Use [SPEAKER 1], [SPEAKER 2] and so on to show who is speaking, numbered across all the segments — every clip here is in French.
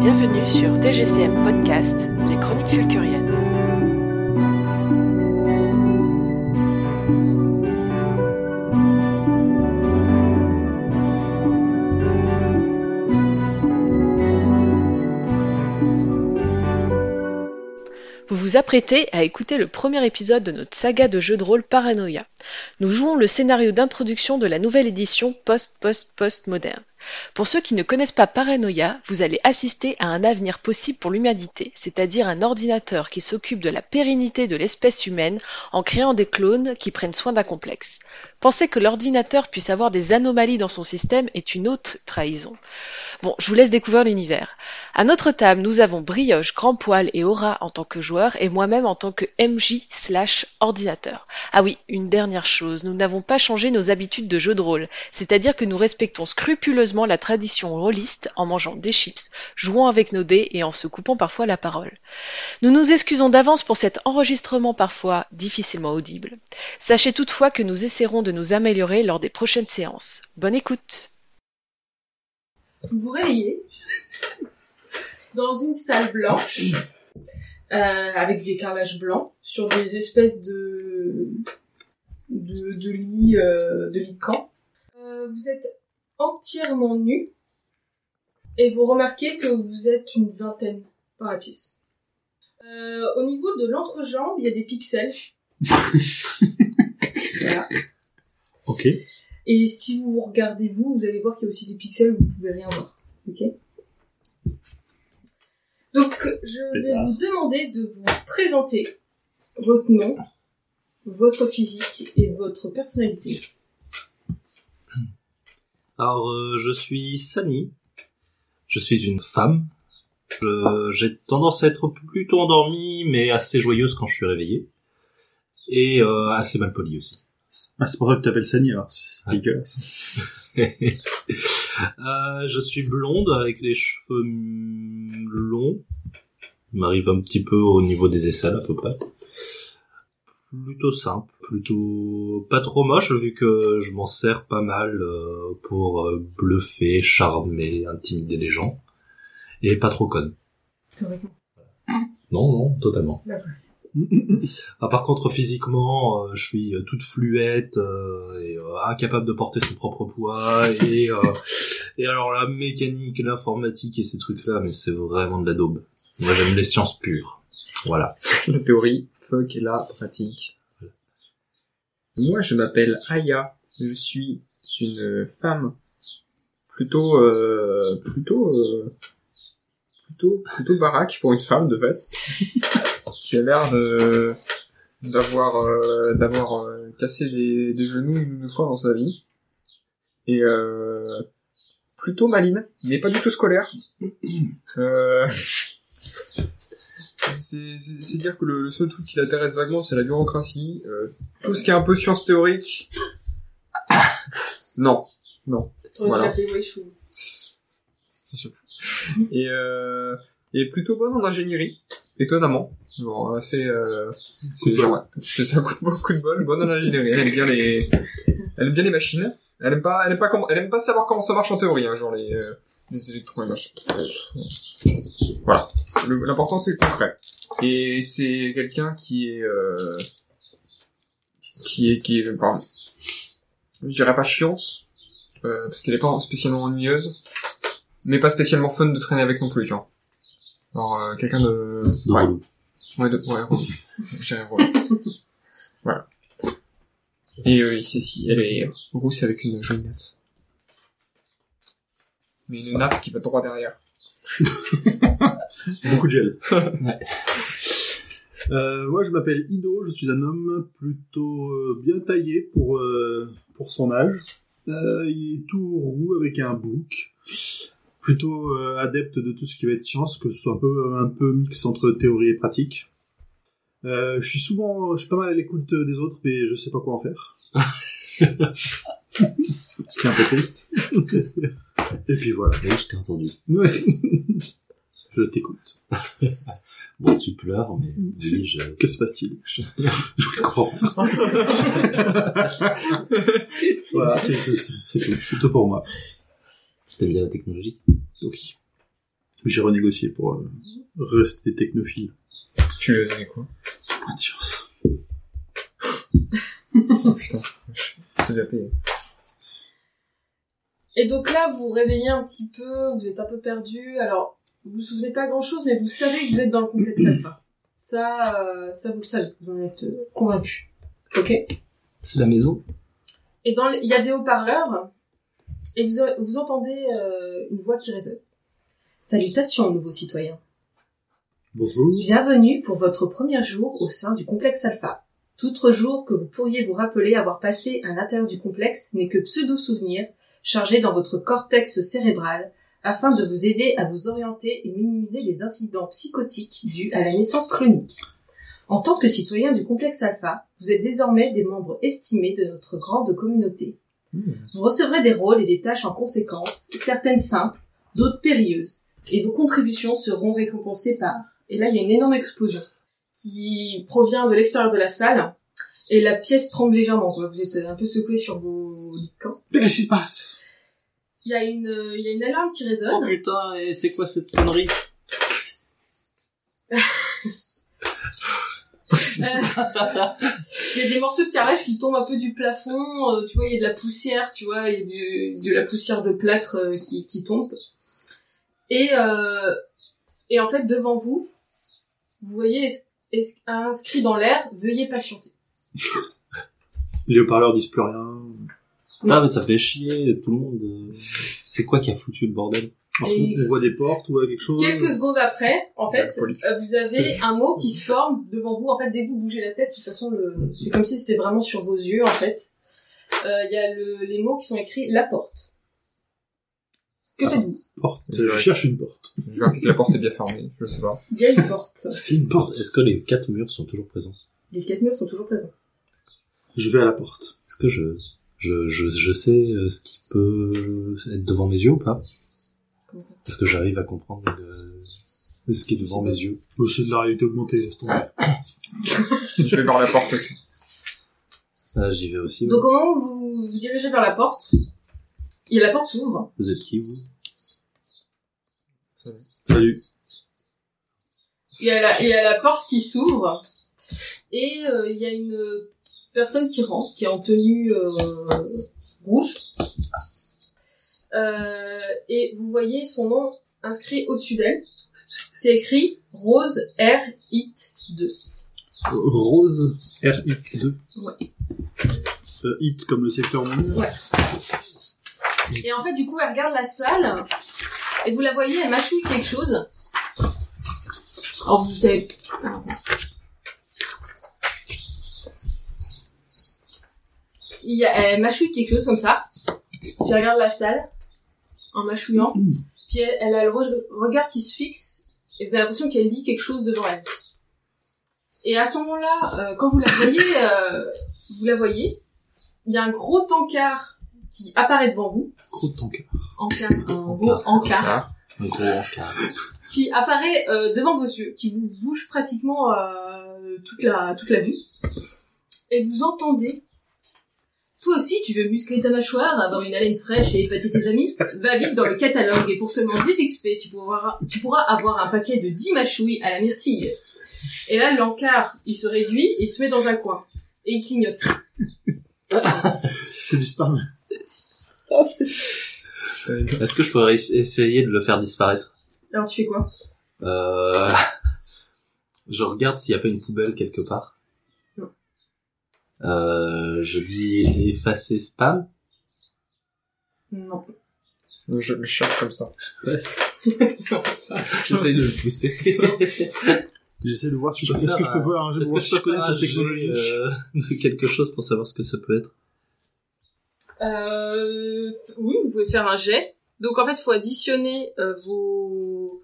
[SPEAKER 1] Bienvenue sur TGCM Podcast, les chroniques fulcuriennes. Vous vous apprêtez à écouter le premier épisode de notre saga de jeux de rôle Paranoia. Nous jouons le scénario d'introduction de la nouvelle édition post-post-post-moderne. Pour ceux qui ne connaissent pas Paranoia, vous allez assister à un avenir possible pour l'humanité, c'est-à-dire un ordinateur qui s'occupe de la pérennité de l'espèce humaine en créant des clones qui prennent soin d'un complexe. Penser que l'ordinateur puisse avoir des anomalies dans son système est une haute trahison. Bon, je vous laisse découvrir l'univers. À notre table, nous avons Brioche, Grand Poil et Aura en tant que joueurs et moi-même en tant que MJ slash ordinateur. Ah oui, une dernière chose, nous n'avons pas changé nos habitudes de jeu de rôle, c'est-à-dire que nous respectons scrupuleusement la tradition rôliste en mangeant des chips, jouant avec nos dés et en se coupant parfois la parole. Nous nous excusons d'avance pour cet enregistrement parfois difficilement audible. Sachez toutefois que nous essaierons de nous améliorer lors des prochaines séances. Bonne écoute
[SPEAKER 2] Vous vous réveillez dans une salle blanche euh, avec des carrelages blancs sur des espèces de de, de lits euh, de lits de camp. Euh, vous êtes entièrement nus et vous remarquez que vous êtes une vingtaine dans la pièce. Euh, au niveau de l'entrejambe, il y a des pixels. Voilà.
[SPEAKER 3] Ok.
[SPEAKER 2] Et si vous vous regardez vous, vous allez voir qu'il y a aussi des pixels, vous pouvez rien voir. Ok Donc, je vais
[SPEAKER 3] Bizarre.
[SPEAKER 2] vous demander de vous présenter votre nom, votre physique et votre personnalité.
[SPEAKER 3] Alors, euh, je suis Sani. Je suis une femme. Je- J'ai tendance à être plutôt endormie, mais assez joyeuse quand je suis réveillée. Et euh, assez malpolie aussi.
[SPEAKER 4] Ah, c'est pour ça que t'appelles Sani, alors. C'est
[SPEAKER 3] Ouais.
[SPEAKER 4] dégueulasse.
[SPEAKER 3] Euh, je suis blonde avec les cheveux mm, longs. Il m'arrive un petit peu au niveau des aisselles à peu près. Plutôt simple, plutôt pas trop moche vu que je m'en sers pas mal euh, pour euh, bluffer, charmer, intimider les gens. Et pas trop conne.
[SPEAKER 2] Théoriquement.
[SPEAKER 3] Non, non, totalement.
[SPEAKER 2] D'accord.
[SPEAKER 3] Ah, par contre, physiquement, euh, je suis euh, toute fluette euh, et euh, incapable de porter son propre poids. Et, euh, et alors la mécanique, l'informatique et ces trucs-là, mais c'est vraiment de la daube. Moi, j'aime les sciences pures. Voilà.
[SPEAKER 5] La théorie, fuck la pratique. Moi, je m'appelle Aya. Je suis une femme plutôt, euh, plutôt, euh, plutôt, plutôt baraque pour une femme de fait, qui a l'air de d'avoir euh, d'avoir euh, cassé des, des genoux une ou deux fois dans sa vie et euh, plutôt maline, mais pas du tout scolaire. Euh, c'est c'est- c'est dire que le, le seul truc qui l'intéresse vaguement, c'est la bureaucratie. euh, tout ce qui est un peu science théorique. non,
[SPEAKER 2] T'aurais dû
[SPEAKER 5] Voilà.
[SPEAKER 2] l'appeler Weishu.
[SPEAKER 5] c'est sûr. Et, euh, et plutôt bonne en ingénierie, étonnamment. Bon, euh, c'est euh,
[SPEAKER 3] Coup de
[SPEAKER 5] c'est-
[SPEAKER 3] bol.
[SPEAKER 5] ouais, c'est ça, coup de bol, coup de bol, bonne en ingénierie. Elle aime bien les, elle aime bien les machines. Elle aime pas, elle aime pas comment, elle aime pas savoir comment ça marche en théorie, hein, genre les, euh, les électrons et machin. Voilà. Le- L'important c'est le concret. Et c'est quelqu'un qui est, euh, qui est, qui est, pardon. Je dirais pas chiance, euh, parce qu'elle est pas spécialement ennuyeuse mais pas spécialement fun de traîner avec non plus, tu vois. Alors, euh, quelqu'un de... Ouais,
[SPEAKER 3] Drôle.
[SPEAKER 5] ouais, de... ouais, relou. J'ai un relou. Voilà. Et euh, ici, si, elle est rousse avec une jolie natte. Mais une natte qui va droit derrière.
[SPEAKER 4] Beaucoup de gel.
[SPEAKER 3] Ouais.
[SPEAKER 4] Euh, moi, je m'appelle Ido, je suis un homme plutôt euh, bien taillé pour, euh, pour son âge. Euh, il est tout roux avec un bouc. Plutôt euh, adepte de tout ce qui va être science, que ce soit un peu, un peu mix entre théorie et pratique. Euh, je suis souvent, je suis pas mal à l'écoute euh, des autres, mais je sais pas quoi en faire. ce qui est un peu triste. et puis voilà.
[SPEAKER 3] Ah Oui, je t'ai entendu.
[SPEAKER 4] Ouais. je t'écoute.
[SPEAKER 3] Bon, tu pleures, mais oui, je...
[SPEAKER 4] Que se passe-t-il Je comprends. voilà, c'est c'est- c'est tout. C'est tout pour moi.
[SPEAKER 3] t'aimes bien la technologie
[SPEAKER 4] Oui. J'ai renégocié pour euh, rester technophile.
[SPEAKER 5] Tu lui as donné quoi
[SPEAKER 4] Point de chance.
[SPEAKER 5] Oh putain, c'est déjà payé.
[SPEAKER 2] Et donc là, vous vous réveillez un petit peu, vous êtes un peu perdu. Alors, vous vous souvenez pas grand-chose, mais vous savez que vous êtes dans le complexe alpha. Ça, euh, ça vous le savez, vous en êtes convaincu. Ok.
[SPEAKER 3] C'est la maison.
[SPEAKER 2] Et dans, le- il y a des haut-parleurs et vous, vous entendez euh, une voix qui résonne. Salutations, nouveaux citoyens.
[SPEAKER 4] Bonjour.
[SPEAKER 2] Bienvenue pour votre premier jour au sein du complexe alpha. Tout autre jour que vous pourriez vous rappeler avoir passé à l'intérieur du complexe n'est que pseudo-souvenir chargé dans votre cortex cérébral afin de vous aider à vous orienter et minimiser les incidents psychotiques dus à la naissance chronique. En tant que citoyen du complexe alpha, vous êtes désormais des membres estimés de notre grande communauté.
[SPEAKER 5] Mmh.
[SPEAKER 2] Vous recevrez des rôles et des tâches en conséquence, certaines simples, d'autres périlleuses, et vos contributions seront récompensées par et là, il y a une énorme explosion qui provient de l'extérieur de la salle. Et la pièce tremble légèrement. quoi. Vous êtes un peu secoué sur vos lits de camp.
[SPEAKER 4] Mais Qu'est-ce qui se passe
[SPEAKER 2] Il y a une, euh, il y a une alarme qui résonne.
[SPEAKER 3] Oh putain, et c'est quoi cette connerie
[SPEAKER 2] Il y a des morceaux de carrelage qui tombent un peu du plafond. euh, tu vois, il y a de la poussière. Tu vois, il y a du- de la poussière de plâtre euh, qui, qui tombe. Et euh, et en fait, devant vous, vous voyez es- es- inscrit dans l'air "Veuillez patienter".
[SPEAKER 4] Les haut-parleurs disent plus rien.
[SPEAKER 3] Putain, Ah, mais ça fait chier tout le monde. euh, C'est quoi qui a foutu le bordel
[SPEAKER 4] Ensuite, on voit des portes, on voit quelque chose.
[SPEAKER 2] Quelques secondes après, en fait,
[SPEAKER 5] La police.
[SPEAKER 2] euh, vous avez un mot qui se forme devant vous. En fait, dès que vous bougez la tête, de toute façon, le... c'est comme si c'était vraiment sur vos yeux, en fait. Euh, Il y a le... les mots qui sont écrits la porte. Que
[SPEAKER 5] Ah.
[SPEAKER 2] faites-vous
[SPEAKER 4] Porte. Je cherche une porte.
[SPEAKER 5] Je vérifie que la porte est bien fermée, je sais pas.
[SPEAKER 2] Il y a une porte.
[SPEAKER 4] C'est une porte.
[SPEAKER 3] Est-ce que les quatre murs sont toujours présents
[SPEAKER 2] Les quatre murs sont toujours présents.
[SPEAKER 4] Je vais à la porte.
[SPEAKER 3] Est-ce que je, je, je, je sais euh, ce qui peut être devant mes yeux ou pas
[SPEAKER 2] Comment ça
[SPEAKER 3] Est-ce que j'arrive à comprendre euh, ce qui est devant mes yeux
[SPEAKER 4] Oh, C'est de la réalité augmentée. laisse tomber.
[SPEAKER 5] Je vais voir la porte aussi.
[SPEAKER 3] Ah, J'y vais aussi.
[SPEAKER 2] Donc, au moment où vous vous dirigez vers la porte, et la porte s'ouvre,
[SPEAKER 3] Vous êtes qui, vous
[SPEAKER 4] Salut.
[SPEAKER 2] il y a la, il y a la porte qui s'ouvre, et euh, il y a une personne qui rentre, qui est en tenue euh, rouge. Euh, et vous voyez son nom inscrit au-dessus d'elle. C'est écrit Rose R Hit 2.
[SPEAKER 4] Rose R-Hit-2.
[SPEAKER 2] Ouais.
[SPEAKER 4] Euh, hit comme le secteur mondial.
[SPEAKER 2] Et en fait, du coup, elle regarde la salle et vous la voyez, elle mâchouille quelque chose. Alors, vous savez. Il y a, elle mâchouille quelque chose comme ça. Puis elle regarde la salle en mâchouillant. Puis elle, elle a le re- regard qui se fixe et vous avez l'impression qu'elle lit quelque chose devant elle. Et à ce moment-là, euh, quand vous la voyez, euh, vous la voyez, il y a un gros tankard qui apparaît devant vous
[SPEAKER 4] Gros tank.
[SPEAKER 2] encart, un gros encart,
[SPEAKER 3] Un gros encart.
[SPEAKER 2] qui apparaît euh, devant vos yeux, qui vous bouge pratiquement euh, toute la toute la vue, et vous entendez. Toi aussi, tu veux muscler ta mâchoire, avoir une haleine fraîche et épater tes amis Va vite dans le catalogue et pour seulement 10 XP, tu pourras, tu pourras avoir un paquet de 10 mâchouilles à la myrtille. Et là, l'encart, il se réduit et il se met dans un coin. Et il clignote.
[SPEAKER 4] C'est du spam.
[SPEAKER 5] Putain,
[SPEAKER 3] Est-ce que je pourrais es- essayer de le faire disparaître
[SPEAKER 2] Alors tu fais quoi
[SPEAKER 3] euh... Je regarde s'il n'y a pas une poubelle quelque part.
[SPEAKER 2] Non.
[SPEAKER 3] Euh, je dis effacer spam.
[SPEAKER 2] Non.
[SPEAKER 5] Je le cherche comme ça.
[SPEAKER 3] J'essaye de le pousser.
[SPEAKER 4] J'essaie de voir si je
[SPEAKER 3] Je
[SPEAKER 4] peux.
[SPEAKER 3] peux
[SPEAKER 4] Est-ce que
[SPEAKER 3] faire,
[SPEAKER 4] je peux
[SPEAKER 3] euh,
[SPEAKER 4] voir un jeu
[SPEAKER 3] Est-ce
[SPEAKER 4] pour
[SPEAKER 3] que
[SPEAKER 4] voir si
[SPEAKER 3] je
[SPEAKER 4] je connais
[SPEAKER 3] connais
[SPEAKER 4] cette technologie
[SPEAKER 3] de quelque chose pour savoir ce que ça peut être
[SPEAKER 2] Euh, f- oui, vous pouvez faire un jet. Donc en fait, faut additionner euh, vos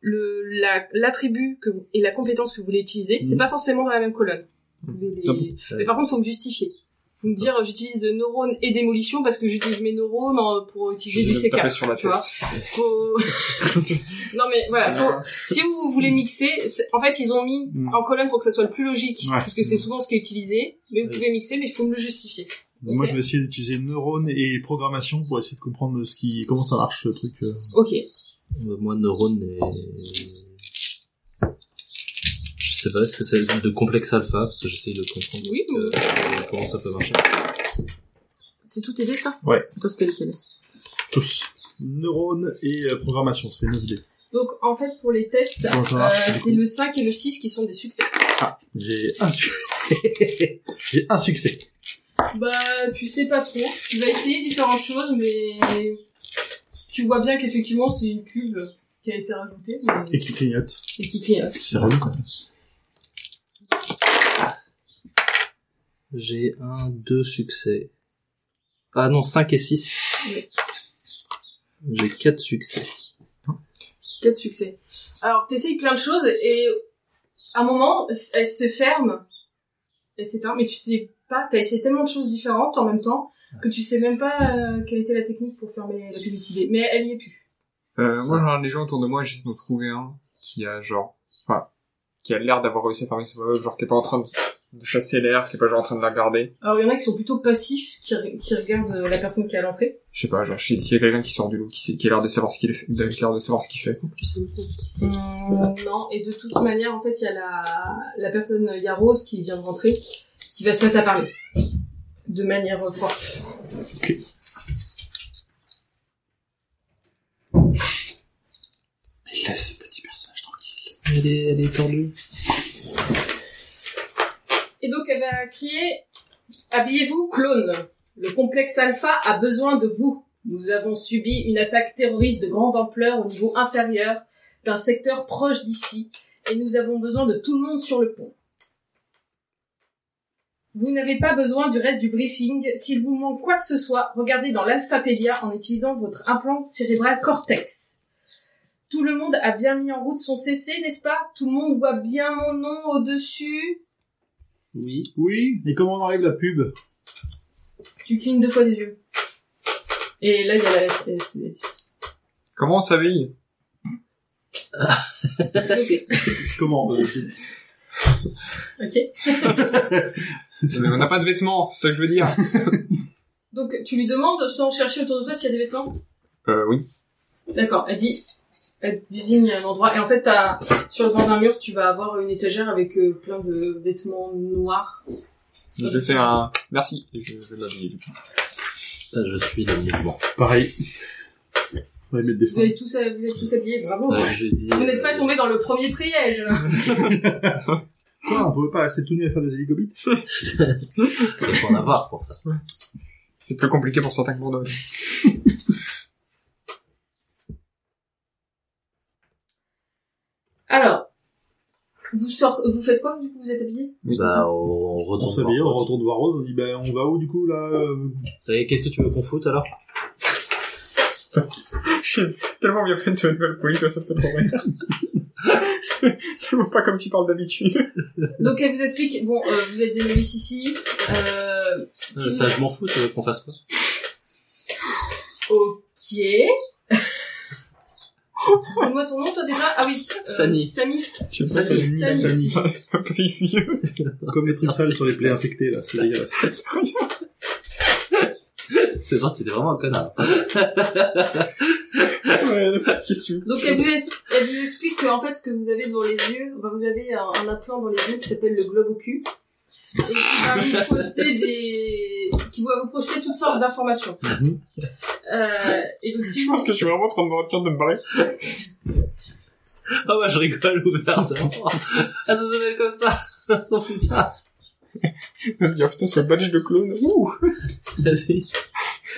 [SPEAKER 2] le la- l'attribut que vous... et la compétence que vous voulez utiliser. C'est
[SPEAKER 5] Mhm.
[SPEAKER 2] pas forcément dans la même colonne. Vous pouvez les...
[SPEAKER 5] Ah bon
[SPEAKER 2] Mais par contre, faut me justifier. Faut me dire euh, j'utilise neurones et démolition parce que j'utilise mes neurones euh, pour utiliser
[SPEAKER 5] vais
[SPEAKER 2] du
[SPEAKER 5] me taper
[SPEAKER 2] C4.
[SPEAKER 5] sur la
[SPEAKER 2] tu
[SPEAKER 5] tête.
[SPEAKER 2] vois. Faut... non mais voilà, faut, si vous voulez mixer, c'est- en fait, ils ont mis
[SPEAKER 4] Mm.
[SPEAKER 5] Mhm.
[SPEAKER 2] en colonne pour que ça soit le plus logique,
[SPEAKER 4] Ouais.
[SPEAKER 2] parce que c'est souvent ce qui est utilisé. Mais vous
[SPEAKER 3] Oui.
[SPEAKER 2] pouvez mixer, mais il faut me le justifier.
[SPEAKER 4] Moi, je vais essayer d'utiliser neurones et programmation pour essayer de comprendre ce qui, comment ça marche ce truc. euh.
[SPEAKER 2] Ok.
[SPEAKER 3] Euh, moi, neurone est... Je sais pas, est-ce que c'est de complexe alpha Parce que j'essaye de comprendre
[SPEAKER 2] Oui,
[SPEAKER 3] euh, comment ça peut marcher.
[SPEAKER 2] C'est tout aidé, ça
[SPEAKER 4] Ouais.
[SPEAKER 2] Toi, c'était lequel
[SPEAKER 4] Tous. Neurones et euh, programmation, ça fait 9 dés.
[SPEAKER 2] Donc, en fait, pour les tests,
[SPEAKER 4] Comment ça
[SPEAKER 2] euh,
[SPEAKER 4] marche, du
[SPEAKER 2] c'est
[SPEAKER 4] coup
[SPEAKER 2] le 5 et le 6 qui sont des succès.
[SPEAKER 4] Ah, j'ai un succès. j'ai un succès.
[SPEAKER 2] Bah, tu sais pas trop. Tu vas essayer différentes choses, mais tu vois bien qu'effectivement, c'est une cube qui a été rajoutée mais-
[SPEAKER 4] Et qui clignote.
[SPEAKER 2] et qui clignote.
[SPEAKER 4] C'est relou, quoi.
[SPEAKER 3] J'ai un, deux succès. Ah non, 5 et 6.
[SPEAKER 2] Oui.
[SPEAKER 3] J'ai quatre succès.
[SPEAKER 2] Quatre succès. Alors, t'essayes plein de choses et à un moment, elle se ferme, elle s'éteint, mais tu sais pas, t'as essayé tellement de choses différentes en même temps que tu sais même pas euh, quelle était la technique pour fermer la publicité. Mais elle y est plus.
[SPEAKER 5] Euh, moi, j'en ai des gens autour de moi, j'essaie d'en trouver un qui a genre, enfin, qui a l'air d'avoir réussi à fermer ce pop genre qui est pas en train de, de chasser l'air, qui est pas genre en train de la regarder.
[SPEAKER 2] Alors, il y en a qui sont plutôt passifs, qui, re- qui regardent euh, la personne qui est à l'entrée.
[SPEAKER 5] Je sais pas, genre, si- s'il y a quelqu'un qui sort du lot, qui, sait- qui a l'air de savoir ce qu'il fait, qui a l'air de savoir ce qu'il fait.
[SPEAKER 2] Euh, Non, et de toute manière, en fait, il y a la, la personne, euh, il y a Rose qui vient de rentrer, qui va se mettre à parler. De manière euh, forte.
[SPEAKER 4] Laisse ce petit personnage tranquille.
[SPEAKER 3] Elle est, elle est tendue.
[SPEAKER 2] Et donc, elle va crier, habillez-vous, clone. Le complexe alpha a besoin de vous. Nous avons subi une attaque terroriste de grande ampleur au niveau inférieur d'un secteur proche d'ici et nous avons besoin de tout le monde sur le pont. Vous n'avez pas besoin du reste du briefing. S'il vous manque quoi que ce soit, regardez dans l'alphapédia en utilisant votre implant cérébral cortex. Tout le monde a bien mis en route son CC, n'est-ce pas Tout le monde voit bien mon nom au-dessus.
[SPEAKER 3] Oui.
[SPEAKER 4] Oui, et comment on enlève la pub
[SPEAKER 2] Tu clignes deux fois des yeux. Et là, il y a la SS.
[SPEAKER 5] Comment on s'habille?
[SPEAKER 2] ok.
[SPEAKER 4] Comment euh,
[SPEAKER 2] Ok.
[SPEAKER 5] Mais Euh, on n'a pas de vêtements, c'est ça que je veux dire.
[SPEAKER 2] Donc, tu lui demandes, sans chercher autour de toi, s'il y a des vêtements
[SPEAKER 5] Euh, oui.
[SPEAKER 2] D'accord. Elle dit, elle désigne un endroit. Et en fait, t'as, sur le bord d'un mur, tu vas avoir une étagère avec euh, plein de vêtements noirs.
[SPEAKER 5] Je vais faire un, merci, et je vais m'habiller, du coup.
[SPEAKER 3] Ah, je suis dans le mouvement.
[SPEAKER 4] Pareil. On va y mettre des
[SPEAKER 2] Vous
[SPEAKER 4] fins.
[SPEAKER 2] avez tous, euh, vous êtes tous habillés, bravo.
[SPEAKER 3] Ouais, Ah, je dis,
[SPEAKER 2] Oh. Vous n'êtes pas
[SPEAKER 3] euh,
[SPEAKER 2] tombés dans le premier priège.
[SPEAKER 4] Quoi, Ah, on pouvait pas rester tout nu à faire des hélicobites
[SPEAKER 3] faut en avoir pour ça.
[SPEAKER 5] C'est plus compliqué pour certains que pour d'autres.
[SPEAKER 2] Alors, vous sort, vous faites quoi du coup Vous êtes habillés
[SPEAKER 5] Oui,
[SPEAKER 3] Bah, on
[SPEAKER 4] On
[SPEAKER 3] retourne.
[SPEAKER 4] s'habille,
[SPEAKER 3] voir.
[SPEAKER 4] on retourne voir Rose, on dit bah on va où du coup là euh,
[SPEAKER 3] Et qu'est-ce que tu veux qu'on foute alors
[SPEAKER 5] J'ai tellement bien fait de nouvelle poli, toi, ça me fait trop rire. tellement pas comme tu parles d'habitude.
[SPEAKER 2] Donc elle vous explique. Bon, euh, vous êtes des novices ici. Euh, si
[SPEAKER 3] Euh,
[SPEAKER 2] vous-
[SPEAKER 3] Ça, je m'en fous, tu veux qu'on fasse quoi
[SPEAKER 2] Ok. Donne-moi ton nom, toi déjà. Ah oui. euh,
[SPEAKER 3] Samy.
[SPEAKER 2] Samy.
[SPEAKER 5] Tu
[SPEAKER 3] Ça,
[SPEAKER 5] c'est
[SPEAKER 4] Samy,
[SPEAKER 2] Samy.
[SPEAKER 4] Samy.
[SPEAKER 5] un pays vieux.
[SPEAKER 4] Comme les trucs sales sur les plaies infectées là, c'est dégueulasse.
[SPEAKER 3] C'est gentil, t'es vraiment un connard.
[SPEAKER 5] Ouais, pas de question.
[SPEAKER 2] Donc elle vous, es- elle vous explique que en fait ce que vous avez devant les yeux, enfin, vous avez un, un implant dans les yeux qui s'appelle le globe au cul et qui va vous projeter des, qui va vous projeter toutes sortes d'informations.
[SPEAKER 4] Mhm.
[SPEAKER 2] Euh, et donc si
[SPEAKER 5] Je
[SPEAKER 2] vous,
[SPEAKER 5] pense que je suis vraiment en train de me retenir de me barrer.
[SPEAKER 3] Ah bah je rigole ouvertement. Ah ça s'appelle comme ça. Oh putain.
[SPEAKER 5] De se dire, putain, ce badge de clone, ouh,
[SPEAKER 3] Vas-y.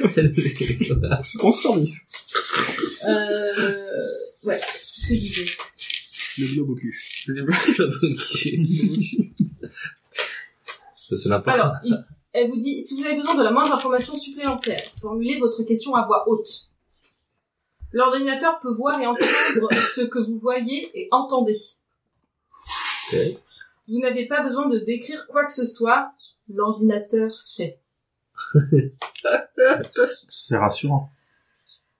[SPEAKER 3] Vas-y.
[SPEAKER 5] on sur 10.
[SPEAKER 2] euh, ouais, ce que je disais.
[SPEAKER 4] Le globe au cul.
[SPEAKER 3] Ça, C'est n'importe
[SPEAKER 2] Alors, il- elle vous dit, si vous avez besoin de la moindre information supplémentaire, formulez votre question à voix haute. L'ordinateur peut voir et entendre ce que vous voyez et entendez.
[SPEAKER 3] Ok.
[SPEAKER 2] Vous n'avez pas besoin de décrire quoi que ce soit, l'ordinateur sait.
[SPEAKER 4] C'est rassurant.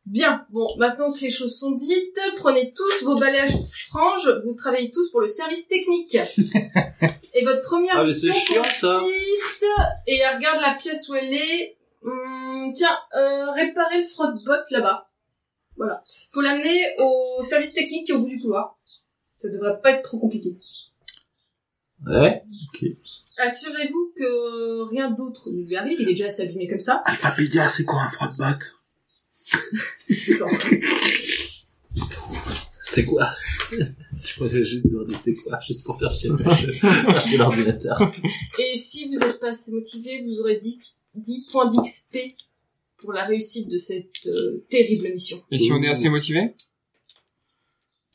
[SPEAKER 2] Bien, bon, maintenant que les choses sont dites, prenez tous vos balayages franges, vous travaillez tous pour le service technique. et votre première
[SPEAKER 3] Ah, mais c'est
[SPEAKER 2] mission
[SPEAKER 3] chiant, ça.
[SPEAKER 2] consiste... Et elle Hmm, regarde la pièce où elle est. Hum, tiens, euh, réparer le frotte-bot là-bas. Faut l'amener au service technique qui est au bout du couloir. Ça devrait pas être trop compliqué.
[SPEAKER 3] Ouais.
[SPEAKER 2] Assurez-vous que rien d'autre ne lui arrive. Il est déjà assez abîmé comme ça.
[SPEAKER 4] Alphapédia, c'est quoi un froid de batte
[SPEAKER 2] Attends.
[SPEAKER 3] C'est quoi Tu pourrais juste demander c'est quoi, juste pour faire chier, le- chier l'ordinateur.
[SPEAKER 2] Et si vous n'êtes pas assez motivé, vous aurez 10, 10 points d'XP pour la réussite de cette euh, terrible mission.
[SPEAKER 5] Et si on est assez motivé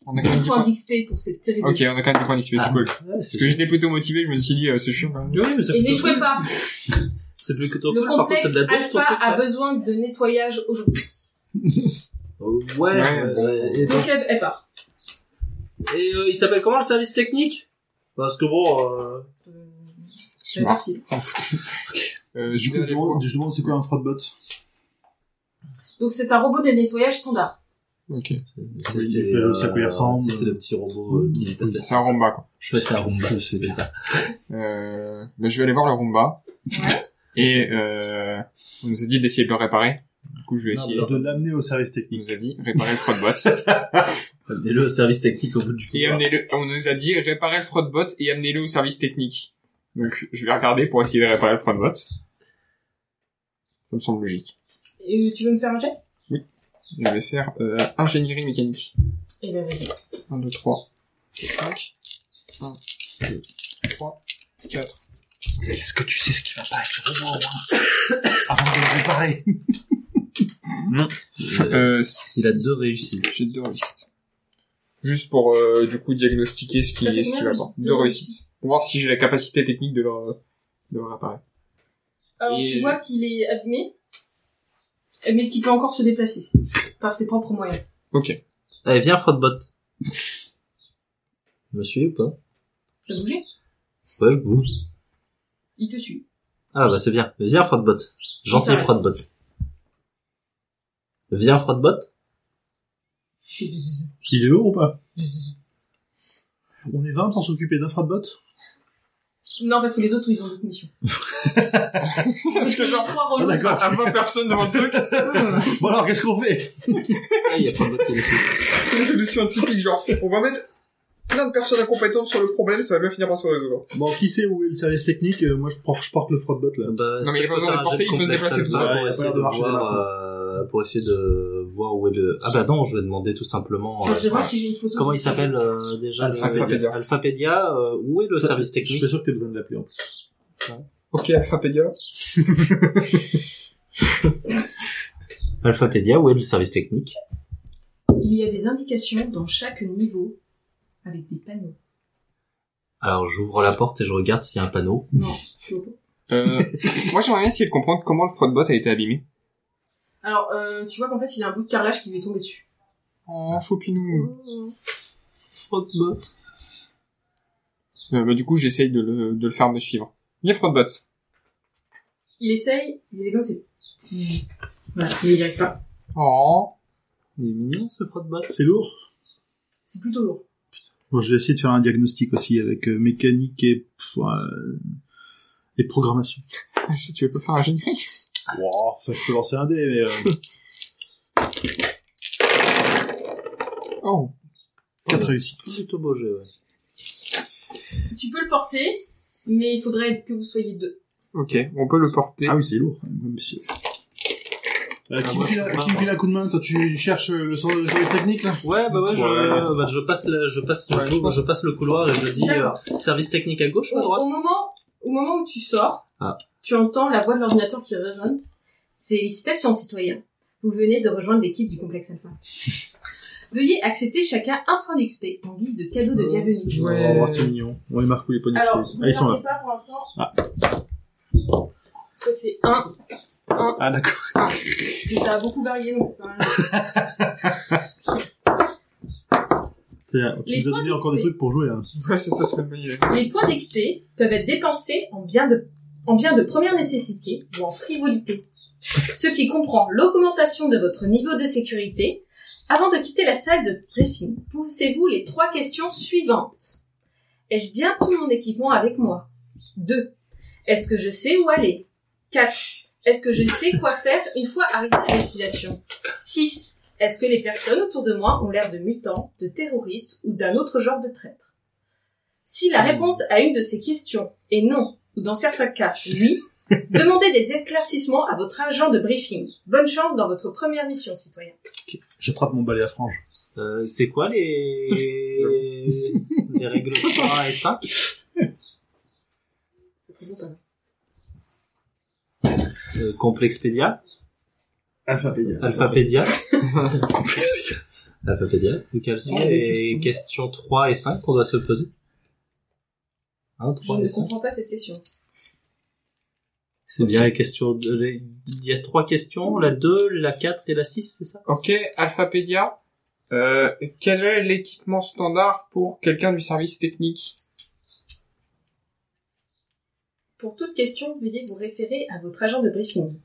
[SPEAKER 5] On a quand même
[SPEAKER 2] 10
[SPEAKER 5] 10
[SPEAKER 2] points
[SPEAKER 5] points.
[SPEAKER 2] d'XP pour Ah, cette terrible
[SPEAKER 5] Ok,
[SPEAKER 2] mission.
[SPEAKER 5] on a quand même 10 points d'XP, c'est cool.
[SPEAKER 3] Ouais,
[SPEAKER 5] Parce que j'étais plutôt motivé, je me suis dit, euh, c'est chiant quand même.
[SPEAKER 3] Oui, mais c'est
[SPEAKER 2] Et
[SPEAKER 3] plutôt
[SPEAKER 2] n'échouez
[SPEAKER 3] cool.
[SPEAKER 2] pas.
[SPEAKER 3] C'est plus que ton
[SPEAKER 2] Le
[SPEAKER 3] cool, par contre,
[SPEAKER 2] complexe
[SPEAKER 3] c'est de la danse, ton
[SPEAKER 2] alpha
[SPEAKER 3] truc,
[SPEAKER 2] a
[SPEAKER 3] là.
[SPEAKER 2] besoin de nettoyage aujourd'hui.
[SPEAKER 3] Oh, Ouais,
[SPEAKER 5] Ouais,
[SPEAKER 3] ouais,
[SPEAKER 5] bon.
[SPEAKER 3] ouais. Et, donc,
[SPEAKER 2] Donc elle, elle part.
[SPEAKER 3] et euh, il s'appelle comment le service technique Parce que bon, euh,
[SPEAKER 2] Euh, elle
[SPEAKER 5] Smart.
[SPEAKER 2] part filer.
[SPEAKER 5] Euh,
[SPEAKER 4] Du
[SPEAKER 5] je
[SPEAKER 4] coup,
[SPEAKER 5] vais
[SPEAKER 4] je
[SPEAKER 5] aller
[SPEAKER 4] demande,
[SPEAKER 5] voir.
[SPEAKER 4] je demande c'est quoi un froid de batte
[SPEAKER 2] Donc c'est un robot de nettoyage standard.
[SPEAKER 5] Ok.
[SPEAKER 3] c'est
[SPEAKER 4] Oui,
[SPEAKER 3] c'est,
[SPEAKER 4] il fait aussi à quoi il ressemble.
[SPEAKER 3] tu sais, c'est le petit robot euh, qui dépasse la
[SPEAKER 5] C'est un rumba, quoi.
[SPEAKER 3] Je fais ça, Roomba,
[SPEAKER 4] Je sais
[SPEAKER 3] c'est
[SPEAKER 4] bien.
[SPEAKER 3] ça.
[SPEAKER 5] Euh, ben, je vais aller voir le rumba. Et, euh, on nous a dit d'essayer de le réparer. Du coup, je vais
[SPEAKER 3] Non,
[SPEAKER 5] essayer.
[SPEAKER 2] bah,
[SPEAKER 3] mais
[SPEAKER 4] De l'amener au service
[SPEAKER 5] On
[SPEAKER 4] technique.
[SPEAKER 5] nous a dit réparer le frottebot.
[SPEAKER 3] Amenez-le au service technique au bout du
[SPEAKER 5] et
[SPEAKER 3] couloir.
[SPEAKER 5] amener-le, on nous a dit réparer le frottebot et amener-le au service technique. Donc, je vais regarder pour essayer de réparer le frottebot. Ça me semble logique.
[SPEAKER 2] Et euh, tu veux me faire un jet
[SPEAKER 5] Je vais faire, euh, ingénierie mécanique.
[SPEAKER 2] Eh ben vas-y.
[SPEAKER 5] 1, 2, 3, 5. 1, 2, 3, 4.
[SPEAKER 4] Est-ce que tu sais ce qui va pas avec le robot,
[SPEAKER 3] Ah,
[SPEAKER 4] Avant de le réparer.
[SPEAKER 3] Euh,
[SPEAKER 5] Euh,
[SPEAKER 3] Il a deux réussites.
[SPEAKER 5] J'ai deux réussites. Juste pour, euh, du coup, diagnostiquer ce qui,
[SPEAKER 2] Ça fait
[SPEAKER 5] ce qui
[SPEAKER 2] combien
[SPEAKER 5] va pas.
[SPEAKER 2] Deux
[SPEAKER 5] Deux réussites. Pour voir si j'ai la capacité technique de leur, de leur appareil.
[SPEAKER 2] Alors
[SPEAKER 5] Et-
[SPEAKER 2] tu vois qu'il est abîmé, mais qu'il peut encore se déplacer par ses propres moyens.
[SPEAKER 5] Ok.
[SPEAKER 3] Allez, viens, Frottebot. Je me suis ou pas
[SPEAKER 2] Tu as bougé
[SPEAKER 3] Ouais, je bouge.
[SPEAKER 2] Il te suit.
[SPEAKER 3] Ah bah c'est bien. Viens, Frottebot. Gentil
[SPEAKER 2] Ça reste.
[SPEAKER 3] Frottebot. Viens, Frottebot.
[SPEAKER 4] Il est lourd ou pas On est 20 pour s'occuper d'un froid de batte
[SPEAKER 2] Non, parce que les autres, ils ont d'autres missions. parce que genre, trois relous.
[SPEAKER 4] Ah, d'accord.
[SPEAKER 5] Oh À 20 personnes devant le truc.
[SPEAKER 4] Bon alors, qu'est-ce qu'on fait
[SPEAKER 3] Ah, il y a Frottebot qui est dessus.
[SPEAKER 5] Solution typique, genre, on va mettre plein de personnes incompétentes sur le problème, ça va bien finir par se résoudre.
[SPEAKER 4] Bon, qui sait où est le service technique Euh, Moi, je, prends- je porte le froid de batte là.
[SPEAKER 3] Bah, est-ce
[SPEAKER 5] mais
[SPEAKER 3] que
[SPEAKER 5] il
[SPEAKER 3] je
[SPEAKER 5] va
[SPEAKER 3] peux
[SPEAKER 5] dans
[SPEAKER 3] faire un
[SPEAKER 5] les
[SPEAKER 3] jet de
[SPEAKER 5] portées, il peut se
[SPEAKER 3] complexe
[SPEAKER 5] déplacer tout
[SPEAKER 3] alpha
[SPEAKER 4] seul.
[SPEAKER 3] pour
[SPEAKER 4] Ouais,
[SPEAKER 3] essayer
[SPEAKER 4] pas
[SPEAKER 3] de
[SPEAKER 4] de marcher
[SPEAKER 3] voir,
[SPEAKER 4] des
[SPEAKER 3] euh, pour essayer de voir où est le... Ah bah non, je vais demander tout simplement...
[SPEAKER 2] Enfin, je vais
[SPEAKER 3] euh,
[SPEAKER 2] voir si j'ai une photo.
[SPEAKER 3] Comment il s'appelle euh, déjà le-
[SPEAKER 5] Alphapédia.
[SPEAKER 3] Alphapédia, euh, où est le service
[SPEAKER 4] Je suis
[SPEAKER 3] technique
[SPEAKER 4] pas sûr que t'aies besoin de l'appeler en plus.
[SPEAKER 5] Ok, Alphapédia.
[SPEAKER 3] Alphapédia, où est le service technique
[SPEAKER 2] Il y a des indications dans chaque niveau avec des panneaux.
[SPEAKER 3] Alors j'ouvre la porte et je regarde s'il y a un panneau.
[SPEAKER 2] Non, je suis au pot.
[SPEAKER 5] Euh, moi j'aimerais bien essayer de comprendre comment le fraudbot a été abîmé.
[SPEAKER 2] Alors, euh, tu vois qu'en fait, il y a un bout de carrelage qui lui est tombé dessus.
[SPEAKER 5] Oh, choupinou.
[SPEAKER 3] Frottebot.
[SPEAKER 5] Euh, bah, du coup, j'essaye de le, de le faire me suivre. Viens, Frontbot.
[SPEAKER 2] Il essaye, il est comme c'est. Voilà, mais il n'y arrive pas.
[SPEAKER 5] Oh.
[SPEAKER 3] Il est mignon ce Frottebot.
[SPEAKER 4] C'est lourd
[SPEAKER 2] C'est plutôt lourd.
[SPEAKER 4] Bon, je vais essayer de faire un diagnostic aussi avec euh, mécanique et, pff, euh, et programmation.
[SPEAKER 5] Si Ah, tu veux pas faire un générique.
[SPEAKER 4] Wow, je peux lancer un dé, mais... Euh,
[SPEAKER 5] Oh.
[SPEAKER 4] 4 réussites.
[SPEAKER 3] Plutôt beau jeu, ouais.
[SPEAKER 2] Tu peux le porter, mais il faudrait que vous soyez deux.
[SPEAKER 5] Ok, on peut le porter.
[SPEAKER 4] Ah oui, c'est lourd, quand même, monsieur. Euh,
[SPEAKER 3] Ah,
[SPEAKER 4] qui, me
[SPEAKER 3] moi,
[SPEAKER 4] file,
[SPEAKER 3] je
[SPEAKER 4] un-
[SPEAKER 3] comprends
[SPEAKER 4] qui me
[SPEAKER 3] pas.
[SPEAKER 4] file un coup de main Toi, tu cherches euh, le sens le service technique, là
[SPEAKER 3] Ouais, bah ouais, je,
[SPEAKER 5] Ouais.
[SPEAKER 3] bah, je passe, la- je passe,
[SPEAKER 5] Ouais,
[SPEAKER 3] je,
[SPEAKER 5] je pense-
[SPEAKER 3] je passe le couloir et je dis
[SPEAKER 2] D'accord.
[SPEAKER 3] euh, service technique à gauche ou
[SPEAKER 2] Au,
[SPEAKER 3] à droite
[SPEAKER 2] au moment, au moment où tu sors,
[SPEAKER 3] Ah.
[SPEAKER 2] tu entends la voix de l'ordinateur qui résonne. Félicitations, citoyens. Vous venez de rejoindre l'équipe du complexe Alpha. Veuillez accepter chacun un point d'XP en guise de cadeau de bienvenue.
[SPEAKER 4] Oh, c'est mignon. Ouais, il marque où les poignets
[SPEAKER 2] Alors,
[SPEAKER 4] de
[SPEAKER 2] vous
[SPEAKER 4] Ah, ils sont
[SPEAKER 2] ne
[SPEAKER 4] là.
[SPEAKER 2] pas pour l'instant.
[SPEAKER 4] Ah.
[SPEAKER 2] Ça c'est un,
[SPEAKER 4] Ah, d'accord.
[SPEAKER 2] et ça a beaucoup varié, donc ça sert à rien.
[SPEAKER 4] Tiens, Tu
[SPEAKER 2] Les
[SPEAKER 4] nous as donné
[SPEAKER 2] points
[SPEAKER 4] encore des
[SPEAKER 2] d'XP.
[SPEAKER 4] trucs pour jouer, hein. là.
[SPEAKER 5] Ouais, c'est ça, c'est magnifique.
[SPEAKER 2] Les points d'XP peuvent être dépensés en biens de, en biens de première nécessité ou en frivolité. Ce qui comprend l'augmentation de votre niveau de sécurité. Avant de quitter la salle de briefing, poussez-vous les trois questions suivantes. Ai-je bien tout mon équipement avec moi 2. Est-ce que je sais où aller 4. Est-ce que je sais quoi faire une fois arrivé à destination 6. Est-ce que les personnes autour de moi ont l'air de mutants, de terroristes ou d'un autre genre de traîtres Si la
[SPEAKER 3] Mm.
[SPEAKER 2] réponse à une de ces questions est non, ou dans certains cas oui, demandez des éclaircissements à votre agent de briefing. Bonne chance dans votre première mission, citoyen.
[SPEAKER 4] J'attrape mon balai à frange.
[SPEAKER 3] Euh, c'est quoi les... les règles 3 et 5
[SPEAKER 2] C'est toujours pas mal.
[SPEAKER 3] euh, Complexpedia
[SPEAKER 4] Alphapédia.
[SPEAKER 3] Alphapédia Alphapédia Donc quelles sont
[SPEAKER 4] Ouais,
[SPEAKER 3] les questions 3 et 5 qu'on doit se poser Hein,
[SPEAKER 2] Je
[SPEAKER 3] 3
[SPEAKER 2] ne
[SPEAKER 3] et 5
[SPEAKER 2] comprends pas cette question.
[SPEAKER 3] C'est bien les questions... de- les- Il y a trois questions, la 2, la 4 et la 6, c'est ça
[SPEAKER 5] Ok, Alphapédia. Euh, quel est l'équipement standard pour quelqu'un du service technique
[SPEAKER 2] Pour toute question, veuillez vous référer à votre agent de briefing.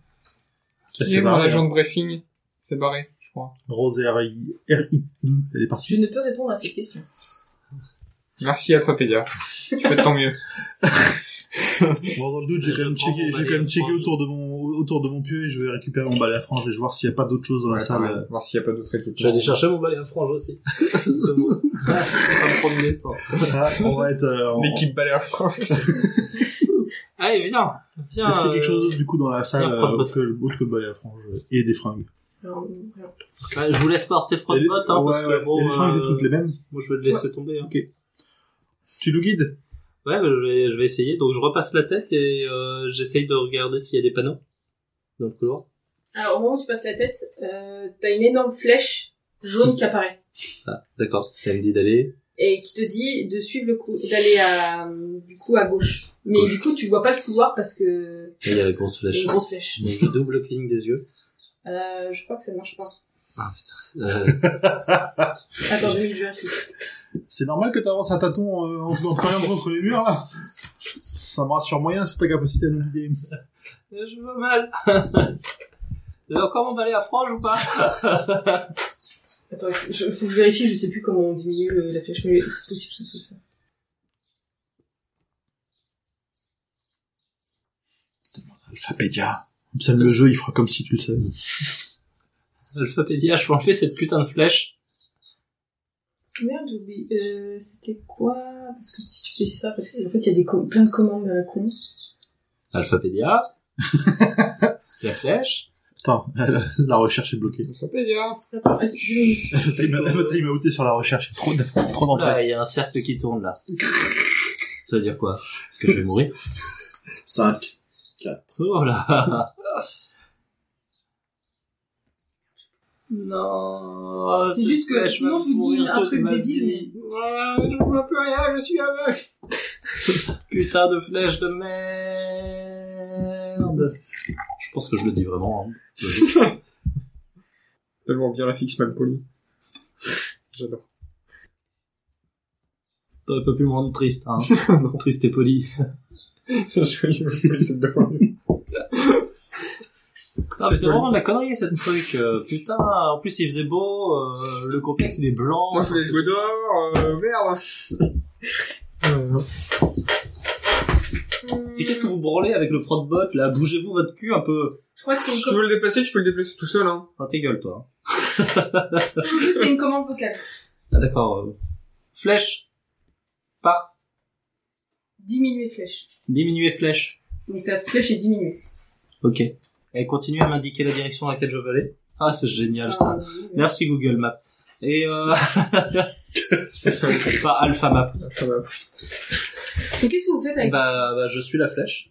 [SPEAKER 5] Qui
[SPEAKER 4] C'est
[SPEAKER 5] est mon
[SPEAKER 4] barré,
[SPEAKER 5] agent
[SPEAKER 4] hein.
[SPEAKER 5] de briefing C'est barré, je crois.
[SPEAKER 4] Rose RI, RI2, elle est
[SPEAKER 2] Je
[SPEAKER 4] partie.
[SPEAKER 2] ne peux répondre à cette question.
[SPEAKER 5] Merci Alphapédia. tu fais de ton mieux.
[SPEAKER 4] Bon, dans le doute, j'ai
[SPEAKER 3] Je
[SPEAKER 4] quand même
[SPEAKER 3] prends
[SPEAKER 4] checké,
[SPEAKER 3] mon
[SPEAKER 4] j'ai
[SPEAKER 3] balai
[SPEAKER 4] quand même
[SPEAKER 3] à
[SPEAKER 4] checké
[SPEAKER 3] frange.
[SPEAKER 4] autour de mon, autour de mon pieu et je vais récupérer mon balai à frange et je vais voir s'il n'y a pas d'autre chose dans la
[SPEAKER 5] Ouais,
[SPEAKER 4] salle.
[SPEAKER 5] pareil, Voir s'il n'y a pas d'autres équipements.
[SPEAKER 3] Je vais aller chercher mon balai à frange aussi. C'est bon. Ah, pas me promener, ça.
[SPEAKER 4] Ah, on va être, euh, en-
[SPEAKER 5] L'équipe balai à France.
[SPEAKER 3] Allez, Ah, viens Viens
[SPEAKER 4] Est-ce qu'il y a
[SPEAKER 3] euh,
[SPEAKER 4] quelque chose d'autre, du coup dans la salle
[SPEAKER 3] la
[SPEAKER 4] euh,
[SPEAKER 3] frotte
[SPEAKER 4] autre que, autre que le balai à frange euh, et des fringues
[SPEAKER 2] Alors, alors,
[SPEAKER 3] Ouais, bah, je vous laisse par tes
[SPEAKER 4] Et
[SPEAKER 3] frottes
[SPEAKER 4] les-
[SPEAKER 3] bottes, hein,
[SPEAKER 4] ouais,
[SPEAKER 3] parce
[SPEAKER 4] ouais.
[SPEAKER 3] que bon,
[SPEAKER 4] Et les fringues, c'est
[SPEAKER 3] euh,
[SPEAKER 4] toutes les mêmes
[SPEAKER 3] moi je vais le laisser tomber. Hein.
[SPEAKER 4] Tu nous guides
[SPEAKER 3] Ouais, bah, je vais, je vais essayer. Donc je repasse la tête et euh, j'essaye de regarder s'il y a des panneaux dans le couloir.
[SPEAKER 2] Alors, au moment où tu passes la tête, euh, t'as une énorme flèche jaune qui apparaît
[SPEAKER 3] Ah, d'accord. Elle me dit d'aller.
[SPEAKER 2] et qui te dit de suivre le coup, d'aller à, euh, du coup à gauche. Mais
[SPEAKER 3] Gauche.
[SPEAKER 2] du coup, tu vois pas le couloir parce que
[SPEAKER 3] Et il y a la grosse
[SPEAKER 2] il y a
[SPEAKER 3] flèche.
[SPEAKER 2] une grosse flèche.
[SPEAKER 3] Donc je double cligne des yeux.
[SPEAKER 2] Euh, je crois que ça marche pas.
[SPEAKER 3] Ah putain. Euh,
[SPEAKER 2] Attends, deux minutes, Ah, je vérifie.
[SPEAKER 4] C'est normal que t'avances à tâtons euh, en en triangle contre les murs là Ça me rassure moyen sur ta capacité à nous guider.
[SPEAKER 3] je vois mal. J'ai encore mon balai à frange ou pas
[SPEAKER 2] Attends, je, faut que je vérifie, je sais plus comment on diminue le- la flèche, mais c'est possible, c'est tout ça.
[SPEAKER 4] Alphapédia. Comme ça, le jeu, il fera comme si tu le savais.
[SPEAKER 3] Alphapédia, je vais enlever cette putain de flèche.
[SPEAKER 2] Merde, j'ai oublié. Euh, c'était quoi Parce que si tu fais ça, parce qu'en fait, il y a des com- plein de commandes à la con.
[SPEAKER 3] Alphapédia. la flèche.
[SPEAKER 4] Attends, la recherche est bloquée.
[SPEAKER 5] Alphapédia.
[SPEAKER 2] Attends, est-ce que...
[SPEAKER 4] Le time- le time out est sur la recherche, trop d- trop d'entrailles.
[SPEAKER 3] Là, il y a un cercle qui tourne là. Ça veut dire quoi Que je vais mourir
[SPEAKER 4] 5.
[SPEAKER 3] Oh là Non
[SPEAKER 2] C'est juste que sinon, je vous dis un truc débile,
[SPEAKER 5] Ah, je vois plus rien, je suis aveugle.
[SPEAKER 3] Putain de flèche de merde Je pense que je le dis vraiment. hein.
[SPEAKER 5] Tellement bien la fixe mal polie. J'adore.
[SPEAKER 3] T'aurais pas pu me rendre triste, hein. triste et poli.
[SPEAKER 5] Je suis aveugle, c'est drôle.
[SPEAKER 3] Non, mais c'est vraiment de la connerie, cette truc. euh, putain, en plus, il faisait beau, euh, le complexe, il est blanc.
[SPEAKER 5] Moi je voulais jouer dehors, euh, merde.
[SPEAKER 3] Et qu'est-ce que vous branlez avec le front bot là Bougez-vous votre cul un peu.
[SPEAKER 2] Je crois que c'est une,
[SPEAKER 5] Si tu
[SPEAKER 2] com-
[SPEAKER 5] veux le déplacer, tu peux le déplacer tout seul, hein.
[SPEAKER 3] Enfin, tes gueules, toi.
[SPEAKER 2] c'est une commande vocale.
[SPEAKER 3] Ah d'accord. euh, Flèche. Pas.
[SPEAKER 2] Diminuer flèche.
[SPEAKER 3] Diminuer flèche.
[SPEAKER 2] Donc ta flèche est diminuée.
[SPEAKER 3] Ok. Elle continue à m'indiquer la direction à laquelle je veux aller. Ah c'est génial ça.
[SPEAKER 2] Ah, oui, oui.
[SPEAKER 3] Merci Google Maps. Et euh... pas Alpha Map.
[SPEAKER 5] Ça va.
[SPEAKER 2] Donc qu'est-ce que vous faites avec
[SPEAKER 3] Bah, bah, je suis la flèche.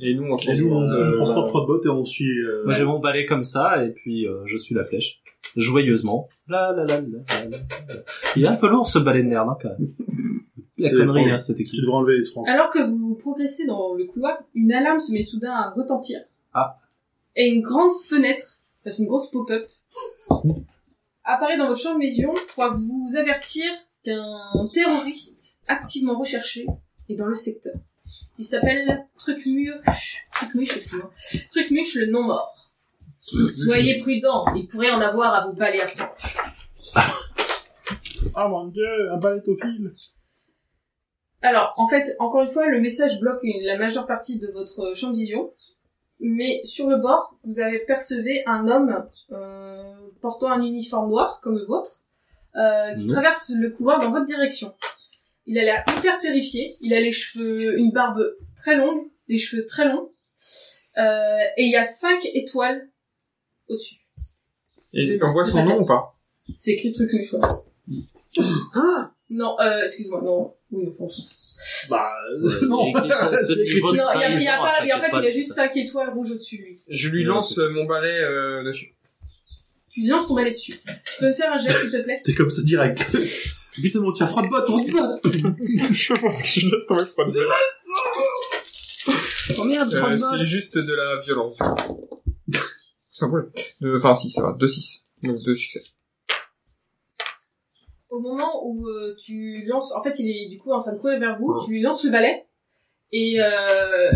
[SPEAKER 5] Et nous, on
[SPEAKER 4] Et nous, on,
[SPEAKER 5] transporte,
[SPEAKER 4] on
[SPEAKER 5] euh,
[SPEAKER 4] transporte Frottebot et on suit... euh,
[SPEAKER 3] Moi j'ai mon balai comme ça et puis euh, je suis la flèche. Joyeusement. La, la, la, la, la, la, la. Il est un peu lourd ce balai de merde hein, quand même. La
[SPEAKER 4] C'est
[SPEAKER 3] connerie
[SPEAKER 4] franc.
[SPEAKER 3] hein, cette
[SPEAKER 4] Tu
[SPEAKER 3] équipe.
[SPEAKER 4] devrais enlever les franges.
[SPEAKER 2] Alors que vous progressez dans le couloir, une alarme se met soudain à retentir.
[SPEAKER 3] Ah.
[SPEAKER 2] Et une grande fenêtre, enfin c'est une grosse pop-up, apparaît dans votre chambre de vision pour vous avertir qu'un terroriste activement recherché est dans le secteur. Il s'appelle Trucmuche. Trucmuche, excusez-moi. Trucmuche le non mort. Soyez prudent, il pourrait en avoir à vous balais à franche.
[SPEAKER 4] Ah mon dieu, un balai au fil
[SPEAKER 2] Alors, en fait, encore une fois, le message bloque une- la majeure partie de votre champ de vision. Mais sur le bord, vous avez percevé un homme euh, portant un uniforme noir, comme le vôtre, euh, qui
[SPEAKER 5] Non.
[SPEAKER 2] traverse le couloir dans votre direction. Il a l'air hyper terrifié, il a les cheveux, une barbe très longue, des cheveux très longs, euh, et il y a cinq étoiles au-dessus.
[SPEAKER 5] Et on voit son nom ou pas
[SPEAKER 2] C'est écrit truc je crois. Non, euh, excuse-moi, non, oui, au fond.
[SPEAKER 4] Bah,
[SPEAKER 3] Ouais,
[SPEAKER 4] non.
[SPEAKER 3] et qu'ils sont- ce
[SPEAKER 4] C'est écrit.
[SPEAKER 3] niveau de
[SPEAKER 2] Non, il y a, il y a
[SPEAKER 3] trahison à
[SPEAKER 2] pas,
[SPEAKER 3] cinq
[SPEAKER 2] et en fait, il
[SPEAKER 3] étoiles,
[SPEAKER 2] a
[SPEAKER 3] hein, c'est
[SPEAKER 2] juste
[SPEAKER 3] ça.
[SPEAKER 2] cinq étoiles rouges au-dessus de lui.
[SPEAKER 5] Je lui lance euh, mon balai euh, dessus.
[SPEAKER 2] Tu viens se tomber dessus. Tu peux me faire un jet, s'il te plaît
[SPEAKER 4] C'est comme ça direct. Putain, mon tiens, froid de botte, froid de botte
[SPEAKER 5] je pense que je laisse tomber le froid.
[SPEAKER 4] Oh merde, froid
[SPEAKER 5] Euh,
[SPEAKER 4] de botte
[SPEAKER 5] c'est juste de la violence. C'est un problème. De- Enfin, si, ça va. 2-6. Donc, 2 succès.
[SPEAKER 2] Au moment où euh, tu lances... En fait, il est du coup en train de courir vers vous. Tu lui lances le balai. Et, euh,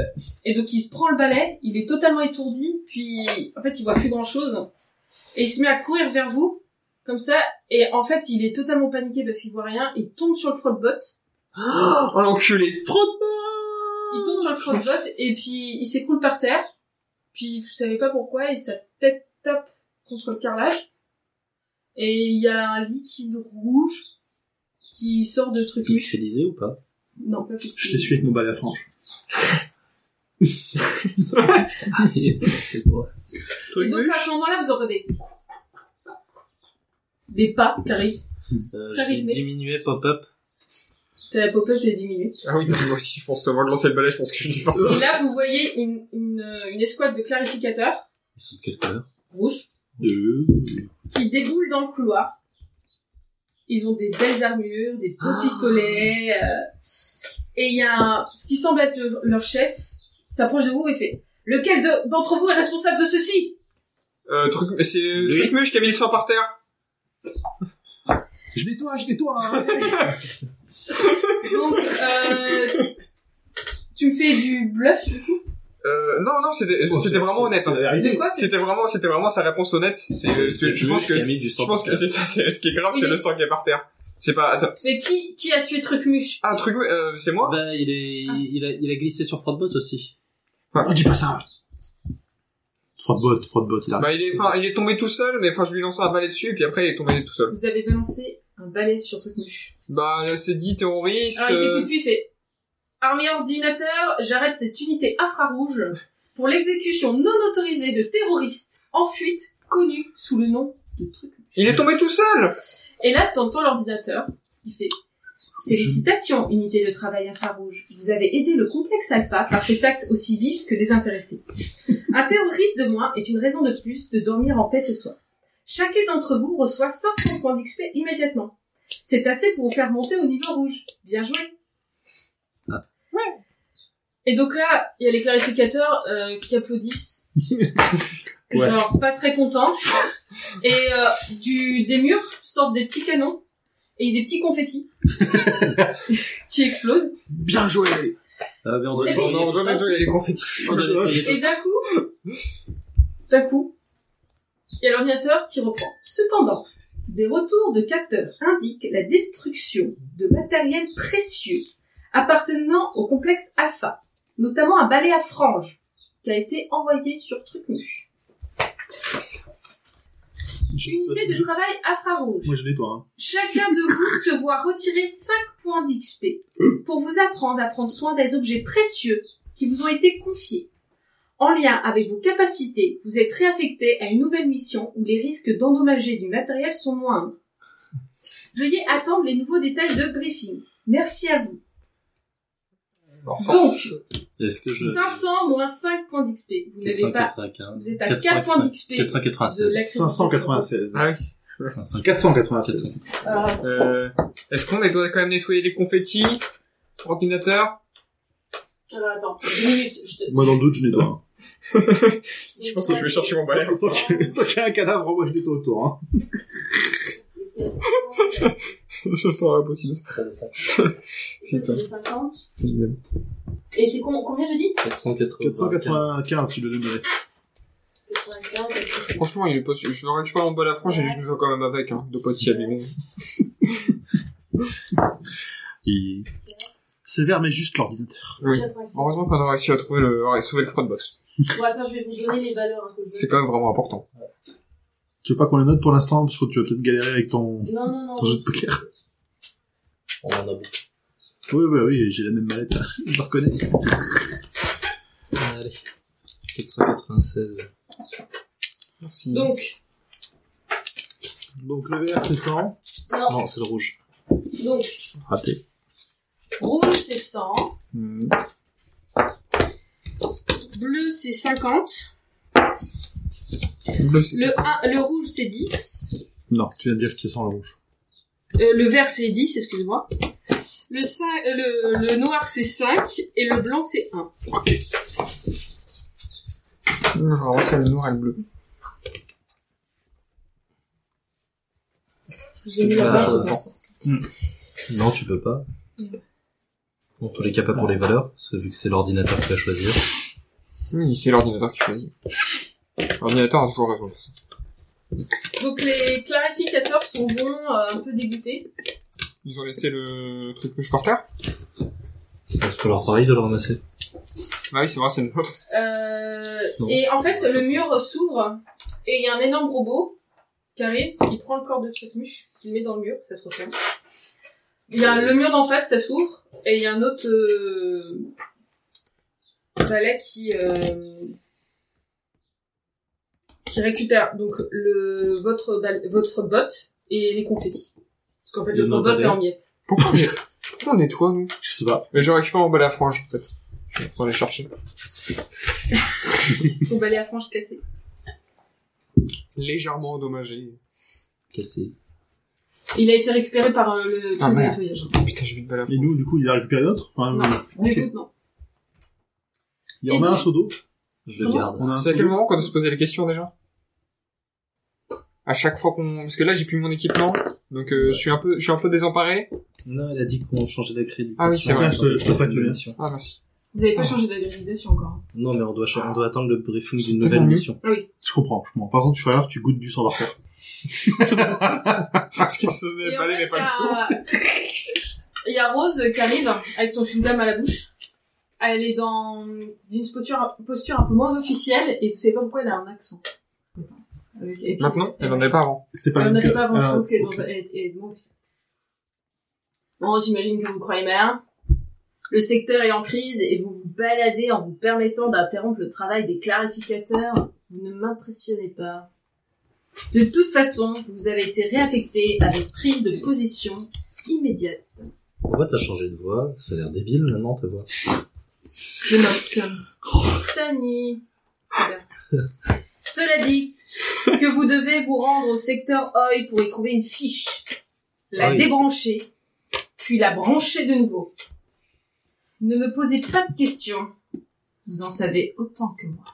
[SPEAKER 2] et donc, il se prend le balai. Il est totalement étourdi. Puis, en fait, il voit plus grand-chose. Et il se met à courir vers vous. Comme ça. Et en fait, il est totalement paniqué parce qu'il voit rien. Il tombe sur le frotte-bot.
[SPEAKER 5] Oh l'enculé
[SPEAKER 2] Il tombe sur le front de botte et puis il s'écoule par terre. Puis vous savez pas pourquoi et sa tête tape contre le carrelage. Et il y a un liquide rouge qui sort de trucs.
[SPEAKER 3] Pixelisé ou pas
[SPEAKER 2] Non, pas
[SPEAKER 4] Je
[SPEAKER 2] pixelisé.
[SPEAKER 4] t'ai suivi avec mon balai à franche.
[SPEAKER 2] Et donc à ce moment-là, vous entendez des pas qui arrivent.
[SPEAKER 3] Euh,
[SPEAKER 2] Très
[SPEAKER 3] je vais
[SPEAKER 2] rythmé.
[SPEAKER 3] diminuer pop-up.
[SPEAKER 2] Ta pop-up est diminuée.
[SPEAKER 5] Ah oui, moi aussi, je pense, avant de lancer le balai, je pense que je dis pas
[SPEAKER 2] Et là, vous voyez une, une, euh, une escouade de clarificateurs
[SPEAKER 3] Ils sont de quelle couleur
[SPEAKER 2] rouges
[SPEAKER 4] Euh,
[SPEAKER 2] qui déboulent dans le couloir. Ils ont des belles armures, des beaux pistolets. euh, et il y a un, ce qui semble être le- leur chef s'approche de vous et fait Lequel de- d'entre vous est responsable de ceci
[SPEAKER 5] Euh, truc, c'est euh,
[SPEAKER 3] Lui.
[SPEAKER 5] truc muche qui a mis le sang par terre.
[SPEAKER 4] Je nettoie, je nettoie hein.
[SPEAKER 2] Donc, euh, tu me fais du bluff
[SPEAKER 5] Euh, non, non, c'était,
[SPEAKER 4] Bon,
[SPEAKER 5] c'était
[SPEAKER 4] c'est-
[SPEAKER 5] vraiment honnête.
[SPEAKER 4] C'est la
[SPEAKER 5] hein.
[SPEAKER 2] de
[SPEAKER 4] vérité.
[SPEAKER 2] quoi
[SPEAKER 5] C'était vraiment, c'était vraiment sa réponse honnête. C'est, euh, ce que- je pense que,
[SPEAKER 3] Qui a
[SPEAKER 5] je
[SPEAKER 3] mis du sang
[SPEAKER 5] pense que
[SPEAKER 3] par terre.
[SPEAKER 5] c'est ça, c'est, ce qui est grave,
[SPEAKER 2] Oui,
[SPEAKER 5] c'est le
[SPEAKER 2] mais-
[SPEAKER 5] sang qui est par terre. C'est pas, ça-
[SPEAKER 2] Mais qui, qui a tué Trucmuche
[SPEAKER 5] ah, truc, euh, c'est moi?
[SPEAKER 3] Bah, il, est,
[SPEAKER 2] Ah.
[SPEAKER 3] il, a, il a glissé sur Frontbot aussi.
[SPEAKER 4] On dit pas ça Froid de botte, froid de botte, là.
[SPEAKER 5] Bah, il est, enfin, il est tombé tout seul, mais enfin, je lui ai lancé un balai dessus, et puis après, il est tombé tout seul.
[SPEAKER 2] Vous avez balancé un balai sur Trucmuche.
[SPEAKER 5] Bah, là, c'est dit terroriste.
[SPEAKER 2] Alors, il
[SPEAKER 5] euh,
[SPEAKER 2] t'écoute plus, il fait Armée ordinateur, j'arrête cette unité infrarouge pour l'exécution non autorisée de terroristes en fuite connus sous le nom de Trucmuche.
[SPEAKER 5] il est tombé tout seul!
[SPEAKER 2] Et là, t'entends l'ordinateur. Il fait Félicitations, unité de travail infrarouge. Vous avez aidé le complexe alpha par cet acte aussi vif que désintéressé. Un terroriste de moins est une raison de plus de dormir en paix ce soir. Chacun d'entre vous reçoit 500 points d'XP immédiatement. C'est assez pour vous faire monter au niveau rouge. Bien joué.
[SPEAKER 3] Ah.
[SPEAKER 2] Ouais. Et donc là, il y a les clarificateurs euh, qui applaudissent.
[SPEAKER 5] Ouais.
[SPEAKER 2] Genre pas très contents. Et euh, du, des murs sortent des petits canons et des petits confettis qui explosent.
[SPEAKER 4] Bien joué
[SPEAKER 3] Ah, mais on doit
[SPEAKER 2] Et puis-
[SPEAKER 5] Oh non,
[SPEAKER 3] nettoyer
[SPEAKER 5] on
[SPEAKER 3] tout
[SPEAKER 5] doit
[SPEAKER 3] ça,
[SPEAKER 5] nettoyer les confettis.
[SPEAKER 3] c'est-
[SPEAKER 2] Oh,
[SPEAKER 3] on doit nettoyer tout
[SPEAKER 2] Et
[SPEAKER 3] ça.
[SPEAKER 2] d'un coup, d'un coup, il y a l'ordinateur qui reprend. Cependant, des retours de capteurs indiquent la destruction de matériel précieux appartenant au complexe Alpha, notamment un balai à franges qui a été envoyé sur Trucmuche. Unité de travail infrarouge.
[SPEAKER 4] Moi, je nettoie, hein.
[SPEAKER 2] Chacun de vous se voit retirer 5 points d'XP pour vous apprendre à prendre soin des objets précieux qui vous ont été confiés. En lien avec vos capacités, vous êtes réaffecté à une nouvelle mission où les risques d'endommager du matériel sont moindres. Veuillez attendre les nouveaux détails de briefing. Merci à vous. Donc,
[SPEAKER 3] Est-ce que je.
[SPEAKER 2] 500 moins 5 points d'XP. Vous n'avez pas...
[SPEAKER 3] 495.
[SPEAKER 2] Vous êtes à 4 points d'XP.
[SPEAKER 3] 496.
[SPEAKER 2] de la-
[SPEAKER 4] 596.
[SPEAKER 5] Ah oui.
[SPEAKER 4] 496.
[SPEAKER 5] Euh, est-ce qu'on doit quand même nettoyer les confettis? Ordinateur?
[SPEAKER 2] Alors attends, deux minutes. Je te...
[SPEAKER 4] Moi, dans le doute, je nettoie. hein.
[SPEAKER 5] Je pense que je vais chercher mon balai.
[SPEAKER 4] Tant qu'il tant qu'il y a un cadavre, moi, je nettoie autour, hein.
[SPEAKER 5] Je t'en impossible.
[SPEAKER 2] Ça, c'est les 50. Et c'est com- combien j'ai dit
[SPEAKER 3] 495.
[SPEAKER 4] 495, tu le donnerais.
[SPEAKER 5] Franchement, il est pas, je le récupère en bas la frange et je le fais quand même avec, hein. De potes, il y a des bons.
[SPEAKER 4] Il... Sévère, mais juste l'ordinateur.
[SPEAKER 5] Oui. Heureusement qu'on a réussi à trouver le, à sauver le front box.
[SPEAKER 6] Bon, attends, je vais vous donner les valeurs. hein, que je veux.
[SPEAKER 5] C'est quand même vraiment important.
[SPEAKER 4] Tu veux pas qu'on les note pour l'instant, parce que tu vas peut-être galérer avec ton,
[SPEAKER 2] Non, non, non.
[SPEAKER 4] ton jeu de poker.
[SPEAKER 3] On en a beaucoup.
[SPEAKER 4] Oui, oui, oui, j'ai la même mallette, hein. je la reconnais.
[SPEAKER 3] Allez. 496.
[SPEAKER 5] Merci.
[SPEAKER 2] Donc,
[SPEAKER 4] Donc le vert, c'est 100.
[SPEAKER 2] non,
[SPEAKER 3] Non, c'est le rouge.
[SPEAKER 2] donc,
[SPEAKER 4] Raté.
[SPEAKER 2] rouge c'est 100,
[SPEAKER 5] Hmm.
[SPEAKER 2] bleu c'est 50,
[SPEAKER 5] Bleu, c'est
[SPEAKER 2] le, un- le rouge c'est 10,
[SPEAKER 4] Non, tu viens de dire que c'était 100 le rouge.
[SPEAKER 2] euh, le vert c'est 10, excuse-moi, le, cin- euh, le, le noir c'est 5 et le blanc c'est 1.
[SPEAKER 5] ça. Moi, j'aurais reçu le noir et le bleu.
[SPEAKER 2] Je vous ai mis
[SPEAKER 3] Ah,
[SPEAKER 2] là-bas,
[SPEAKER 3] je
[SPEAKER 2] c'est
[SPEAKER 3] comprends.
[SPEAKER 2] dans ce sens.
[SPEAKER 3] Non, tu peux pas. En tous les cas, pas pour les valeurs, parce que vu que c'est l'ordinateur qui va choisir.
[SPEAKER 5] Oui, c'est l'ordinateur qui choisit. L'ordinateur a toujours raison.
[SPEAKER 2] Donc les clarificateurs sont bons, euh, un peu dégoûtés.
[SPEAKER 5] Ils ont laissé le truc rouge par terre
[SPEAKER 3] Parce que leur travail de le ramasser.
[SPEAKER 5] Bah oui, c'est vrai, c'est une faute.
[SPEAKER 2] Euh,
[SPEAKER 3] Non.
[SPEAKER 2] et en fait, le mur s'ouvre et il y a un énorme robot qui arrive, qui prend le corps de Trucmuche, qui le met dans le mur, ça se referme. Il y a le mur d'en face, ça s'ouvre, et il y a un autre euh, valet qui euh, qui récupère donc le votre bal- votre bot et les confettis. Parce qu'en fait,
[SPEAKER 3] Les
[SPEAKER 2] le bot
[SPEAKER 3] emballer.
[SPEAKER 2] est en miettes.
[SPEAKER 5] Pourquoi on est... Pourquoi on est toi, nous
[SPEAKER 4] Je sais pas.
[SPEAKER 5] Mais je récupère mon balai à frange, en fait. Je vais pouvoir les chercher.
[SPEAKER 2] Ton balai à frange cassé.
[SPEAKER 5] Légèrement endommagé.
[SPEAKER 3] Cassé.
[SPEAKER 2] Il a été récupéré par euh, le
[SPEAKER 5] Ah,
[SPEAKER 2] le
[SPEAKER 5] merde.
[SPEAKER 2] nettoyage.
[SPEAKER 5] Putain, j'ai vu le balai à
[SPEAKER 4] Et
[SPEAKER 5] frange.
[SPEAKER 4] nous, du coup, il a récupéré l'autre Enfin,
[SPEAKER 2] Non,
[SPEAKER 4] ok.
[SPEAKER 2] l'écoute non.
[SPEAKER 4] Il y en a un seau d'eau.
[SPEAKER 3] Je le garde.
[SPEAKER 4] On a un
[SPEAKER 5] C'est à
[SPEAKER 4] seau
[SPEAKER 5] quel
[SPEAKER 4] d'eau.
[SPEAKER 5] moment qu'on doit se poser les questions, déjà À chaque fois qu'on... Parce que là, j'ai plus mon équipement, donc euh, je suis un peu je suis un peu désemparé.
[SPEAKER 3] Non, elle a dit qu'on changeait d'accréditation.
[SPEAKER 5] Ah oui, c'est
[SPEAKER 4] vrai. Tiens, je te- je te prête le mien.
[SPEAKER 5] Ah, merci.
[SPEAKER 2] Vous avez pas changé d'organisation encore.
[SPEAKER 3] Non, mais on doit, cha- on doit attendre le briefing
[SPEAKER 5] C'est
[SPEAKER 3] d'une nouvelle
[SPEAKER 5] tellement mieux.
[SPEAKER 3] mission.
[SPEAKER 4] Je comprends, je comprends. Par contre, tu fais gaffe, tu goûtes du sang par terre.
[SPEAKER 5] Parce qu'il se met le balai, mais pas le saut.
[SPEAKER 2] il y a- il y a Rose qui arrive avec son chewing-gum à la bouche. Elle est dans une posture, posture un peu moins officielle et vous savez pas pourquoi elle a un accent. Avec- et puis-
[SPEAKER 5] Maintenant Elle en avait pas avant.
[SPEAKER 4] C'est pas
[SPEAKER 2] Elle
[SPEAKER 4] le
[SPEAKER 2] en
[SPEAKER 4] même
[SPEAKER 2] avait
[SPEAKER 4] que-
[SPEAKER 2] Euh, pas avant, je
[SPEAKER 4] Ah,
[SPEAKER 2] pense qu'elle est
[SPEAKER 4] ok.
[SPEAKER 2] dans un- elle est- elle est moins officielle. Bon, j'imagine que vous croyez bien. Le secteur est en crise et vous vous baladez en vous permettant d'interrompre le travail des clarificateurs. Vous ne m'impressionnez pas. De toute façon, vous avez été réaffecté avec prise de position immédiate.
[SPEAKER 3] Pourquoi t'as changé de voix Ça a l'air débile maintenant ta voix.
[SPEAKER 2] Je note. Sani. Cela dit, que vous devez vous rendre au secteur Oi pour y trouver une fiche, la
[SPEAKER 3] Oi.
[SPEAKER 2] débrancher, puis la brancher de nouveau. Ne me posez pas de questions. Vous en savez autant que moi.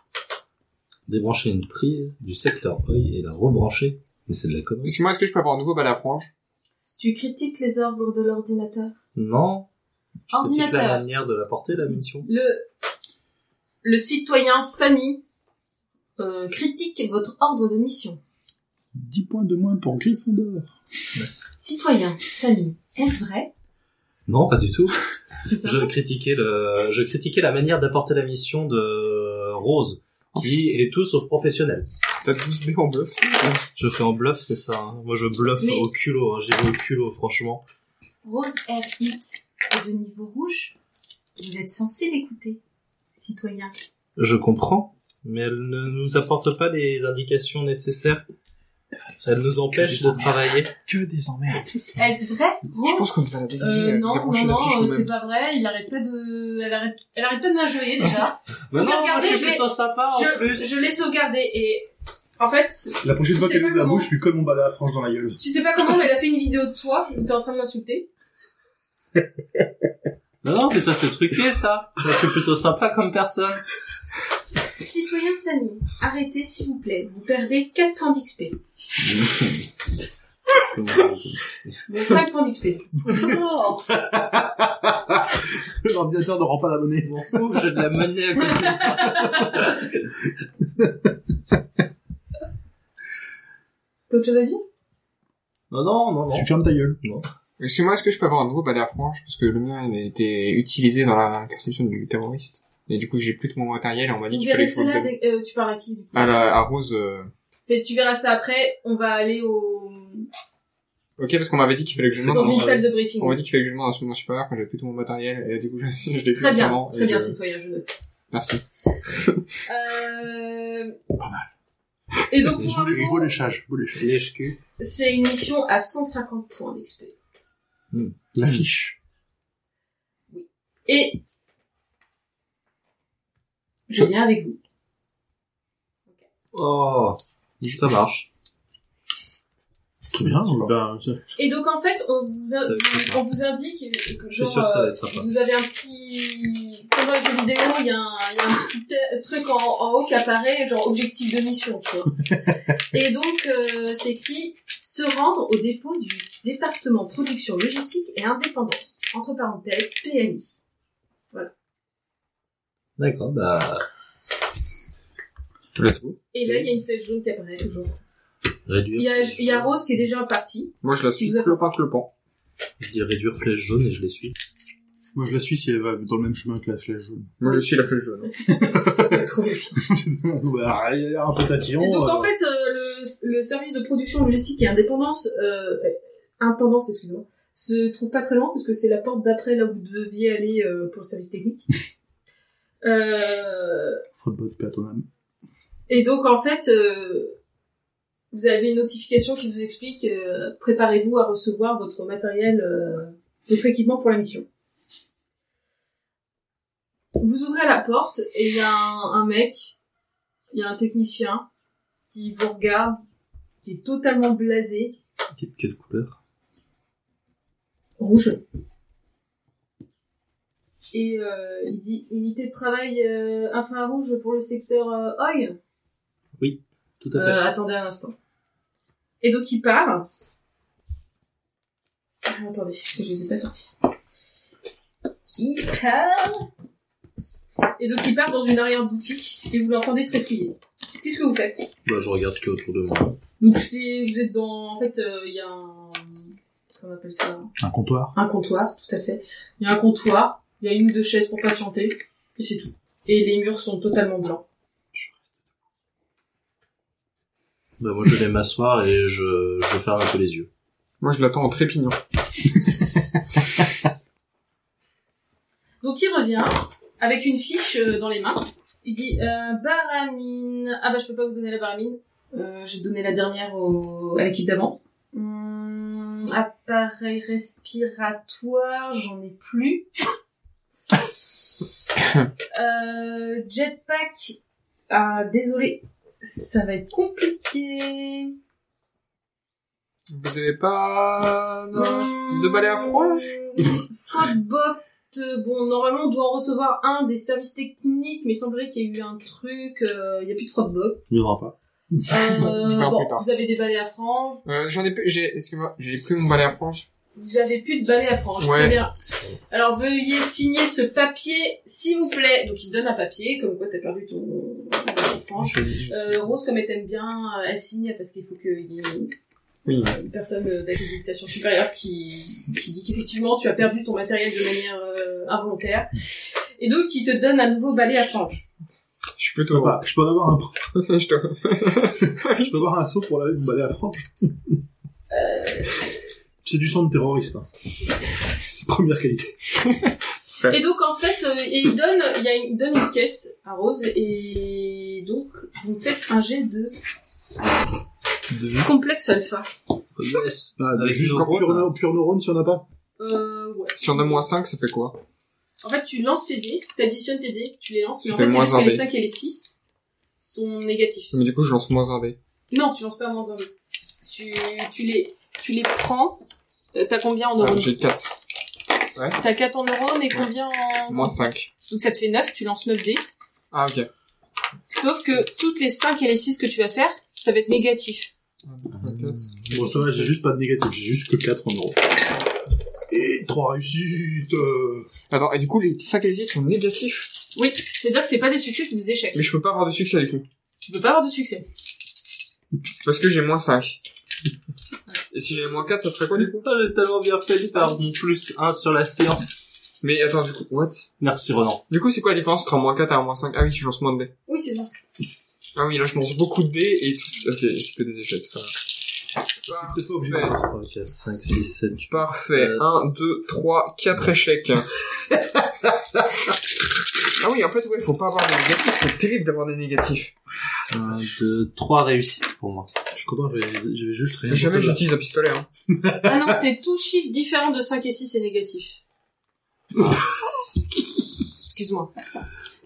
[SPEAKER 3] Débrancher une prise du secteur œil et la rebrancher. Mais c'est de la connerie.
[SPEAKER 5] Excuse-moi, est-ce que je peux avoir un nouveau balai à frange
[SPEAKER 2] Tu critiques les ordres de l'ordinateur.
[SPEAKER 3] Non. Je te dis que la
[SPEAKER 2] Ordinateur.
[SPEAKER 3] manière de la porter, la mission.
[SPEAKER 2] Le, le citoyen Sani euh, critique votre ordre de mission.
[SPEAKER 4] 10 points de moins pour Gryffondor.
[SPEAKER 2] Citoyen Sani, est-ce vrai
[SPEAKER 3] Non, pas du tout.
[SPEAKER 2] Tu fais
[SPEAKER 3] je critiquais le, je critiquais la manière d'apporter la mission de Rose,
[SPEAKER 2] Oh,
[SPEAKER 3] qui est tout sauf professionnelle.
[SPEAKER 5] T'as 12 dés en bluff.
[SPEAKER 3] Je fais en bluff, c'est ça. hein. Moi, je bluffe
[SPEAKER 2] Mais-
[SPEAKER 3] au culot. Hein. J'y vais au culot, franchement.
[SPEAKER 2] Rose Air Hit est de niveau rouge. Vous êtes censé l'écouter, citoyen.
[SPEAKER 3] Je comprends, mais elle ne nous apporte pas les indications nécessaires. Elle nous empêche de travailler.
[SPEAKER 4] Que des emmerdes.
[SPEAKER 2] Est-ce vrai,
[SPEAKER 5] Je
[SPEAKER 2] Rose
[SPEAKER 5] pense qu'on devait la déguer,
[SPEAKER 2] euh,
[SPEAKER 5] la
[SPEAKER 2] non, non,
[SPEAKER 5] brancher la fiche
[SPEAKER 2] non,
[SPEAKER 5] nous-mêmes.
[SPEAKER 2] c'est pas vrai. Il arrête pas de, elle arrête, elle arrête pas de m'ajoyer déjà.
[SPEAKER 3] Mais
[SPEAKER 2] Vous
[SPEAKER 3] non,
[SPEAKER 2] regardez,
[SPEAKER 3] je
[SPEAKER 2] je
[SPEAKER 3] suis
[SPEAKER 2] vais-
[SPEAKER 3] plutôt sympa en
[SPEAKER 2] je,
[SPEAKER 3] plus.
[SPEAKER 2] je l'ai sauvegardé et en fait,
[SPEAKER 4] La prochaine fois
[SPEAKER 2] C'est
[SPEAKER 4] qu'elle
[SPEAKER 2] pas
[SPEAKER 4] ouvre la
[SPEAKER 2] comment.
[SPEAKER 4] bouche, je lui colle mon balai à frange dans la gueule.
[SPEAKER 2] tu sais pas comment, mais elle a fait une vidéo de toi où t'es en train de l'insulter.
[SPEAKER 3] Non, non, mais ça c'est truqué ça. Moi, je suis plutôt sympa comme personne.
[SPEAKER 2] Citoyen Sani, arrêtez s'il vous plaît. Vous perdez 4 points d'XP. Bon, 5 points d'XP. Oh,
[SPEAKER 4] L'ordinateur ne rend pas la monnaie.
[SPEAKER 3] Je m'en fous, j'ai de la monnaie à côté.
[SPEAKER 2] T'as autre chose à dire
[SPEAKER 3] Non, non, non, non.
[SPEAKER 4] Tu fermes ta gueule.
[SPEAKER 5] Excuse-moi, est-ce que je peux avoir un nouveau balai à frange Parce que le mien, il a été utilisé dans l'interception du terroriste. Et du coup, j'ai plus de mon matériel et on m'a dit
[SPEAKER 2] Vous
[SPEAKER 5] qu'il fallait
[SPEAKER 2] verrez
[SPEAKER 5] que je le Ah
[SPEAKER 2] cela
[SPEAKER 5] donne.
[SPEAKER 2] avec, euh, tu parles à qui
[SPEAKER 5] À, la, à Rose, euh,
[SPEAKER 2] Mais tu verras ça après. On va aller au
[SPEAKER 5] Ok, parce qu'on m'avait dit qu'il fallait que je
[SPEAKER 3] C'est
[SPEAKER 5] demande.
[SPEAKER 2] dans
[SPEAKER 3] bon,
[SPEAKER 2] une
[SPEAKER 3] ça
[SPEAKER 2] salle de briefing.
[SPEAKER 5] On m'a dit qu'il fallait que je demande un moment supérieur quand j'avais plus tout mon matériel, et du coup, je, je l'ai fait
[SPEAKER 2] Très bien,
[SPEAKER 5] autrement, et
[SPEAKER 2] très bien,
[SPEAKER 5] je-
[SPEAKER 2] citoyen, je note.
[SPEAKER 5] Merci.
[SPEAKER 2] Euh... Et donc, pour
[SPEAKER 4] Beau beau
[SPEAKER 2] info,
[SPEAKER 4] léchage, beau léchage.
[SPEAKER 3] L'HQ.
[SPEAKER 2] c'est une mission à 150 points d'XP.
[SPEAKER 4] La fiche.
[SPEAKER 2] Et je viens avec vous.
[SPEAKER 3] Oh, ça marche.
[SPEAKER 4] Très bien.
[SPEAKER 5] C'est
[SPEAKER 4] Ben,
[SPEAKER 2] Et donc, en fait, on vous, in-
[SPEAKER 3] Ça va être sympa.
[SPEAKER 2] on vous indique que,
[SPEAKER 3] Je suis
[SPEAKER 2] genre,
[SPEAKER 3] sûr que ça va
[SPEAKER 2] euh,
[SPEAKER 3] être sympa.
[SPEAKER 2] vous avez un petit... Comme un jeu vidéo, il y, a un il y a un petit te- truc en, en haut qui apparaît, genre objectif de mission, tu vois. Et donc, euh, c'est écrit « Se rendre au dépôt du département production logistique et indépendance », entre parenthèses, PMI.
[SPEAKER 3] D'accord, bah,
[SPEAKER 5] Let's go.
[SPEAKER 2] Et là, il y a une flèche jaune qui apparaît, toujours.
[SPEAKER 3] réduire.
[SPEAKER 2] Il y a, il y a Rose qui est déjà en partie.
[SPEAKER 5] Moi, je la suis
[SPEAKER 2] Vous avez-
[SPEAKER 5] clopin clopin.
[SPEAKER 3] Je dis réduire flèche jaune et je les suis.
[SPEAKER 4] moi, je la suis si elle va dans le même chemin que la flèche jaune.
[SPEAKER 5] Moi, je suis la flèche jaune.
[SPEAKER 2] Trop bien.
[SPEAKER 4] bah, elle a l'air un peu tatillon.
[SPEAKER 2] Et donc en
[SPEAKER 4] euh,
[SPEAKER 2] fait, euh, le, le service de production logistique et indépendance, euh, intendance, excusez-moi, se trouve pas très loin puisque c'est la porte d'après là où vous deviez aller euh, pour le service technique. Euh,
[SPEAKER 4] Faut de bonne paix à ton âme.
[SPEAKER 2] et donc en fait, euh, vous avez une notification qui vous explique euh, préparez-vous à recevoir votre matériel, euh, votre équipement pour la mission. Vous ouvrez la porte et il y a un, un mec, il y a un technicien qui vous regarde, qui est totalement blasé,
[SPEAKER 3] Quelle, quelle couleur
[SPEAKER 2] rouge. Et euh, il dit unité de travail euh, infrarouge pour le secteur euh, oil.
[SPEAKER 3] Tout à fait.
[SPEAKER 2] Euh, attendez un instant. Et donc il part. Ah, attendez, parce que je les ai pas sortis. Il part. Et donc il part dans une arrière-boutique et vous l'entendez trépied. Qu'est-ce que vous faites
[SPEAKER 3] Bah, je regarde ce qu'il y a autour de moi.
[SPEAKER 2] Donc c'est, vous êtes dans, en fait, euh, il y a un, comment on appelle ça
[SPEAKER 4] Un comptoir.
[SPEAKER 2] Un comptoir, tout à fait. Il y a un comptoir, il y a une ou deux chaises pour patienter et c'est tout. Et les murs sont totalement blancs.
[SPEAKER 3] Bah, moi, je vais m'asseoir et je, je ferme un peu les yeux.
[SPEAKER 5] Moi, je l'attends en trépignant.
[SPEAKER 2] Donc il revient avec une fiche euh, dans les mains. Il dit euh, Baramine. Ah bah je peux pas vous donner la Baramine. Euh, J'ai donné la dernière au... à l'équipe d'avant. Hum, appareil respiratoire, j'en ai plus. Euh, jetpack. Ah désolé, ça va être compliqué.
[SPEAKER 5] Vous avez pas de balai à frange
[SPEAKER 2] Euh, Froidbot, euh, bon, normalement, on doit en recevoir un des services techniques, mais il semblerait qu'il y ait eu un truc, euh, il n'y a plus de froidbot.
[SPEAKER 4] Il n'y en aura pas.
[SPEAKER 5] Je
[SPEAKER 2] Euh,
[SPEAKER 5] verrai
[SPEAKER 2] bon,
[SPEAKER 5] plus tard.
[SPEAKER 2] vous avez des balais à franges,
[SPEAKER 5] euh, J'en ai plus. J'ai. Excuse-moi. J'ai plus mon balai à frange.
[SPEAKER 2] vous avez plus de balais à franges,
[SPEAKER 5] Ouais.
[SPEAKER 2] très bien. Alors, veuillez signer ce papier, s'il vous plaît. Donc, il te donne un papier, comme quoi t'as perdu ton ton balai à franges. Euh, Rose, comme elle t'aime bien, euh, elle signe parce qu'il faut qu'il y ait
[SPEAKER 5] Oui.
[SPEAKER 2] une personne euh, d'accréditation supérieure qui, qui dit qu'effectivement tu as perdu ton matériel de manière euh, involontaire et donc qui te donne un nouveau balai à frange.
[SPEAKER 5] Je suis plutôt.
[SPEAKER 4] Sympa. Je peux en avoir un,
[SPEAKER 5] je dois-
[SPEAKER 4] je peux avoir un seau pour laver mon balai à frange.
[SPEAKER 2] Euh.
[SPEAKER 4] C'est du sang de terroriste. hein. Première qualité.
[SPEAKER 2] Et donc en fait euh, et il donne il y a une, il donne une caisse à Rose et donc vous faites un jet de complexe alpha.
[SPEAKER 3] Yes.
[SPEAKER 4] Ah,
[SPEAKER 3] Avec hein.
[SPEAKER 4] juste
[SPEAKER 3] nos
[SPEAKER 4] pur,
[SPEAKER 3] neurones,
[SPEAKER 4] neurone, pur neurone si on n'a pas.
[SPEAKER 2] Euh, ouais.
[SPEAKER 5] Si on a moins 5, ça fait quoi
[SPEAKER 2] En fait tu lances tes dés, t'additionnes tes dés, tu les lances, mais
[SPEAKER 5] Ça
[SPEAKER 2] en
[SPEAKER 5] fait
[SPEAKER 2] fait c'est
[SPEAKER 5] moins
[SPEAKER 2] juste
[SPEAKER 5] un
[SPEAKER 2] que les
[SPEAKER 5] dé.
[SPEAKER 2] 5 et les 6 sont négatifs.
[SPEAKER 5] Mais du coup, je lance moins un dé.
[SPEAKER 2] Non, tu lances pas moins un dé. Tu, tu les tu les prends. Euh, T'as combien en
[SPEAKER 5] Ah,
[SPEAKER 2] euros
[SPEAKER 5] J'ai 4.
[SPEAKER 2] T'as 4 en neurones et combien en...
[SPEAKER 5] Moins 5.
[SPEAKER 2] Donc ça te fait 9, tu lances 9 dés.
[SPEAKER 5] Ah, ok.
[SPEAKER 2] Sauf que toutes les 5 et les 6 que tu vas faire, ça va être négatif.
[SPEAKER 4] Bon, ça va, j'ai juste pas de négatif, j'ai juste que 4 en euros. Et 3 réussites euh.
[SPEAKER 5] Attends, et du coup, les 5 et les 6 sont négatifs
[SPEAKER 2] Oui, c'est-à-dire que c'est pas des succès, c'est des échecs.
[SPEAKER 5] Mais je peux pas avoir de succès, du coup.
[SPEAKER 2] Tu peux pas avoir de succès.
[SPEAKER 5] Parce que j'ai moins 5. Et si j'avais moins 4, ça serait quoi, du coup
[SPEAKER 3] Putain, j'ai tellement bien fait de faire mon plus 1 sur la séance.
[SPEAKER 5] Mais attends, du coup, what
[SPEAKER 3] Merci Ronan.
[SPEAKER 5] Du coup, c'est quoi la différence entre un moins 4 et un moins 5 Ah oui, tu lances moins de dés.
[SPEAKER 2] Oui, c'est ça.
[SPEAKER 5] Ah oui, là je lance beaucoup de dés et tout. Ok, c'est que des échecs. ça va.
[SPEAKER 4] T'es pas obligé.
[SPEAKER 3] 3, 4, 5, 6, 7, 8.
[SPEAKER 5] Parfait.
[SPEAKER 3] Euh.
[SPEAKER 5] 1, 2, 3, 4 échecs. ah oui, en fait, ouais, faut pas avoir des négatifs. C'est terrible d'avoir des négatifs.
[SPEAKER 3] 1, 2, 3 Euh, réussites pour moi.
[SPEAKER 4] Je suis content, j'avais j'avais juste rien.
[SPEAKER 5] Mais
[SPEAKER 4] pour
[SPEAKER 5] jamais
[SPEAKER 4] celle-là.
[SPEAKER 5] j'utilise un pistolet. Hein.
[SPEAKER 2] Ah non, c'est tout chiffre différent de 5 et 6 est négatif. Excuse-moi.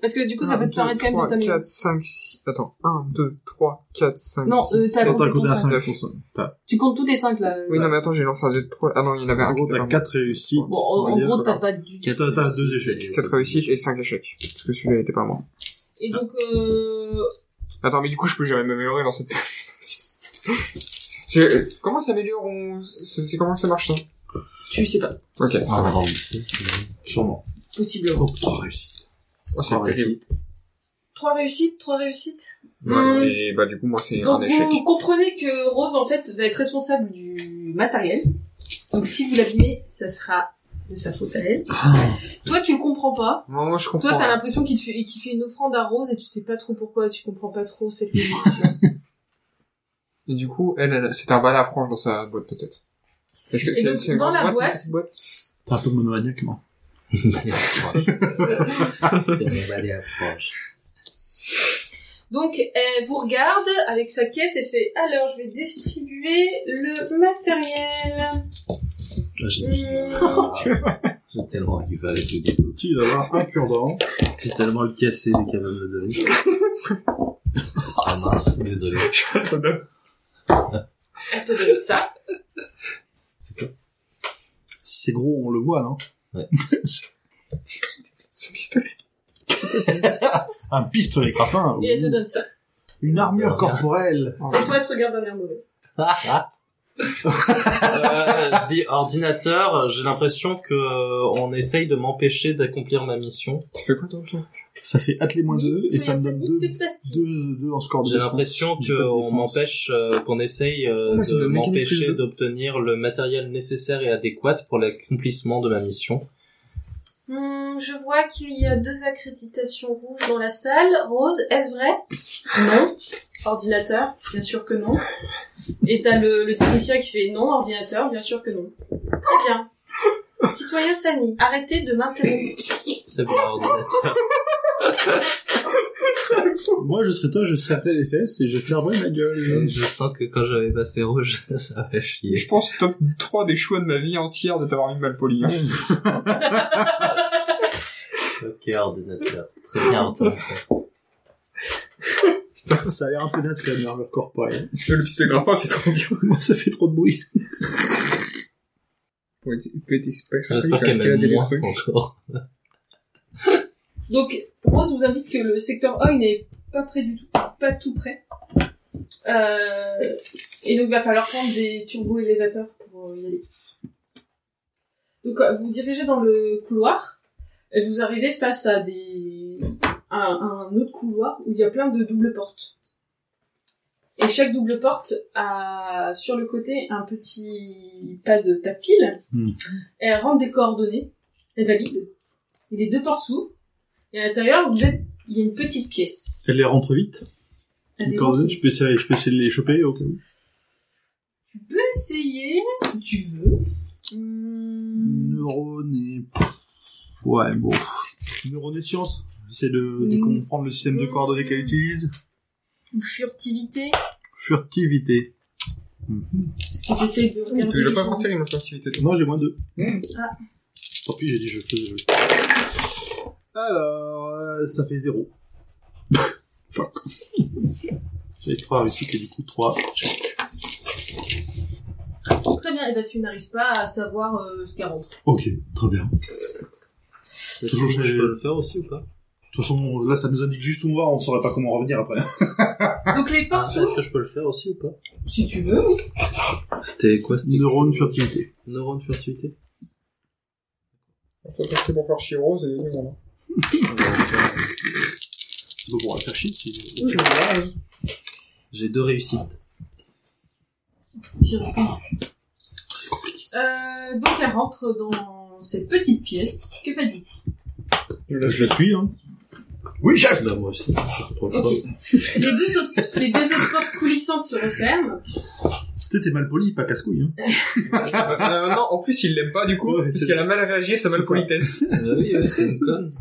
[SPEAKER 2] Parce que du coup, ça peut te permettre quand même de t'améliorer.
[SPEAKER 5] 4, 5, 6... Attends. 1, 2, 3, 4, 5,
[SPEAKER 2] Non,
[SPEAKER 5] 6,
[SPEAKER 2] euh, t'as
[SPEAKER 5] 7...
[SPEAKER 4] Attends, t'as compté à
[SPEAKER 2] Compétence,
[SPEAKER 4] 5%. T'as-
[SPEAKER 2] Tu comptes tous tes 5 là.
[SPEAKER 5] Oui, non, mais attends, j'ai lancé un dé de 3... Ah non, il y en avait
[SPEAKER 4] En
[SPEAKER 5] un.
[SPEAKER 4] gros,
[SPEAKER 5] qui était
[SPEAKER 4] t'as
[SPEAKER 5] pas
[SPEAKER 4] 4 réussites.
[SPEAKER 2] Bon, en, en
[SPEAKER 5] Ouais,
[SPEAKER 2] gros, t'as
[SPEAKER 5] voilà.
[SPEAKER 2] pas du tout.
[SPEAKER 4] T'as t'as deux échecs.
[SPEAKER 5] bon. 4 réussites et 5 échecs. Parce que celui-là était pas mort.
[SPEAKER 2] Et donc, euh...
[SPEAKER 5] Attends, mais du coup, je peux jamais m'améliorer dans cette... C'est- euh, Comment s'améliore on... C'est c'est comment que ça marche, ça
[SPEAKER 2] tu sais pas.
[SPEAKER 5] Ok.
[SPEAKER 3] Ah Sûrement.
[SPEAKER 2] Possiblement.
[SPEAKER 4] Oh, 3 réussites.
[SPEAKER 5] Oh, c'est
[SPEAKER 4] Ah ouais.
[SPEAKER 5] terrible.
[SPEAKER 2] 3 réussites, 3 réussites.
[SPEAKER 5] Ouais,
[SPEAKER 2] Hmm.
[SPEAKER 5] Et bah, du coup, moi, c'est un
[SPEAKER 2] Donc
[SPEAKER 5] échec.
[SPEAKER 2] vous comprenez que Rose en fait va être responsable du matériel. Donc si vous l'abîmez, ça sera de sa faute à elle.
[SPEAKER 5] Ah.
[SPEAKER 2] Toi tu le comprends pas.
[SPEAKER 5] Non, moi, je comprends.
[SPEAKER 2] Toi t'as l'impression qu'il te fait, qu'il fait une offrande à Rose et tu sais pas trop pourquoi, tu comprends pas trop cette logique. tu vois.
[SPEAKER 5] Et du coup, elle, elle c'est un balai à frange dans sa boîte, peut-être. Est-ce que
[SPEAKER 2] Et donc,
[SPEAKER 5] une
[SPEAKER 2] dans
[SPEAKER 5] grande
[SPEAKER 2] la
[SPEAKER 5] c'est une
[SPEAKER 2] boîte-
[SPEAKER 5] petite boîte
[SPEAKER 4] T'es un peu monomaniaque, non
[SPEAKER 2] Donc elle vous regarde avec sa caisse et fait alors je vais distribuer le matériel. Hmm.
[SPEAKER 3] J'ai tellement arrivé avec le dédo.
[SPEAKER 4] Tu vas avoir un cure-dent.
[SPEAKER 3] J'ai tellement le cassé dès qu'elle va me le donner. Ah mince, désolé.
[SPEAKER 2] Elle te donne ça.
[SPEAKER 3] C'est quoi
[SPEAKER 4] Si c'est gros, on le voit, non
[SPEAKER 5] Ce pistolet.
[SPEAKER 4] Un pistolet crapin.
[SPEAKER 2] Et elle te donne ça.
[SPEAKER 4] Une armure corporelle.
[SPEAKER 5] Oh,
[SPEAKER 2] Et toi elle te regarde d'un air mauvais.
[SPEAKER 3] Euh, je dis ordinateur, j'ai l'impression que euh, on essaye de m'empêcher d'accomplir ma mission.
[SPEAKER 5] tu fais quoi, toi toi
[SPEAKER 4] Ça fait attelé moins
[SPEAKER 2] Oui,
[SPEAKER 4] 2 et ça
[SPEAKER 2] citoyen
[SPEAKER 4] me
[SPEAKER 2] Sonic,
[SPEAKER 4] donne 2
[SPEAKER 2] que se passe-t-il
[SPEAKER 4] deux, deux en score de
[SPEAKER 3] J'ai
[SPEAKER 4] défense.
[SPEAKER 3] l'impression
[SPEAKER 4] J'ai pas de
[SPEAKER 3] qu'on
[SPEAKER 4] défense.
[SPEAKER 3] m'empêche, euh, qu'on essaye euh,
[SPEAKER 5] Moi, ça me
[SPEAKER 3] de
[SPEAKER 5] donne mécanique plus
[SPEAKER 3] m'empêcher
[SPEAKER 5] de-
[SPEAKER 3] d'obtenir le matériel nécessaire et adéquat pour l'accomplissement de ma mission.
[SPEAKER 2] Hmm, je vois qu'il y a deux accréditations rouges dans la salle. Rose, est-ce vrai Non. Ordinateur, bien sûr que non. Et t'as le, le technicien qui fait non, ordinateur, bien sûr que non. Très bien. Citoyen Sani, arrêtez de m'interrompre.
[SPEAKER 3] Très bien, ordinateur.
[SPEAKER 4] Moi, je serais toi, je serrais les fesses et je fermerais ma
[SPEAKER 3] Et
[SPEAKER 4] gueule.
[SPEAKER 3] Je sens que quand j'avais passé rouge, ça va chier.
[SPEAKER 5] Je pense top 3 des choix de ma vie entière de t'avoir mis mal poli. hein.
[SPEAKER 3] Ok, ordinateur. Très bien, ordinateur.
[SPEAKER 4] ça a l'air un peu naze, quand même, l'armure corporelle.
[SPEAKER 5] Le pistolet grimpant, c'est trop bien.
[SPEAKER 4] hein. Moi, ça fait trop de bruit.
[SPEAKER 5] Pour être- peut être expert, ça
[SPEAKER 3] J'espère
[SPEAKER 5] peut
[SPEAKER 3] qu'elle m'aime
[SPEAKER 5] escalader les
[SPEAKER 3] moins
[SPEAKER 5] trucs.
[SPEAKER 3] encore.
[SPEAKER 2] Donc, Rose vous indique que le secteur O il n'est pas près du tout, pas tout près. Euh, et donc, il va falloir prendre des turbo-élévateurs pour euh, y aller. Donc, euh, vous vous dirigez dans le couloir, et vous arrivez face à des... un, un autre couloir où il y a plein de doubles portes. Et chaque double porte a sur le côté un petit pad tactile.
[SPEAKER 4] Hmm.
[SPEAKER 2] Et elle rentre des coordonnées, elle valide. Et les deux portes s'ouvrent. Et à l'intérieur, vous êtes, il y a une petite pièce.
[SPEAKER 4] Elle les rentre vite.
[SPEAKER 2] Elle est
[SPEAKER 4] Quand
[SPEAKER 2] rentrée.
[SPEAKER 4] je peux essayer, je peux essayer de les choper au cas où.
[SPEAKER 2] Tu peux essayer, si tu veux. Hmm,
[SPEAKER 4] Neurone et... Ouais, bon. Neurone et science. J'essaie de, de
[SPEAKER 2] Mm.
[SPEAKER 4] comprendre le système de
[SPEAKER 2] Mm.
[SPEAKER 4] coordonnées qu'elle utilise.
[SPEAKER 2] Ou furtivité.
[SPEAKER 4] Furtivité.
[SPEAKER 2] Parce que t'essayes de regarder.
[SPEAKER 5] Tu l'as
[SPEAKER 2] les
[SPEAKER 5] pas
[SPEAKER 2] choses.
[SPEAKER 5] porté, mon activité.
[SPEAKER 4] Non, j'ai moins deux.
[SPEAKER 2] Ah.
[SPEAKER 4] Tant pis, j'ai dit je fais. je- Alors, euh, ça fait zéro. Fuck. J'ai trois réussites et du coup trois.
[SPEAKER 2] Très bien, et bah tu n'arrives pas à savoir euh, ce qu'elle rentre.
[SPEAKER 4] Ok, très bien. De Toujours
[SPEAKER 3] je
[SPEAKER 4] chez-
[SPEAKER 3] peux le faire aussi ou pas
[SPEAKER 4] toute façon, là, ça nous indique juste où on va, on saurait pas comment revenir après.
[SPEAKER 5] Ah.
[SPEAKER 2] Donc les portes
[SPEAKER 3] Est-ce
[SPEAKER 2] s'ouvrent,
[SPEAKER 3] que je peux le faire aussi ou pas
[SPEAKER 5] ben.
[SPEAKER 2] si tu veux. oui.
[SPEAKER 3] C'était quoi
[SPEAKER 4] Neurone furtivité.
[SPEAKER 3] Neurone furtivité
[SPEAKER 5] Toi, c'est pour faire chier Rose et bon.
[SPEAKER 4] C'est pas pour la faire chier. c'est-
[SPEAKER 5] Oui, je vois. hein.
[SPEAKER 3] J'ai deux réussites.
[SPEAKER 2] Si, reprends. Euh, donc elle rentre dans cette petite pièce. Que faites-vous
[SPEAKER 4] Je la suis, hein.
[SPEAKER 6] Oui, chef
[SPEAKER 3] Bah, moi aussi, je reproche
[SPEAKER 2] Ok. Les deux autres, les deux autres portes coulissantes se referment.
[SPEAKER 4] Tu sais, T'es mal poli, pas casse-couille. Hein.
[SPEAKER 5] Euh, non, en plus, il l'aime pas, du coup,
[SPEAKER 4] Ouais,
[SPEAKER 5] parce
[SPEAKER 4] c'est-
[SPEAKER 5] qu'elle a mal réagi à sa malpolitesse.
[SPEAKER 3] pas. Ah oui, ouais, c'est une conne.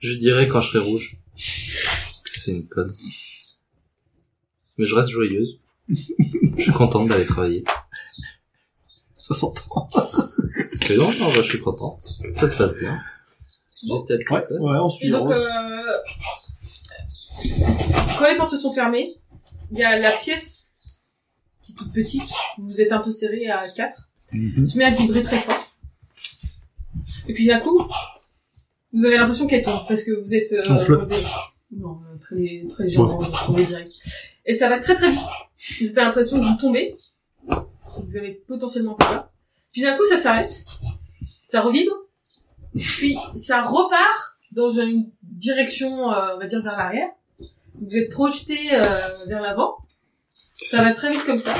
[SPEAKER 3] Je dirais quand je serai rouge. C'est une conne. Mais je reste joyeuse. Je suis contente d'aller travailler.
[SPEAKER 6] Ça s'entend.
[SPEAKER 3] Mais non, non, bah, je suis content. Ça se passe bien. Juste être
[SPEAKER 4] Ouais,
[SPEAKER 3] conne.
[SPEAKER 4] ouais, on
[SPEAKER 2] Et
[SPEAKER 4] suit
[SPEAKER 2] donc,
[SPEAKER 4] Rose.
[SPEAKER 2] euh, quand les portes se sont fermées, il y a la pièce qui est toute petite, vous vous êtes un peu serré à quatre,
[SPEAKER 4] Mmh.
[SPEAKER 6] Mhm.
[SPEAKER 2] se met à vibrer très fort. Et puis d'un coup, vous avez l'impression qu'elle tombe parce que vous êtes euh,
[SPEAKER 4] En flotte.
[SPEAKER 2] enlevé. Non, euh, très très légèrement, vous tombez direct. Et ça va très très vite. Vous avez l'impression que vous tombez. Vous avez potentiellement peur. Puis d'un coup, ça s'arrête. Ça revibre. Puis ça repart dans une direction, euh, on va dire, vers l'arrière. Vous êtes projeté euh, vers l'avant. Ça va très vite comme ça.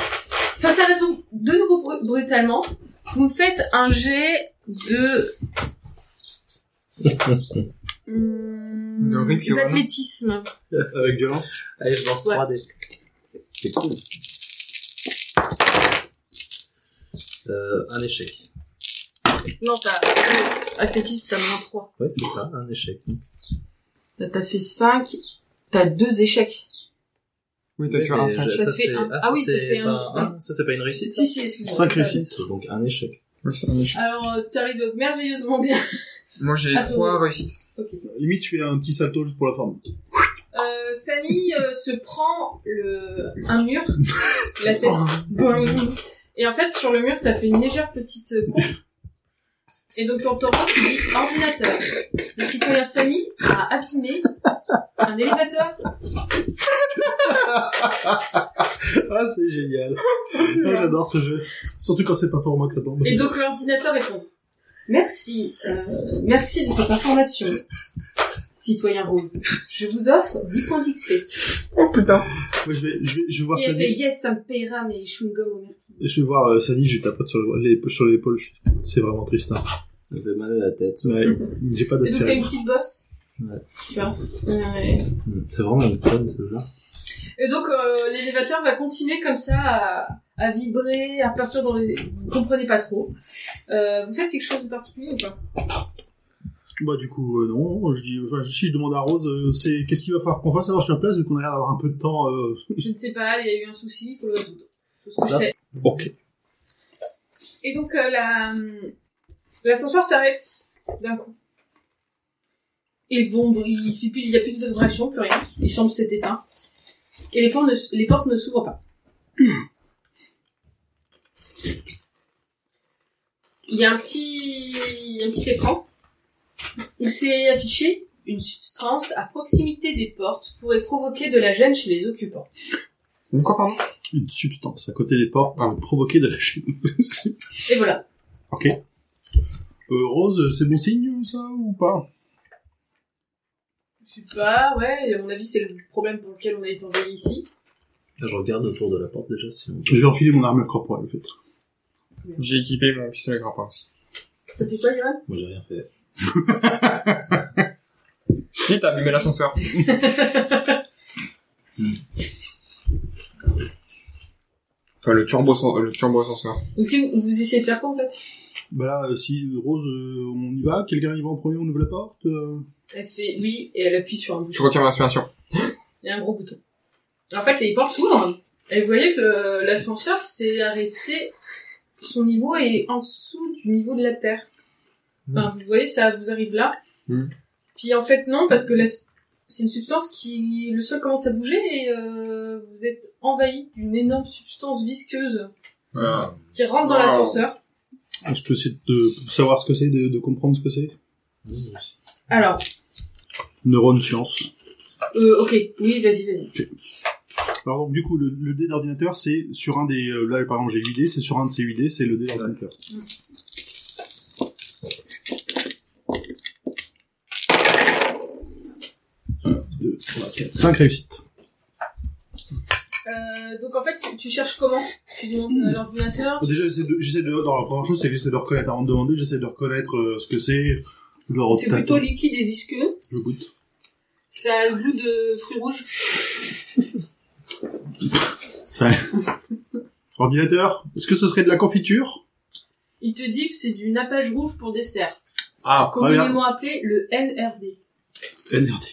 [SPEAKER 2] Ça s'arrête donc de nouveau bru- brutalement. Vous me faites un jet de... Hum,
[SPEAKER 5] De Rick Warren.
[SPEAKER 2] D'athlétisme.
[SPEAKER 4] Avec violence.
[SPEAKER 3] Allez, je lance
[SPEAKER 2] Ouais.
[SPEAKER 3] 3D. C'est cool. Euh, un échec.
[SPEAKER 2] Non, t'as... Athlétisme, t'as moins 3.
[SPEAKER 3] Ouais, c'est ça, un échec.
[SPEAKER 2] Là, t'as fait 5. T'as deux échecs.
[SPEAKER 5] Oui,
[SPEAKER 3] Mais
[SPEAKER 5] un
[SPEAKER 3] je-
[SPEAKER 5] cinq.
[SPEAKER 2] Ça te
[SPEAKER 3] c'est-
[SPEAKER 2] fait un.
[SPEAKER 3] Ah,
[SPEAKER 2] Ah
[SPEAKER 3] ça,
[SPEAKER 2] oui, ça
[SPEAKER 3] c'est
[SPEAKER 2] te fait un.
[SPEAKER 3] pas un- Ça, c'est pas une réussite, ça
[SPEAKER 2] Si, si, excuse-moi.
[SPEAKER 4] 5 réussites.
[SPEAKER 3] C'est donc un échec.
[SPEAKER 5] Oui, c'est un échec.
[SPEAKER 2] Alors, euh, t'arrives merveilleusement bien.
[SPEAKER 5] Moi, j'ai
[SPEAKER 2] Attends.
[SPEAKER 5] trois réussites.
[SPEAKER 2] Ok.
[SPEAKER 4] Limite, je fais un petit salto juste pour la forme.
[SPEAKER 2] Euh, Sani euh, se prend le... un mur, la tête.
[SPEAKER 5] Oh.
[SPEAKER 2] Boing. Et en fait, sur le mur, ça fait une légère petite euh, courbe. Et donc, ton torrent se dit ordinateur. Le citoyen Sani a abîmé un élévateur.
[SPEAKER 4] Ah, c'est génial. Ah, J'adore ce jeu. Surtout quand c'est pas pour moi que ça tombe.
[SPEAKER 2] Et donc, l'ordinateur répond. Merci, euh, merci de cette information, citoyen Rose. Je vous offre 10 points d'XP.
[SPEAKER 5] Oh putain
[SPEAKER 4] Moi, je vais, je vais, je vais voir
[SPEAKER 2] Il a fait
[SPEAKER 4] Sani.
[SPEAKER 2] yes, ça me payera mes chewing-gums au merci.
[SPEAKER 4] Je vais voir euh, Sani, je lui tapote sur le- l'épaule. Sur l'épaule. C'est vraiment triste. Hein.
[SPEAKER 3] Ça fait mal à la tête.
[SPEAKER 4] Ouais, j'ai pas
[SPEAKER 2] Et donc t'as
[SPEAKER 4] d'aspirine.
[SPEAKER 2] une petite bosse.
[SPEAKER 3] Ouais.
[SPEAKER 2] Tu vois. Ouais.
[SPEAKER 3] Mm, C'est vraiment une conne, celle-là.
[SPEAKER 2] Et donc euh, l'élévateur va continuer comme ça à, à vibrer, à partir dans les... Vous comprenez pas trop. Euh, vous faites quelque chose de particulier ou pas
[SPEAKER 4] Bah du coup euh, non, je dis, enfin, si je demande à Rose, euh, c'est qu'est-ce qu'il va falloir qu'on fasse alors sur la place vu qu'on a l'air d'avoir un peu de temps. euh,
[SPEAKER 2] Je ne sais pas, il y a eu un souci, il faut le résoudre. Tout ce que je
[SPEAKER 3] Là,
[SPEAKER 2] sais.
[SPEAKER 4] Ok.
[SPEAKER 2] Et donc euh, la l'ascenseur s'arrête d'un coup. Et vont il fait plus, il n'y a plus de vibration, plus rien. Il semble s'être éteint. Et les portes ne, s- les portes ne s'ouvrent pas. Il y a un petit un petit écran où c'est affiché une substance à proximité des portes pourrait provoquer de la gêne chez les occupants.
[SPEAKER 5] Quoi, pardon
[SPEAKER 4] Une substance à côté des portes pour provoquer de la chaîne.
[SPEAKER 2] Et voilà.
[SPEAKER 4] ok. Euh, Rose, c'est bon signe ça ou pas
[SPEAKER 2] Je sais pas, ouais, à mon avis, c'est le problème pour lequel on a été envoyé ici.
[SPEAKER 3] Là, je regarde autour de la porte, déjà, si on...
[SPEAKER 4] Je vais enfiler mon armure corporelle en fait.
[SPEAKER 5] J'ai équipé mon pistolet grappin aussi.
[SPEAKER 2] T'as fait quoi, Yoann
[SPEAKER 3] Moi, j'ai rien fait.
[SPEAKER 5] Si, t'as allumé l'ascenseur. Hmm. Enfin, le turbo, sen- euh, le turbo ascenseur.
[SPEAKER 2] Donc, si vous, vous essayez de faire quoi, en fait
[SPEAKER 4] Bah là, euh, si euh, Rose, euh, on y va, quelqu'un y va en premier, on ouvre la porte. euh
[SPEAKER 2] Elle fait oui, et elle appuie sur un
[SPEAKER 5] Je
[SPEAKER 2] bouton.
[SPEAKER 5] retiens l'inspiration.
[SPEAKER 2] Il y a un gros bouton. Et en fait, les portes s'ouvrent, et vous voyez que le- l'ascenseur s'est arrêté, son niveau est en dessous du niveau de la Terre. Enfin, vous voyez, ça vous arrive là.
[SPEAKER 5] Mm.
[SPEAKER 2] Puis, en fait, non, parce que la- c'est une substance qui... Le sol commence à bouger, et euh, vous êtes envahi d'une énorme substance visqueuse
[SPEAKER 5] Voilà.
[SPEAKER 2] qui rentre dans
[SPEAKER 5] Wow.
[SPEAKER 2] l'ascenseur.
[SPEAKER 4] Je peux essayer de savoir ce que c'est, de, de comprendre ce que c'est.
[SPEAKER 2] Alors,
[SPEAKER 4] Neurone science.
[SPEAKER 2] euh, ok, oui, vas-y, vas-y.
[SPEAKER 4] Alors donc, du coup, le, le dé d'ordinateur, c'est sur un des... euh, là, par exemple, j'ai 8 dés, c'est sur un de ces 8 dés, c'est le dé d'ordinateur. Un, deux, trois, quatre, Cinq réussites.
[SPEAKER 2] Euh, donc en fait, tu, tu cherches comment Tu demandes à l'ordinateur.
[SPEAKER 4] Déjà, j'essaie de, j'essaie de, non, la première chose, c'est que j'essaie de reconnaître, avant de demander, j'essaie de reconnaître euh, ce que c'est, de leur
[SPEAKER 2] C'est plutôt liquide et visqueux.
[SPEAKER 4] je goûte.
[SPEAKER 2] Ça a le goût de fruits rouges.
[SPEAKER 4] Ordinateur, est-ce que ce serait de la confiture
[SPEAKER 2] Il te dit que c'est du nappage rouge pour dessert,
[SPEAKER 4] Ah, regarde.
[SPEAKER 2] communément appelé le NRD.
[SPEAKER 4] NRD.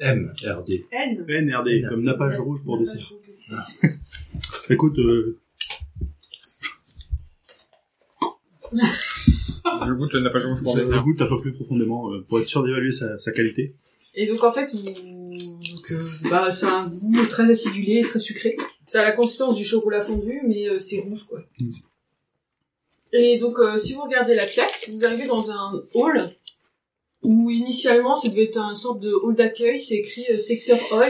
[SPEAKER 3] MRD.
[SPEAKER 2] N.
[SPEAKER 4] NRD, comme nappage rouge pour dessert. Écoute, euh,
[SPEAKER 5] Je goûte le nappage rouge pour
[SPEAKER 4] je
[SPEAKER 5] dessert.
[SPEAKER 4] goûte un peu plus profondément euh, pour être sûr d'évaluer sa, sa qualité.
[SPEAKER 2] Et donc en fait, vous- donc, euh, bah, c'est un goût très acidulé, et très sucré. Ça a la consistance du chocolat fondu, mais euh, c'est rouge quoi.
[SPEAKER 4] Mm.
[SPEAKER 2] Et donc euh, si vous regardez la classe, vous arrivez dans un hall où initialement ça devait être un sorte de hall d'accueil. C'est écrit euh, secteur OI,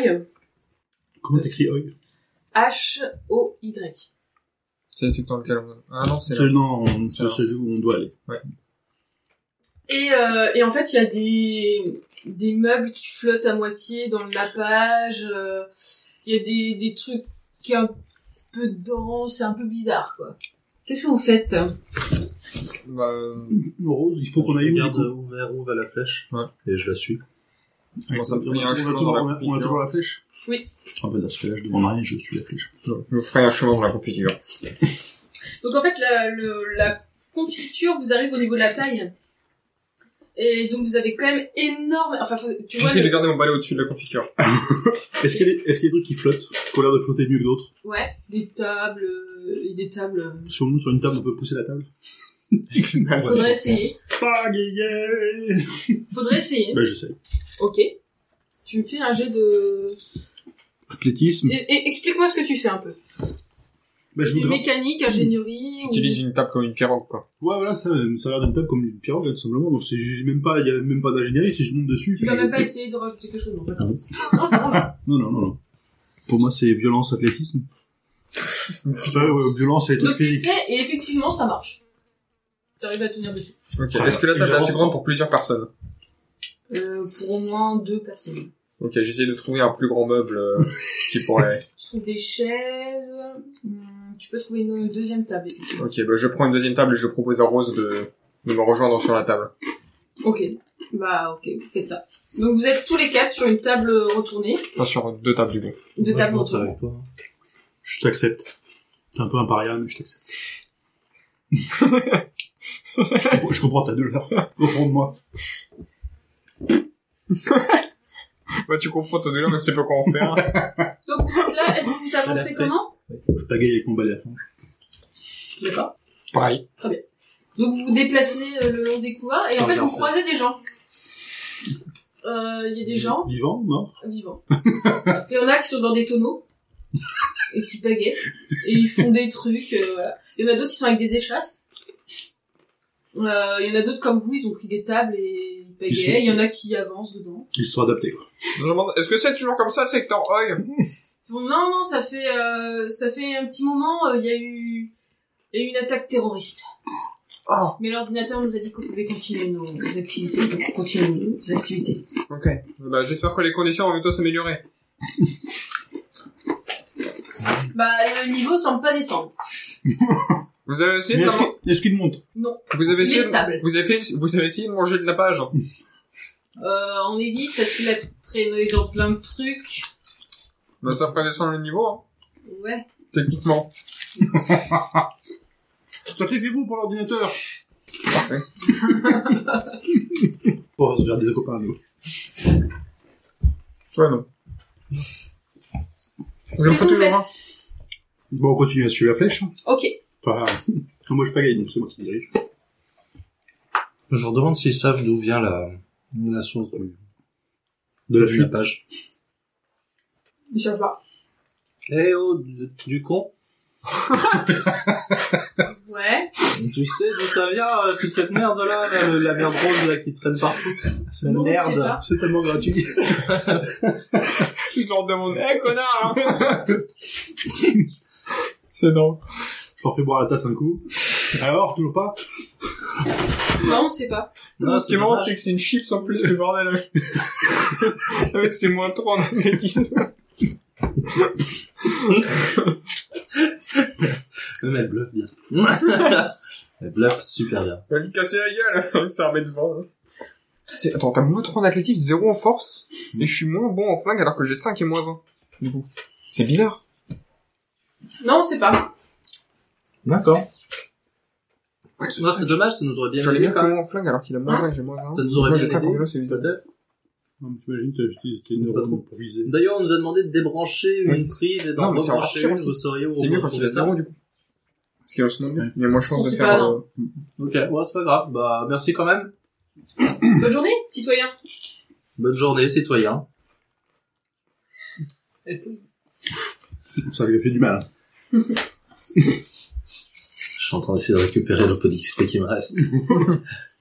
[SPEAKER 4] Comment t'écris Oi
[SPEAKER 2] H O Y.
[SPEAKER 5] C'est le secteur lequel on... Ah non, c'est
[SPEAKER 4] C'est
[SPEAKER 5] là.
[SPEAKER 4] non, on-
[SPEAKER 5] C'est
[SPEAKER 4] c'est
[SPEAKER 5] là.
[SPEAKER 4] celui où on doit aller.
[SPEAKER 2] Et, euh, et en fait, il y a des, des meubles qui flottent à moitié dans le lapage. euh, Il y a des, des trucs qui est un peu dense, c'est un peu bizarre, quoi. Qu'est-ce que vous faites
[SPEAKER 5] Bah, euh,
[SPEAKER 4] Rose, il faut qu'on aille où du
[SPEAKER 3] Regarde
[SPEAKER 4] coup
[SPEAKER 3] ouvert où va la flèche.
[SPEAKER 5] Ouais.
[SPEAKER 3] Et je la suis.
[SPEAKER 5] Bon, euh, ça me fait
[SPEAKER 4] On a- on
[SPEAKER 5] un
[SPEAKER 4] a
[SPEAKER 5] chemin
[SPEAKER 4] toujours-
[SPEAKER 5] dans la hein.
[SPEAKER 4] on a- On a
[SPEAKER 5] confiture.
[SPEAKER 4] toujours la flèche
[SPEAKER 2] Oui.
[SPEAKER 4] Ah bah dans ce cas-là, je demande rien, je suis la flèche.
[SPEAKER 5] je vous ferai un chemin dans la confiture.
[SPEAKER 2] Donc en fait, la, le- la confiture vous arrive au niveau de la taille. Et donc vous avez quand même énorme... Enfin, faut- tu vois...
[SPEAKER 5] J'essaie
[SPEAKER 2] le-
[SPEAKER 5] de garder mon balai au-dessus de la confiture.
[SPEAKER 4] Est-ce qu'il y, est qu'il y a des trucs qui flottent, qui ont l'air de flotter mieux que d'autres
[SPEAKER 2] Ouais, des tables... euh, et des tables... euh,
[SPEAKER 4] Si on monte sur une table, on peut pousser la table
[SPEAKER 2] Faudrait essayer.
[SPEAKER 4] Pas gagné
[SPEAKER 2] Faudrait essayer.
[SPEAKER 4] Bah j'essaie.
[SPEAKER 2] Ok. Tu me fais un jet de...
[SPEAKER 4] Athlétisme.
[SPEAKER 2] Et, et explique-moi ce que tu fais un peu.
[SPEAKER 4] Bah je
[SPEAKER 2] Du
[SPEAKER 4] voudrais...
[SPEAKER 2] mécanique, ingénierie, ou...
[SPEAKER 5] J'utilise une table comme une pirogue, quoi.
[SPEAKER 4] Ouais voilà, ça, ça a l'air d'une table comme une pirogue, tout simplement. Donc c'est juste- même pas, il y a même pas d'ingénierie si je monte dessus.
[SPEAKER 2] tu vas
[SPEAKER 4] je-
[SPEAKER 2] même pas essayer de rajouter quelque chose, non
[SPEAKER 4] Ah bon
[SPEAKER 2] Non, je comprends.
[SPEAKER 4] Non, non, non, non. Pour moi, c'est violence, athlétisme. Ouais, ouais, violence et trucs
[SPEAKER 2] Donc tu
[SPEAKER 4] physiques.
[SPEAKER 2] sais, et effectivement, ça marche. T'arrives à tenir dessus.
[SPEAKER 5] Ok.
[SPEAKER 4] Ah,
[SPEAKER 5] Est-ce que la table est
[SPEAKER 4] j'avance
[SPEAKER 5] assez grande pour plusieurs personnes
[SPEAKER 2] Euh, pour au moins deux personnes.
[SPEAKER 5] Ok, j'essaie de trouver un plus grand meuble euh, qui pourrait...
[SPEAKER 2] Tu trouves des chaises... hum, tu peux trouver une deuxième table. effectivement.
[SPEAKER 5] Ok, bah je prends une deuxième table et je propose à Rose de, de me rejoindre sur la table.
[SPEAKER 2] Ok. Bah, ok, vous faites ça. Donc vous êtes tous les quatre sur une table retournée.
[SPEAKER 5] Enfin, sur deux tables du coup.
[SPEAKER 2] Deux
[SPEAKER 3] Moi, je
[SPEAKER 2] tables
[SPEAKER 3] monte
[SPEAKER 2] retournées.
[SPEAKER 3] avec toi.
[SPEAKER 4] Je t'accepte. T'es un peu un paria, mais je t'accepte. je, comprends, je comprends ta douleur au fond de moi.
[SPEAKER 5] Bah tu comprends ton délire, mais tu sais pas quoi en faire.
[SPEAKER 2] Donc vous êtes là, et vous vous
[SPEAKER 3] T'as l'air
[SPEAKER 2] avancez
[SPEAKER 3] triste.
[SPEAKER 2] comment
[SPEAKER 4] Je pagaille avec mon balai. attends.
[SPEAKER 2] D'accord.
[SPEAKER 5] Pareil.
[SPEAKER 2] Donc vous vous déplacez euh, le long des couloirs, et en
[SPEAKER 3] Ah,
[SPEAKER 2] fait
[SPEAKER 3] bien
[SPEAKER 2] vous
[SPEAKER 3] fait.
[SPEAKER 2] croisez des gens. Euh, Il y a des gens
[SPEAKER 4] Vivant, mort
[SPEAKER 2] vivants. Il y en a qui sont dans des tonneaux et qui pagaient et ils font des trucs. euh, voilà. Il y en a d'autres qui sont avec des échasses. Euh, Il y en a d'autres comme vous, ils ont pris des tables et ils
[SPEAKER 4] Ils sont-
[SPEAKER 2] pagaient. Il y en a qui avancent dedans.
[SPEAKER 4] Ils se sont adaptés, quoi.
[SPEAKER 5] Je me demande, est-ce que c'est toujours comme ça le secteur E? Oi
[SPEAKER 2] Ils font, non, non, ça fait euh, ça fait un petit moment. euh, Il y a eu il y a eu une attaque terroriste.
[SPEAKER 5] Ah,
[SPEAKER 2] Mais l'ordinateur nous a dit qu'on pouvait continuer nos, nos activités, donc on continue nos activités.
[SPEAKER 5] ok. Bah j'espère que les conditions vont bientôt s'améliorer.
[SPEAKER 2] Bah le niveau semble pas descendre.
[SPEAKER 5] Vous avez essayé
[SPEAKER 4] Mais
[SPEAKER 5] de
[SPEAKER 4] est-ce
[SPEAKER 5] la man-
[SPEAKER 4] qu'il- est-ce qu'il monte
[SPEAKER 5] Vous avez
[SPEAKER 2] Il est
[SPEAKER 5] essayé de...
[SPEAKER 2] stable.
[SPEAKER 5] Vous avez, fait- vous avez essayé de manger de la page. hein.
[SPEAKER 2] Euh, on évite parce qu'il a traîné dans plein de trucs.
[SPEAKER 5] Bah ça ferait descendre le niveau, hein.
[SPEAKER 2] Ouais.
[SPEAKER 5] Techniquement.
[SPEAKER 4] Sacrifiez-vous pour l'ordinateur
[SPEAKER 5] Parfait.
[SPEAKER 4] Pour se faire des copains, nous.
[SPEAKER 5] Ouais, non. Je me
[SPEAKER 2] Qu'est-ce
[SPEAKER 5] fais
[SPEAKER 2] que vous
[SPEAKER 5] toujours, hein.
[SPEAKER 2] faites
[SPEAKER 4] Bon, on continue à suivre la flèche. hein.
[SPEAKER 2] Ok.
[SPEAKER 4] Enfin, moi, je pagaille, donc c'est moi qui dirige.
[SPEAKER 3] Je leur demande s'ils savent d'où vient la, la source du,
[SPEAKER 4] De la
[SPEAKER 3] du
[SPEAKER 4] fuite.
[SPEAKER 3] nappage.
[SPEAKER 2] Je sais pas.
[SPEAKER 3] Eh oh, du, du con,
[SPEAKER 2] Ouais.
[SPEAKER 3] tu sais d'où ça vient, euh, toute cette merde là, là, le- la merde rose là qui traîne partout. C'est la
[SPEAKER 2] Non, on sait
[SPEAKER 3] merde.
[SPEAKER 2] pas.
[SPEAKER 4] C'est tellement gratuit.
[SPEAKER 5] Je leur demande, hé connard hein. C'est non.
[SPEAKER 4] Je leur fais boire la tasse un coup. Alors, toujours pas
[SPEAKER 2] Non, on sait pas.
[SPEAKER 3] Non,
[SPEAKER 5] ce qui est marrant, c'est que c'est une chips en plus, le bordel. Avec ses moins 3 en athlétisme.
[SPEAKER 3] Même elle bluffe bien. elle bluffe super bien.
[SPEAKER 5] Elle va lui casser la gueule avec sa armée de vent. hein. Putain, c'est- Attends, t'as moins 3 en athlétisme, 0 en force, et je suis moins bon en flingue alors que j'ai 5 et moins 1. Du coup. C'est bizarre.
[SPEAKER 2] Non, c'est pas.
[SPEAKER 3] D'accord. Non, c'est dommage, ça nous aurait bien
[SPEAKER 5] J'en ai
[SPEAKER 3] aidé,
[SPEAKER 5] bien que
[SPEAKER 3] quand même.
[SPEAKER 5] moi en flingue alors qu'il a moins 1 et j'ai moins 1.
[SPEAKER 3] Ça nous aurait
[SPEAKER 5] Moi
[SPEAKER 3] bien
[SPEAKER 5] j'ai 5 en
[SPEAKER 3] aidé,
[SPEAKER 5] vélo, c'est bizarre.
[SPEAKER 3] peut-être.
[SPEAKER 4] Non, mais t'imagines, t'as utilisé tes
[SPEAKER 3] Mais c'est pas
[SPEAKER 4] neurones
[SPEAKER 3] trop.
[SPEAKER 4] pour viser.
[SPEAKER 3] D'ailleurs, on nous a demandé de débrancher une
[SPEAKER 5] Oui.
[SPEAKER 3] prise et
[SPEAKER 5] Non,
[SPEAKER 3] d'en
[SPEAKER 5] mais c'est encore
[SPEAKER 3] rebrancher
[SPEAKER 5] pire
[SPEAKER 3] une,
[SPEAKER 5] aussi.
[SPEAKER 3] vous sauriez où
[SPEAKER 5] C'est mieux quand il a
[SPEAKER 3] retrouver ça.
[SPEAKER 5] 0 du coup. Parce qu'il a le bien. Il y a moins de
[SPEAKER 2] On
[SPEAKER 5] chance de
[SPEAKER 2] sait pas,
[SPEAKER 5] faire...
[SPEAKER 2] non.
[SPEAKER 5] euh,
[SPEAKER 3] Ok, ouais, c'est pas grave. Bah, merci quand même.
[SPEAKER 2] Bonne journée, citoyen.
[SPEAKER 3] Bonne journée, citoyen.
[SPEAKER 4] Ça lui a fait du mal. hein.
[SPEAKER 3] Je suis en train d'essayer de récupérer le peu d'XP qui me reste.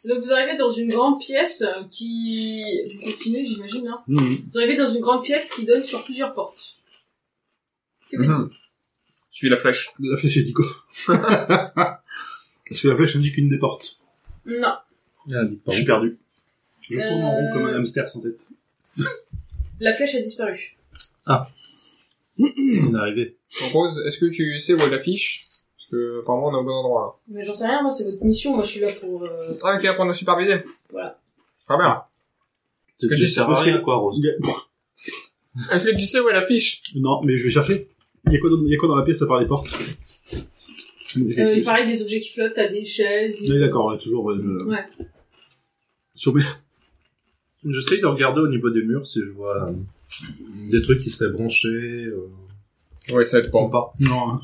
[SPEAKER 2] Donc vous arrivez dans une grande pièce euh, qui... Vous continuez, j'imagine, hein Vous arrivez dans une grande pièce qui donne sur plusieurs portes. Que faites-vous
[SPEAKER 5] mhm. Suis la flèche.
[SPEAKER 4] La flèche est dit quoi Parce que la flèche indique une des portes.
[SPEAKER 2] Non.
[SPEAKER 4] Je suis perdu. Je
[SPEAKER 2] Euh,
[SPEAKER 4] tourne en rond comme un hamster sans tête.
[SPEAKER 2] La flèche a disparu.
[SPEAKER 3] On est arrivé.
[SPEAKER 5] Rose, est-ce que tu sais où est l'affiche Parce que apparemment on est au bon endroit là.
[SPEAKER 2] Mais j'en sais rien, moi, c'est votre mission. Moi, je suis là pour... euh,
[SPEAKER 5] Ah, ok, après on a supervisé. Ah,
[SPEAKER 2] Voilà.
[SPEAKER 5] Très bien.
[SPEAKER 3] Tu
[SPEAKER 5] que
[SPEAKER 3] ne
[SPEAKER 5] tu
[SPEAKER 3] sers à
[SPEAKER 4] parce
[SPEAKER 3] rien,
[SPEAKER 4] que-
[SPEAKER 3] quoi, Rose.
[SPEAKER 5] Est-ce que tu sais où est l'affiche
[SPEAKER 4] Non, mais je vais chercher. Il y a quoi dans, il y a quoi dans la pièce à part les portes
[SPEAKER 2] euh, il parlait des objets qui flottent, t'as des chaises...
[SPEAKER 4] Oui, d'accord, on est toujours. euh,
[SPEAKER 2] Ouais.
[SPEAKER 4] Sur mes...
[SPEAKER 3] J'essaye de regarder au niveau des murs si je vois euh, des trucs qui seraient branchés. euh,
[SPEAKER 5] Ouais, ça va être
[SPEAKER 3] ou
[SPEAKER 5] bon.
[SPEAKER 3] pas.
[SPEAKER 4] Non, hein.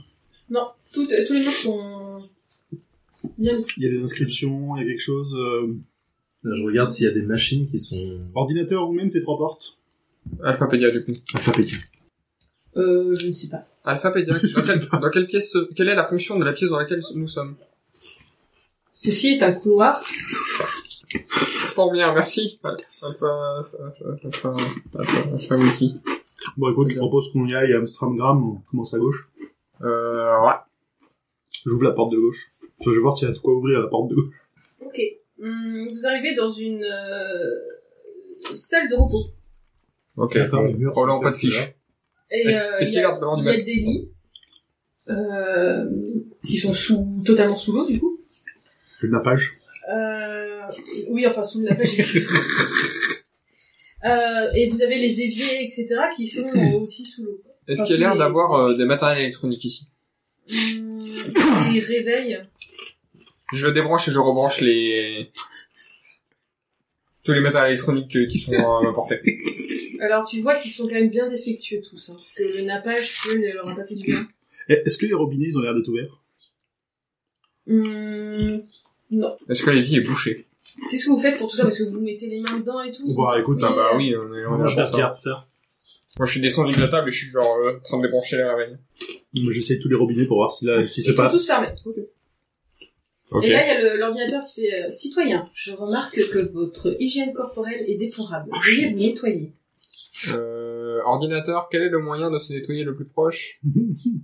[SPEAKER 2] Non, tout- euh, tous les murs sont... Bien mis.
[SPEAKER 4] il y a des inscriptions, il y a quelque chose. euh,
[SPEAKER 3] Là, je regarde s'il y a des machines qui sont...
[SPEAKER 4] Ordinateur ou même ces trois portes.
[SPEAKER 5] Alphapédia, du coup.
[SPEAKER 4] Alphabétique.
[SPEAKER 2] Euh, je ne sais pas.
[SPEAKER 5] Alphapédia. Dans quelle, dans quelle pièce, quelle est la fonction de la pièce dans laquelle nous sommes
[SPEAKER 2] Ceci est un couloir.
[SPEAKER 5] Fort bien, merci. Alpha, alpha, alpha, alpha, alpha wiki.
[SPEAKER 4] Bon, écoute, je
[SPEAKER 5] Bien.
[SPEAKER 4] propose qu'on y aille à Amstramgram, on commence à gauche.
[SPEAKER 5] Euh, ouais.
[SPEAKER 4] J'ouvre la porte de gauche. Je vais voir s'il y a de quoi ouvrir la porte de gauche.
[SPEAKER 2] Ok. Hum, vous arrivez dans une... euh, salle de repos.
[SPEAKER 5] Ok.
[SPEAKER 3] D'accord, les murs,
[SPEAKER 5] Probablement pas de
[SPEAKER 3] peut-être que
[SPEAKER 5] fiche.
[SPEAKER 2] Et
[SPEAKER 5] Est-ce-
[SPEAKER 2] euh,
[SPEAKER 5] est-ce
[SPEAKER 2] il y
[SPEAKER 5] qu'il
[SPEAKER 2] a,
[SPEAKER 5] y a de l'ordre
[SPEAKER 2] il
[SPEAKER 5] du
[SPEAKER 2] y a
[SPEAKER 5] mal
[SPEAKER 2] des lits euh, qui sont sous, totalement sous l'eau, du coup.
[SPEAKER 4] Le nappage.
[SPEAKER 2] Euh, oui, enfin, sous la pêche. euh, et vous avez les éviers, etc., qui sont euh, aussi sous l'eau.
[SPEAKER 5] Est-ce qu'il y a l'air d'avoir euh, des matériels électroniques ici
[SPEAKER 2] Hum, les réveils.
[SPEAKER 5] Je débranche et je rebranche les... Tous les matériels électroniques euh, qui sont euh, portés.
[SPEAKER 2] Alors, tu vois qu'ils sont quand même bien défectueux, tous. Hein, parce que le nappage, si tu veux, ne leur a pas fait du bien.
[SPEAKER 4] Eh, Est-ce que les robinets, ils ont l'air d'être ouverts
[SPEAKER 2] Hum, non.
[SPEAKER 5] Est-ce que l'évier est bouchée
[SPEAKER 2] Qu'est-ce que vous faites pour tout ça Parce que vous mettez les mains dedans et tout.
[SPEAKER 4] Bah,
[SPEAKER 2] vous
[SPEAKER 4] écoute,
[SPEAKER 5] Ah
[SPEAKER 2] fouillez,
[SPEAKER 5] bah
[SPEAKER 2] euh,
[SPEAKER 5] oui, on est, on est
[SPEAKER 3] Moi,
[SPEAKER 5] là
[SPEAKER 3] je
[SPEAKER 5] pour
[SPEAKER 3] les
[SPEAKER 5] ça.
[SPEAKER 3] regarde faire.
[SPEAKER 5] Moi, je suis descendu de la table et je suis genre euh, en train de débrancher les réveils.
[SPEAKER 4] Moi, J'essaye tous les robinets pour voir si là, si
[SPEAKER 2] Ils
[SPEAKER 4] c'est
[SPEAKER 2] sont
[SPEAKER 4] pas.
[SPEAKER 2] tous fermés.
[SPEAKER 5] Ok.
[SPEAKER 2] Et là, il y a le- l'ordinateur qui fait euh, Citoyen, je remarque que votre hygiène corporelle est déplorable. Veuillez vous nettoyer.
[SPEAKER 5] Euh, ordinateur, quel est le moyen de se nettoyer le plus proche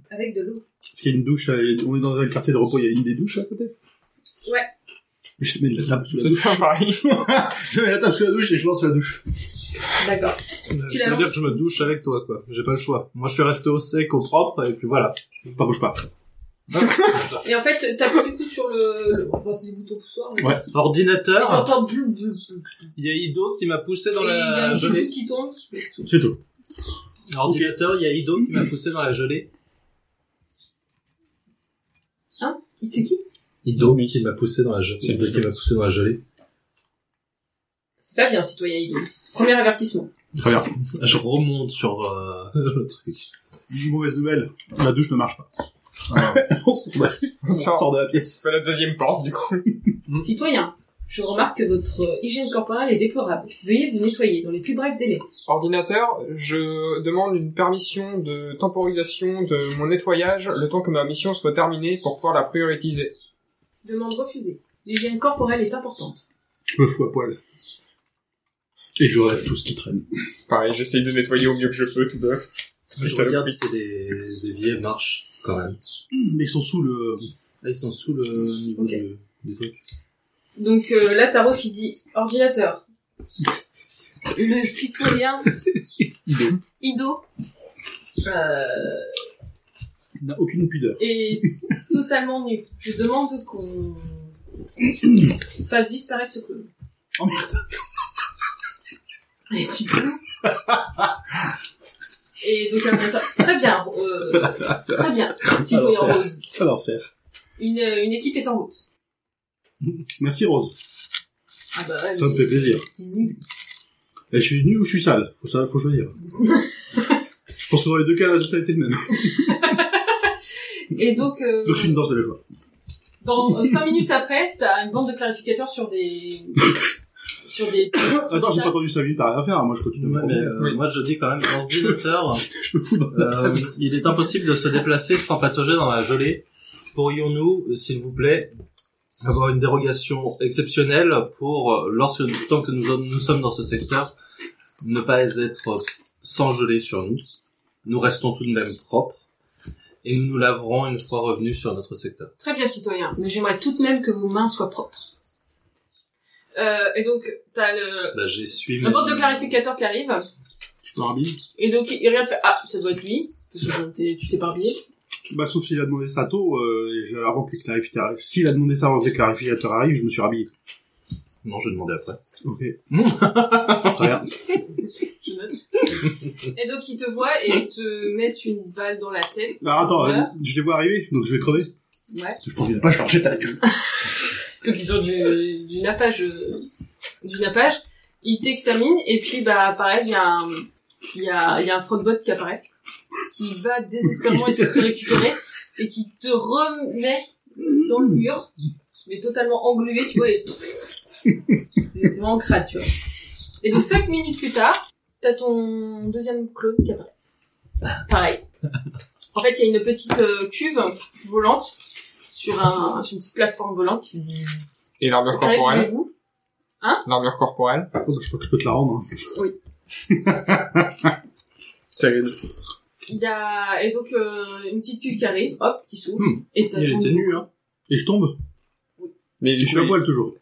[SPEAKER 2] Avec de l'eau.
[SPEAKER 4] Est-ce qu'il y a une douche euh, On est dans un quartier de repos, il y a une des douches à côté
[SPEAKER 2] Ouais.
[SPEAKER 4] Je mets la table sous la
[SPEAKER 5] C'est
[SPEAKER 4] douche.
[SPEAKER 5] ça, Paris.
[SPEAKER 4] Je mets la table sous la douche et je lance la douche.
[SPEAKER 2] D'accord. Tu
[SPEAKER 3] Ça
[SPEAKER 2] la
[SPEAKER 3] veut dire
[SPEAKER 2] lances
[SPEAKER 3] que je me douche avec toi, quoi. J'ai pas le choix. Moi, je suis resté au sec, au propre, et puis voilà.
[SPEAKER 4] T'en bouge pas.
[SPEAKER 2] Et en fait, t'appuies du coup sur le... le- Enfin, c'est des boutons poussoirs. mais-
[SPEAKER 4] Ouais.
[SPEAKER 2] Et
[SPEAKER 3] Ordinateur,
[SPEAKER 2] t'entends blou, blou, blou.
[SPEAKER 3] il y a Ido qui m'a poussé dans
[SPEAKER 2] Et il y a
[SPEAKER 3] la
[SPEAKER 2] une
[SPEAKER 3] gelée.
[SPEAKER 2] goutte qui tombe. mais c'est tout.
[SPEAKER 4] C'est tout.
[SPEAKER 3] Ordinateur, il y a Ido qui m'a poussé dans la gelée.
[SPEAKER 2] Il- C'est qui
[SPEAKER 3] Ido qui m'a poussé dans la gelée.
[SPEAKER 5] C'est
[SPEAKER 3] Ido qui m'a poussé dans la gelée.
[SPEAKER 2] C'est pas bien, citoyen Ido. Premier avertissement.
[SPEAKER 4] Très bien.
[SPEAKER 3] Je remonte sur euh, le truc.
[SPEAKER 4] Mauvaise nouvelle. Ah. La douche ne marche pas. on sort de,
[SPEAKER 5] On
[SPEAKER 4] on sort
[SPEAKER 5] sort.
[SPEAKER 4] de la pièce.
[SPEAKER 5] On fait la deuxième porte, du coup.
[SPEAKER 2] Citoyen, je remarque que votre hygiène corporelle est déplorable. Veuillez vous nettoyer dans les plus brefs délais.
[SPEAKER 5] Ordinateur, je demande une permission de temporisation de mon nettoyage le temps que ma mission soit terminée pour pouvoir la prioritiser.
[SPEAKER 2] Demande refusée. L'hygiène corporelle est importante.
[SPEAKER 4] Je me fous à poil. Et je relève tout ce qui traîne.
[SPEAKER 5] Pareil, j'essaye de nettoyer au mieux que je peux, tout de
[SPEAKER 3] Je
[SPEAKER 5] saloperie.
[SPEAKER 3] regarde si les éviers marchent quand même.
[SPEAKER 4] Hmm, Mais ils sont sous le...
[SPEAKER 3] Là, ils sont sous le niveau
[SPEAKER 2] Ok.
[SPEAKER 3] de- du truc.
[SPEAKER 2] Donc euh, là, t'as Rose qui dit ordinateur. Le citoyen
[SPEAKER 4] Ido.
[SPEAKER 2] Ido euh,
[SPEAKER 4] Il n'a aucune pudeur.
[SPEAKER 2] est totalement nu. Je
[SPEAKER 4] Oh,
[SPEAKER 2] demande qu'on fasse disparaître ce clown. Et tu Et donc après ça, très bien, euh, très bien, citoyen
[SPEAKER 4] Alors,
[SPEAKER 2] rose.
[SPEAKER 4] À l'enfer.
[SPEAKER 2] Une, euh, une équipe est en route.
[SPEAKER 4] Merci Rose.
[SPEAKER 2] Ah bah ouais,
[SPEAKER 4] Ça me
[SPEAKER 2] mais
[SPEAKER 4] fait plaisir.
[SPEAKER 2] t'es nul.
[SPEAKER 4] Et je suis nu ou je suis sale Faut ça, faut choisir. je pense que dans les deux cas, le résultat était le même.
[SPEAKER 2] Et donc, euh,
[SPEAKER 4] Donc je suis une danse de la joie.
[SPEAKER 2] dans euh, cinq minutes après, t'as une bande de clarificateurs sur des sur des.
[SPEAKER 4] Attends, j'ai pas entendu 5 minutes, t'as rien à faire. hein. Moi, je continue de me
[SPEAKER 3] Ouais, mais,
[SPEAKER 4] promener.
[SPEAKER 3] euh,
[SPEAKER 4] euh,
[SPEAKER 3] Moi, je dis quand même, l'ordinateur,
[SPEAKER 4] Je me fous dans la
[SPEAKER 3] euh, il est impossible de se déplacer sans patauger dans la gelée. Pourrions-nous, euh, s'il vous plaît, avoir une dérogation exceptionnelle pour, euh, lorsque, tant que nous, nous sommes dans ce secteur, ne pas être sans gelée sur nous. Nous restons tout de même propres. Et nous nous laverons une fois revenus sur notre secteur.
[SPEAKER 2] Très bien, citoyen. Mais j'aimerais tout de même que vos mains soient propres. Euh, et donc, t'as le
[SPEAKER 3] Bah, j'essuie
[SPEAKER 2] la
[SPEAKER 3] mes-
[SPEAKER 2] bande de clarificateurs qui arrive.
[SPEAKER 4] Je t'habille.
[SPEAKER 2] Et donc, il regarde, fait, ah, ça doit être lui. Parce que t'es- tu t'es pas habillé.
[SPEAKER 4] Bah, sauf s'il a demandé ça tôt, euh, et avant que les clarificateurs, s'il a demandé ça avant que les clarificateurs arrivent, je me suis rhabillé.
[SPEAKER 3] Non, je vais demander après.
[SPEAKER 4] Ok.
[SPEAKER 3] Mmh.
[SPEAKER 4] Très bien.
[SPEAKER 2] Je note. et donc ils te voient et ils te mettent une balle dans la tête.
[SPEAKER 4] Alors, attends,
[SPEAKER 2] Voilà.
[SPEAKER 4] euh, je les vois arriver, donc je vais crever. Oh,
[SPEAKER 2] Ouais.
[SPEAKER 4] Je t'en viens pas, je leur jette à la gueule.
[SPEAKER 2] Donc ils ont du, du nappage, euh, du nappage. Ils t'exterminent et puis bah pareil, il y a un, il y a, il y a un frontbot qui apparaît, qui va désespérément essayer de te récupérer et qui te remet dans le mur, mais totalement englué, tu vois. Et... C'est c'est vraiment crade, tu vois. Et donc cinq minutes plus tard, t'as ton deuxième clone qui apparaît. Pareil. En fait, il y a une petite euh, cuve volante sur, un, sur une petite plateforme volante
[SPEAKER 5] Et l'armure
[SPEAKER 2] Pareil,
[SPEAKER 5] corporelle
[SPEAKER 2] vous.
[SPEAKER 5] L'armure corporelle
[SPEAKER 4] Oh, bah, je crois que je peux te la rendre. hein.
[SPEAKER 5] Terrible.
[SPEAKER 2] Il y a et donc euh, une petite cuve qui arrive, hop, qui s'ouvre
[SPEAKER 4] Hmm.
[SPEAKER 2] et t'as
[SPEAKER 3] Il
[SPEAKER 2] ton-
[SPEAKER 3] était nu, hein.
[SPEAKER 4] Et je tombe.
[SPEAKER 5] Mais
[SPEAKER 4] Et
[SPEAKER 5] du
[SPEAKER 4] je suis à
[SPEAKER 5] coup,
[SPEAKER 4] poil toujours.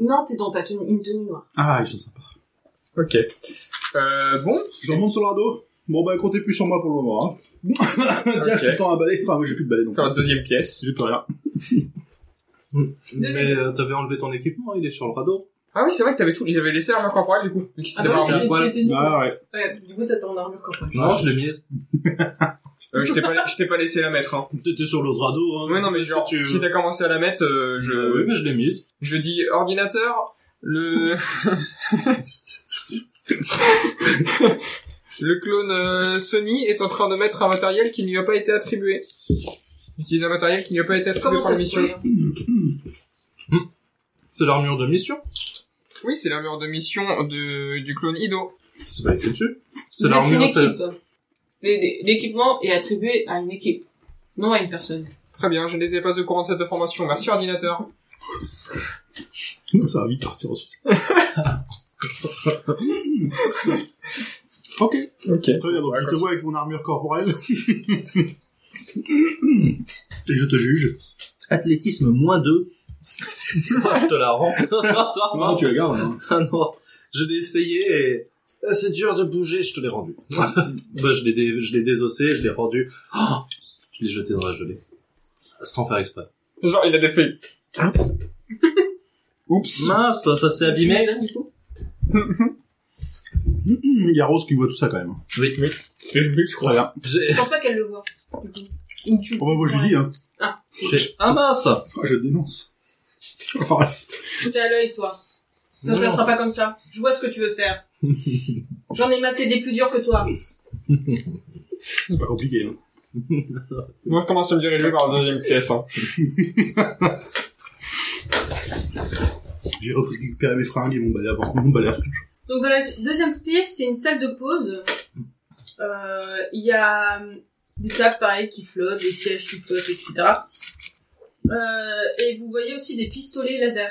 [SPEAKER 2] non t'es dans ta tenue une tenue noire.
[SPEAKER 4] Ah, ils sont sympas.
[SPEAKER 5] il- ok. Euh, bon,
[SPEAKER 4] Je remonte sur le radeau. Bon, bah, comptez plus sur moi pour le moment, hein. Tiens,
[SPEAKER 5] Ok.
[SPEAKER 4] je suis temps à balai. Enfin, moi, j'ai plus de balai, donc.
[SPEAKER 5] faire la deuxième pièce.
[SPEAKER 4] J'ai plus rien.
[SPEAKER 3] Mais euh, t'avais enlevé ton équipement, il est sur le radeau.
[SPEAKER 5] Ah oui, c'est vrai que t'avais tout. Il avait laissé l'armure corporelle, du coup. Vu qu'il s'était
[SPEAKER 2] Ah bah,
[SPEAKER 5] barré.
[SPEAKER 3] t'as
[SPEAKER 2] t'es-
[SPEAKER 3] un poil.
[SPEAKER 2] t'es tenue noire.
[SPEAKER 4] Ah, ouais.
[SPEAKER 2] Ouais, du coup t'as ton armure corporelle.
[SPEAKER 3] Non, Ah, je l'ai mise.
[SPEAKER 5] Euh, je t'ai pas, je t'ai pas laissé la mettre, hein.
[SPEAKER 3] T'étais sur le radeau, hein.
[SPEAKER 5] Ouais, non, mais
[SPEAKER 3] Qu'est-ce
[SPEAKER 5] genre,
[SPEAKER 3] que tu-
[SPEAKER 5] si t'as commencé à la mettre, euh, je,
[SPEAKER 3] Euh, oui, mais je l'ai mise.
[SPEAKER 5] je dis ordinateur, le, le clone euh, Sony est en train de mettre un matériel qui ne lui a pas été attribué. J'utilise un matériel qui ne lui a pas été attribué
[SPEAKER 2] Comment
[SPEAKER 5] par
[SPEAKER 2] ça
[SPEAKER 5] la
[SPEAKER 2] se
[SPEAKER 5] mission.
[SPEAKER 2] fait
[SPEAKER 3] C'est l'armure de mission.
[SPEAKER 5] Oui, c'est l'armure de mission de, du clone Ido.
[SPEAKER 3] C'est pas écrit
[SPEAKER 2] Vous
[SPEAKER 3] dessus. C'est
[SPEAKER 2] êtes une
[SPEAKER 3] l'armure, c'est...
[SPEAKER 2] équipe. Les- les- L'équipement est attribué à une équipe, non à une personne.
[SPEAKER 5] Très bien, je n'étais pas au courant de cette information. Merci ordinateur.
[SPEAKER 4] Ça va vite partir au succès. ok.
[SPEAKER 5] Ok.
[SPEAKER 4] Très bien, donc je te vois avec mon armure corporelle. Et je te juge.
[SPEAKER 3] Athlétisme moins 2. Ah, je te la rends.
[SPEAKER 4] Non, tu la gardes. hein.
[SPEAKER 3] Ah non, je l'ai essayé et... Ah, C'est dur de bouger, je te l'ai rendu. bah, je l'ai dé- je l'ai désossé, je l'ai rendu. Ah je l'ai jeté dans la gelée. Sans faire exprès.
[SPEAKER 5] Genre, il a des feuilles. Oups.
[SPEAKER 3] Mince, ça, ça s'est abîmé.
[SPEAKER 4] Il y a Rose qui voit tout ça quand même.
[SPEAKER 3] Oui, oui.
[SPEAKER 5] C'est le but, je
[SPEAKER 4] Très bien.
[SPEAKER 2] Je
[SPEAKER 3] J'ai...
[SPEAKER 2] pense pas qu'elle le voit. du coup. Ou tu-
[SPEAKER 4] Oh, bah, moi je lui dis, hein.
[SPEAKER 3] j'ai- Ah mince
[SPEAKER 4] Oh, je te dénonce. Oh, ouais.
[SPEAKER 2] T'es à l'œil, toi. Ça se
[SPEAKER 3] Non.
[SPEAKER 2] passera pas comme ça. Je vois ce que tu veux faire. J'en ai maté des plus durs que toi.
[SPEAKER 4] C'est pas compliqué. Hein.
[SPEAKER 5] Moi, je commence à me diriger vers la deuxième pièce. Hein.
[SPEAKER 4] J'ai récupéré mes fringues et mon balai avant. Mon balai à fringues.
[SPEAKER 2] Donc dans la deuxième pièce, c'est une salle de pause. Euh, Il y a euh, des tables pareilles qui flottent, des sièges qui flottent, etc. Euh, et vous voyez aussi des pistolets laser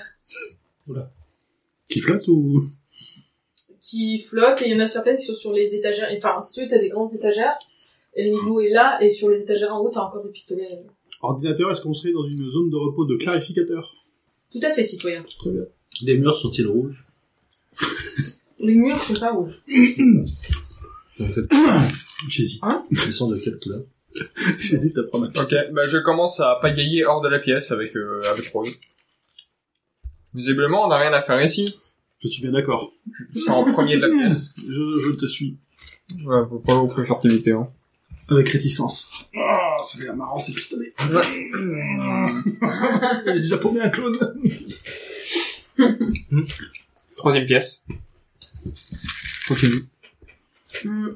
[SPEAKER 4] Qui flotte ou.
[SPEAKER 2] qui flottent et il y en a certaines qui sont sur les étagères. Enfin, si tu veux, t'as des grandes étagères et le niveau est là et sur les étagères en haut, t'as encore des pistolets. laser.
[SPEAKER 4] Ordinateur, est-ce qu'on serait dans une zone de repos de clarificateur
[SPEAKER 2] Tout à fait, citoyen.
[SPEAKER 3] Les murs sont-ils rouges
[SPEAKER 2] Les murs sont pas rouges.
[SPEAKER 4] J'hésite.
[SPEAKER 3] Ils sont de quelle couleur
[SPEAKER 4] J'hésite à prendre un
[SPEAKER 5] Ok, bah je commence à pagayer hors de la pièce avec euh, avec Rose. Visiblement, on n'a rien à faire ici.
[SPEAKER 4] Je suis bien d'accord.
[SPEAKER 5] Je sors en premier de la pièce.
[SPEAKER 4] Je, je te suis.
[SPEAKER 5] Ouais, faut pas beaucoup de fertilité, hein.
[SPEAKER 4] Avec réticence. Ah, ça fait marrant ces pistolets. Il a déjà paumé un clone.
[SPEAKER 5] Troisième pièce. Continue.
[SPEAKER 2] Hmm.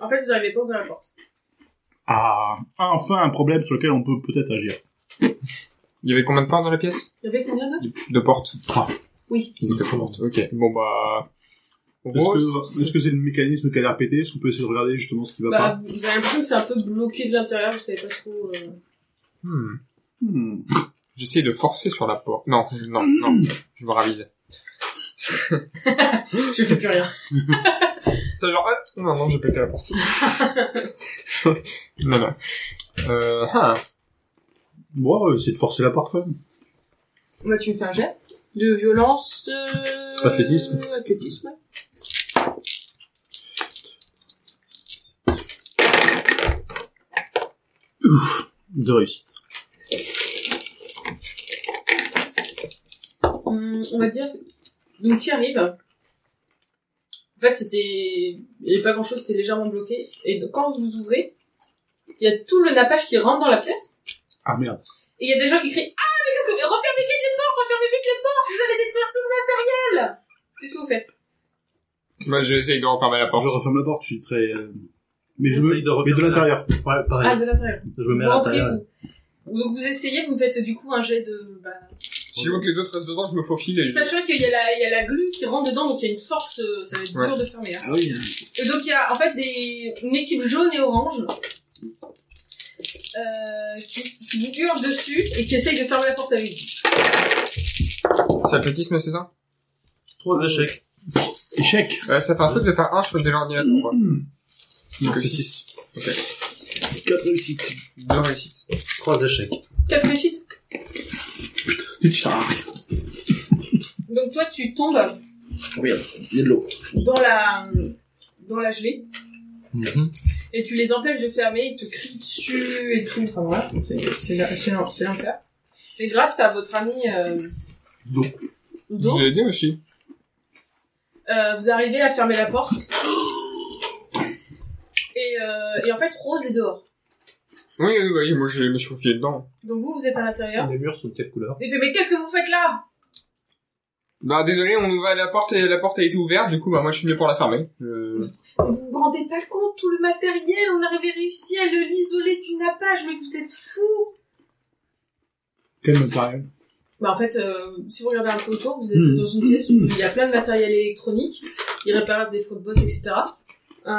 [SPEAKER 2] En fait, vous n'arrivez pas à ouvrir la porte.
[SPEAKER 4] Ah, enfin un problème sur lequel on peut peut-être agir.
[SPEAKER 5] Il y avait combien de portes dans la pièce
[SPEAKER 2] Il y avait combien de
[SPEAKER 5] Deux portes. Trois.
[SPEAKER 2] Oui.
[SPEAKER 5] Deux portes, ok. Bon, bah...
[SPEAKER 4] Est-ce
[SPEAKER 5] Rose,
[SPEAKER 4] que est-ce que c'est le mécanisme qui a l'air pété Est-ce qu'on peut essayer de regarder justement ce qui va
[SPEAKER 2] Bah, vous, vous avez l'impression que c'est un peu bloqué de l'intérieur, vous savez pas trop... euh,
[SPEAKER 5] hmm.
[SPEAKER 4] pas Hmm.
[SPEAKER 5] J'essaie de forcer sur la porte. Non, je- non, non. Je me ravise.
[SPEAKER 2] Je fais plus rien.
[SPEAKER 5] C'est genre, ah, non, non, j'ai pété la porte. non, non. Euh, ah,
[SPEAKER 4] Bon, on va essayer euh, de forcer la porte quand même.
[SPEAKER 2] Bah, tu me fais un jet de violence... euh,
[SPEAKER 4] Athlétisme.
[SPEAKER 2] Athlétisme, ouais.
[SPEAKER 4] De réussite.
[SPEAKER 2] Hum, on va dire... Donc, tu arrives. En fait, c'était... Il n'y avait pas grand-chose, c'était légèrement bloqué. Et donc, quand vous ouvrez, il y a tout le nappage qui rentre dans la pièce.
[SPEAKER 4] Ah merde.
[SPEAKER 2] Et il y a des gens qui crient « Ah, mais qu'est-ce que... Refermez vite les portes Refermez vite les portes Vous allez détruire tout le matériel !» Qu'est-ce que vous faites
[SPEAKER 5] moi, Bah, j'essaie de refermer la
[SPEAKER 4] Je
[SPEAKER 5] porte.
[SPEAKER 4] referme la porte, je suis très... euh, Mais je
[SPEAKER 3] On
[SPEAKER 4] veux...
[SPEAKER 3] essaye de
[SPEAKER 4] Mais de
[SPEAKER 3] refermer la-
[SPEAKER 4] l'intérieur.
[SPEAKER 3] Ouais, pareil.
[SPEAKER 2] Ah, de l'intérieur.
[SPEAKER 3] je me mets à
[SPEAKER 2] Vous rentrez,
[SPEAKER 3] l'intérieur.
[SPEAKER 2] vous- Donc vous essayez, vous faites du coup un jet de... Bah,
[SPEAKER 5] Si je vois que les autres restent dedans, je me faufile et je...
[SPEAKER 2] sachant qu'il y, a la- il y a la glu qui rentre dedans, donc il y a une force, euh, ça va être
[SPEAKER 5] Ouais.
[SPEAKER 2] dur de fermer. hein.
[SPEAKER 4] Ah oui.
[SPEAKER 2] Et donc il y a en fait des, une équipe jaune et orange euh, qui, qui vous hurle dessus et qui essaye de fermer la porte avec vous.
[SPEAKER 5] C'est athlétisme, c'est ça
[SPEAKER 3] Trois échecs.
[SPEAKER 4] Échec.
[SPEAKER 5] Ouais, Euh, ça fait un truc de faire un sur le l'ordinateur, quoi.
[SPEAKER 4] Non,
[SPEAKER 5] Que
[SPEAKER 4] c'est
[SPEAKER 5] six.
[SPEAKER 4] 6. Quatre réussites.
[SPEAKER 5] Deux réussites.
[SPEAKER 3] Trois échecs.
[SPEAKER 2] Quatre réussites.
[SPEAKER 4] Tu sers à rien.
[SPEAKER 2] Donc toi tu tombes
[SPEAKER 4] Il y a de l'eau.
[SPEAKER 2] dans la dans la gelée
[SPEAKER 3] Mhm.
[SPEAKER 2] et tu les empêches de fermer, ils te crient dessus et tout. Enfin voilà, c'est c'est la- c'est l'en- c'est l'enfer. Mais grâce à votre ami euh,
[SPEAKER 4] D'eau.
[SPEAKER 2] Do,
[SPEAKER 5] Je l'ai dit aussi.
[SPEAKER 2] Euh, vous arrivez à fermer la porte. Et, euh, et en fait, Rose est dehors.
[SPEAKER 5] Oui, oui, oui, moi, je je me suis faufilé dedans.
[SPEAKER 2] Donc vous, vous êtes à l'intérieur.
[SPEAKER 3] Les murs sont de quatre
[SPEAKER 5] Ah.
[SPEAKER 3] couleurs.
[SPEAKER 2] Il fait, mais qu'est-ce que vous faites là
[SPEAKER 5] Bah, désolé, on ouvre la porte et la porte a été ouverte, du coup, bah, moi, je suis venu pour la fermer. Je...
[SPEAKER 2] Vous vous rendez pas compte, tout le matériel, on avait réussi à le l'isoler du nappage, mais vous êtes fous
[SPEAKER 4] Quel matériel
[SPEAKER 2] Bah en fait, euh, si vous regardez un peu autour, vous êtes
[SPEAKER 5] Hmm.
[SPEAKER 4] Mmh.
[SPEAKER 2] dans une pièce où il y a plein de matériel électronique, ils réparent des faux de bottes, etc. Euh,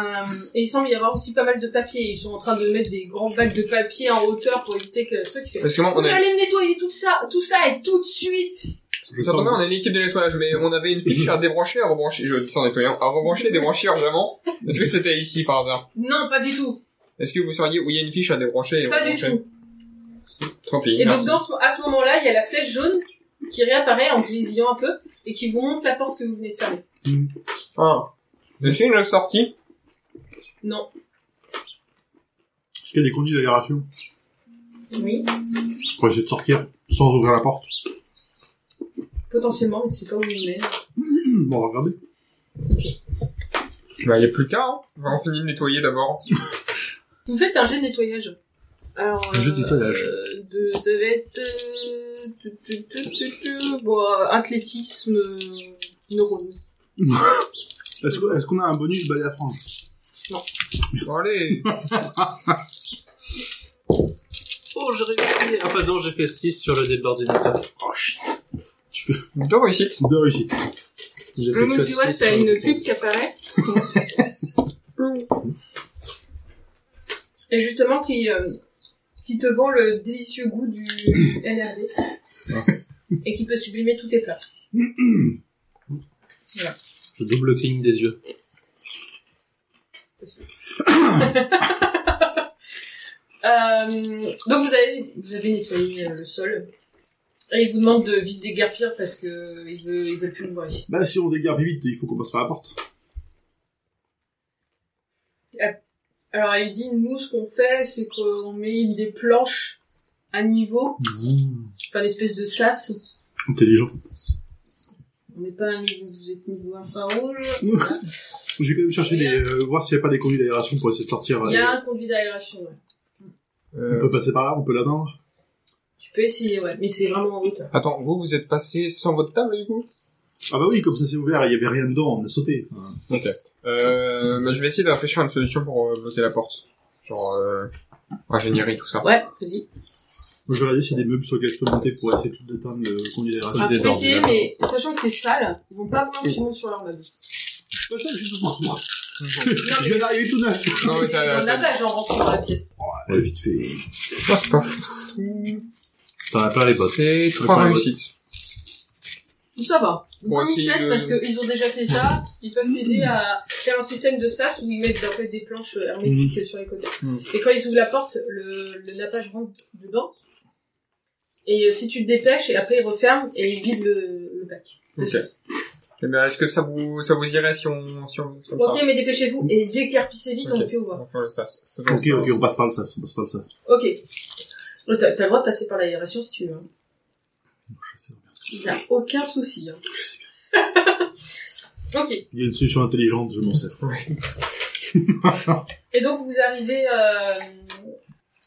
[SPEAKER 2] et il semble y avoir aussi pas mal de papier, ils sont en train de mettre des grands bacs de papier en hauteur pour éviter que le truc... il fait,
[SPEAKER 5] Parce que moi, on
[SPEAKER 2] Vous
[SPEAKER 5] est...
[SPEAKER 2] allez me nettoyer tout ça, tout ça et tout de suite
[SPEAKER 5] Ça tombe bien, on est une équipe de nettoyage, mais on avait une fiche à débrancher, à rebrancher, je dis ça en nettoyant, à rebrancher, débrancher urgemment. Est-ce que c'était ici, par hasard?
[SPEAKER 2] Non, pas du tout.
[SPEAKER 5] Est-ce que vous sauriez où il y a une fiche à débrancher et
[SPEAKER 2] Pas du
[SPEAKER 5] rebrancher
[SPEAKER 2] tout.
[SPEAKER 5] Tant pis.
[SPEAKER 2] Et
[SPEAKER 5] merci.
[SPEAKER 2] donc, dans ce- à ce moment-là, il y a la flèche jaune qui réapparaît en grésillant un peu et qui vous montre la porte que vous venez de fermer.
[SPEAKER 5] Ah. Est-ce qu'il y a une autre sortie?
[SPEAKER 2] Non.
[SPEAKER 4] Est-ce qu'il y a des conduits d'aération
[SPEAKER 2] Oui.
[SPEAKER 4] Pour essayer de sortir sans ouvrir la porte.
[SPEAKER 2] Potentiellement, mais tu sais pas où vous venez.
[SPEAKER 4] Hmm, Bon, on va regarder.
[SPEAKER 5] Bah, il y a plus qu'à, hein. Bah, on finit de nettoyer d'abord.
[SPEAKER 2] Vous faites un jet de nettoyage. Alors,
[SPEAKER 4] Un jet de nettoyage.
[SPEAKER 2] euh, de, ça va être... euh, tu, tu, tu, tu, tu, bon, euh, athlétisme, euh, neurone.
[SPEAKER 4] Est-ce que- est-ce qu'on a un bonus balai à prendre
[SPEAKER 5] Bon, allez.
[SPEAKER 3] Oh, j'ai réussi. Enfin, non, j'ai fait 6 sur le dé de l'ordinateur.
[SPEAKER 5] Deux réussites.
[SPEAKER 4] Deux réussites.
[SPEAKER 3] J'ai fait
[SPEAKER 2] Donc,
[SPEAKER 3] que
[SPEAKER 2] tu vois,
[SPEAKER 3] 6.
[SPEAKER 2] t'as une pub qui apparaît. Et justement, qui, euh, qui te vend le délicieux goût du NRD. Et qui peut sublimer tous tes plats.
[SPEAKER 3] Je double cligne des yeux.
[SPEAKER 2] Euh, donc, vous avez, vous avez nettoyé euh, le sol. Et il vous demande de vite déguerpir parce que il veut, il veut plus vous voir ici.
[SPEAKER 4] Bah, si on dégarde vite, il faut qu'on passe par la porte.
[SPEAKER 2] Alors, il dit, nous, ce qu'on fait, c'est qu'on met des planches à niveau. Enfin, une espèce de sas
[SPEAKER 4] Intelligent.
[SPEAKER 2] On n'est pas un niveau, vous êtes niveau infrarouge.
[SPEAKER 4] J'ai quand même cherché des, euh, voir s'il n'y a pas des conduits d'aération pour essayer de sortir. euh,
[SPEAKER 2] Il y a un conduit d'aération, ouais.
[SPEAKER 4] On
[SPEAKER 5] Euh,
[SPEAKER 4] peut passer par là, on peut l'atteindre.
[SPEAKER 2] Tu peux essayer, ouais, mais c'est vraiment en hauteur.
[SPEAKER 5] Attends, vous, vous êtes passé sans votre table, du coup
[SPEAKER 4] Ah bah oui, comme ça c'est ouvert, il n'y avait rien dedans, on a sauté. Enfin,
[SPEAKER 5] Ok. Euh, bah, je vais essayer de réfléchir à une solution pour euh, bloquer la porte. Genre, euh, ingénierie, tout ça.
[SPEAKER 2] Ouais, vas-y.
[SPEAKER 4] moi, je vais regarder s'il y a des meubles sur lesquels je peux monter pour essayer de- d'atteindre le conduit d'aération.
[SPEAKER 2] Ah, tu peux
[SPEAKER 3] désordre,
[SPEAKER 2] essayer,
[SPEAKER 3] d'accord.
[SPEAKER 2] mais sachant que t'es sale, ils vont pas vouloir que tu montes sur leur meuble.
[SPEAKER 4] Je suis pas seul, je suis tout neuf. Je viens d'arriver tout neuf.
[SPEAKER 5] non, mais t'as...
[SPEAKER 2] On a
[SPEAKER 5] t'as-
[SPEAKER 2] pas genre rentré dans la pièce.
[SPEAKER 3] Ouais, vite fait.
[SPEAKER 5] Non, c'est pas
[SPEAKER 3] T'en as plein les bottes.
[SPEAKER 5] C'est trois
[SPEAKER 3] Ouais.
[SPEAKER 5] réussites.
[SPEAKER 2] Tout ça va. Vous
[SPEAKER 5] Bon,
[SPEAKER 2] pouvez
[SPEAKER 5] si
[SPEAKER 2] y peut-être
[SPEAKER 5] le-
[SPEAKER 2] parce qu'ils ont déjà fait ça, ils peuvent t'aider à faire un système de sas où ils mettent en fait, des planches hermétiques sur les côtés.
[SPEAKER 5] Mhm.
[SPEAKER 2] Et quand ils ouvrent la porte, le, le nappage rentre dedans. Et euh, si tu te dépêches, et après ils referment et ils vident le, le bac. Le
[SPEAKER 5] Ok.
[SPEAKER 2] sas.
[SPEAKER 5] Eh ben, est-ce que ça vous, ça vous irait si on, si on, comme
[SPEAKER 2] Ok,
[SPEAKER 5] ça
[SPEAKER 2] mais dépêchez-vous et décarpissez vite,
[SPEAKER 5] Ok.
[SPEAKER 2] on peut ouvrir.
[SPEAKER 5] On fait le sas. Faisons
[SPEAKER 4] Ok,
[SPEAKER 5] le
[SPEAKER 4] ok,
[SPEAKER 5] sas.
[SPEAKER 4] on passe par le sas, on passe par le sas.
[SPEAKER 2] Ok. Euh, T'as t'as le droit de passer par l'aération si tu veux. hein.
[SPEAKER 4] Je sais.
[SPEAKER 2] Il n'y a aucun souci. hein. ok.
[SPEAKER 4] Il y a une solution intelligente, je m'en sers.
[SPEAKER 2] Et donc vous arrivez, euh,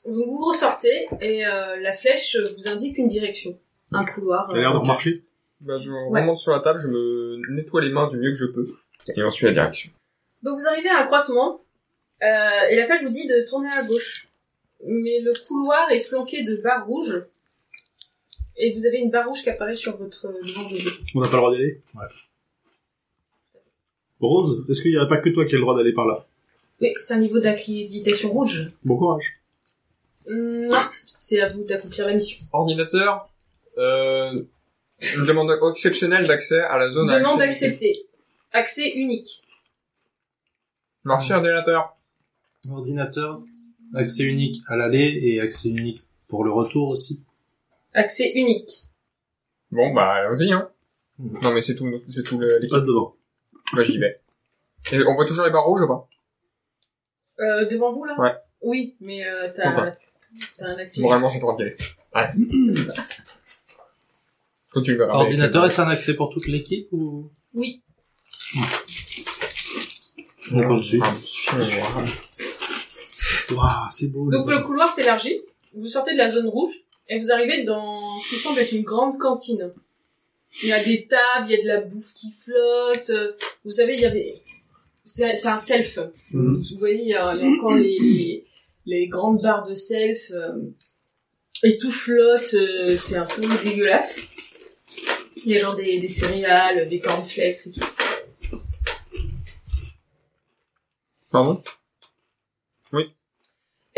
[SPEAKER 2] donc vous ressortez et euh, la flèche vous indique une direction, un couloir. euh.
[SPEAKER 4] Ça a l'air de remarcher.
[SPEAKER 5] Bah, je
[SPEAKER 2] Ouais.
[SPEAKER 5] remonte sur la table, je me nettoie les mains du mieux que je peux. Et on suit la direction.
[SPEAKER 2] Donc vous arrivez à un croisement euh, et la flèche vous dit de tourner à gauche. Mais le couloir est flanqué de barres rouges et vous avez une barre rouge qui apparaît sur votre euh, devant vos yeux.
[SPEAKER 4] On n'a pas le droit d'aller Ouais. Rose, est-ce qu'il n'y a pas que toi qui as le droit d'aller par là
[SPEAKER 2] Oui, c'est un niveau d'accréditation rouge.
[SPEAKER 4] Bon courage.
[SPEAKER 2] Non, c'est à vous d'accomplir la mission.
[SPEAKER 5] Ordinateur, euh, une demande exceptionnelle d'accès à la zone à
[SPEAKER 2] Demande
[SPEAKER 5] accès limité.
[SPEAKER 2] acceptée. Accès unique.
[SPEAKER 5] Marché ordinateur.
[SPEAKER 3] Ordinateur, accès unique à l'aller et accès unique pour le retour aussi.
[SPEAKER 2] Accès unique.
[SPEAKER 5] Bon, bah, allons-y, hein.
[SPEAKER 4] Mmh.
[SPEAKER 3] Mm.
[SPEAKER 5] Non, mais c'est tout, c'est tout le- l'équipe.
[SPEAKER 4] Passe devant.
[SPEAKER 5] Bah, j'y vais. Et on voit toujours les barres rouges ou pas?
[SPEAKER 2] Euh, devant vous là
[SPEAKER 5] Ouais.
[SPEAKER 2] Oui, mais euh, t'as
[SPEAKER 5] Pourquoi
[SPEAKER 2] t'as un accès.
[SPEAKER 5] Moralement, j'ai le droit d'y aller. Ouais. Faut que tu le verras.
[SPEAKER 3] Ordinateur, est-ce un accès pour toute l'équipe ou
[SPEAKER 2] Oui.
[SPEAKER 4] On prend dessus.
[SPEAKER 5] Ah, bon.
[SPEAKER 4] Waouh, c'est beau.
[SPEAKER 2] Donc le couloir s'élargit, vous sortez de la zone rouge et vous arrivez dans ce qui semble être une grande cantine. Il y a des tables, il y a de la bouffe qui flotte. euh, Vous savez, il y avait c'est c'est un self.
[SPEAKER 4] Mhm.
[SPEAKER 2] Vous voyez, il y a, il y a encore les, les les grandes barres de self euh, et tout flotte. euh, C'est un peu dégueulasse. Il y a genre des, des céréales, des cornflakes et tout.
[SPEAKER 5] Pardon?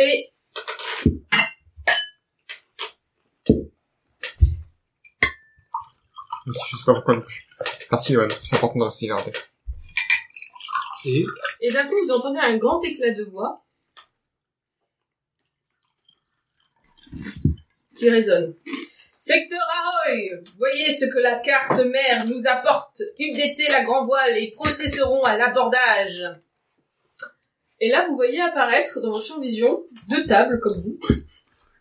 [SPEAKER 2] Et
[SPEAKER 5] Je sais pas pourquoi non plus. Merci, ouais, c'est important de la solidarité.
[SPEAKER 3] Et
[SPEAKER 2] Et d'un coup, vous entendez un grand éclat de voix qui résonne. Secteur Ahoy, voyez ce que la carte mère nous apporte. Updatez la grand voile et processerons à l'abordage. Et là, vous voyez apparaître dans votre champ de vision deux tables comme vous.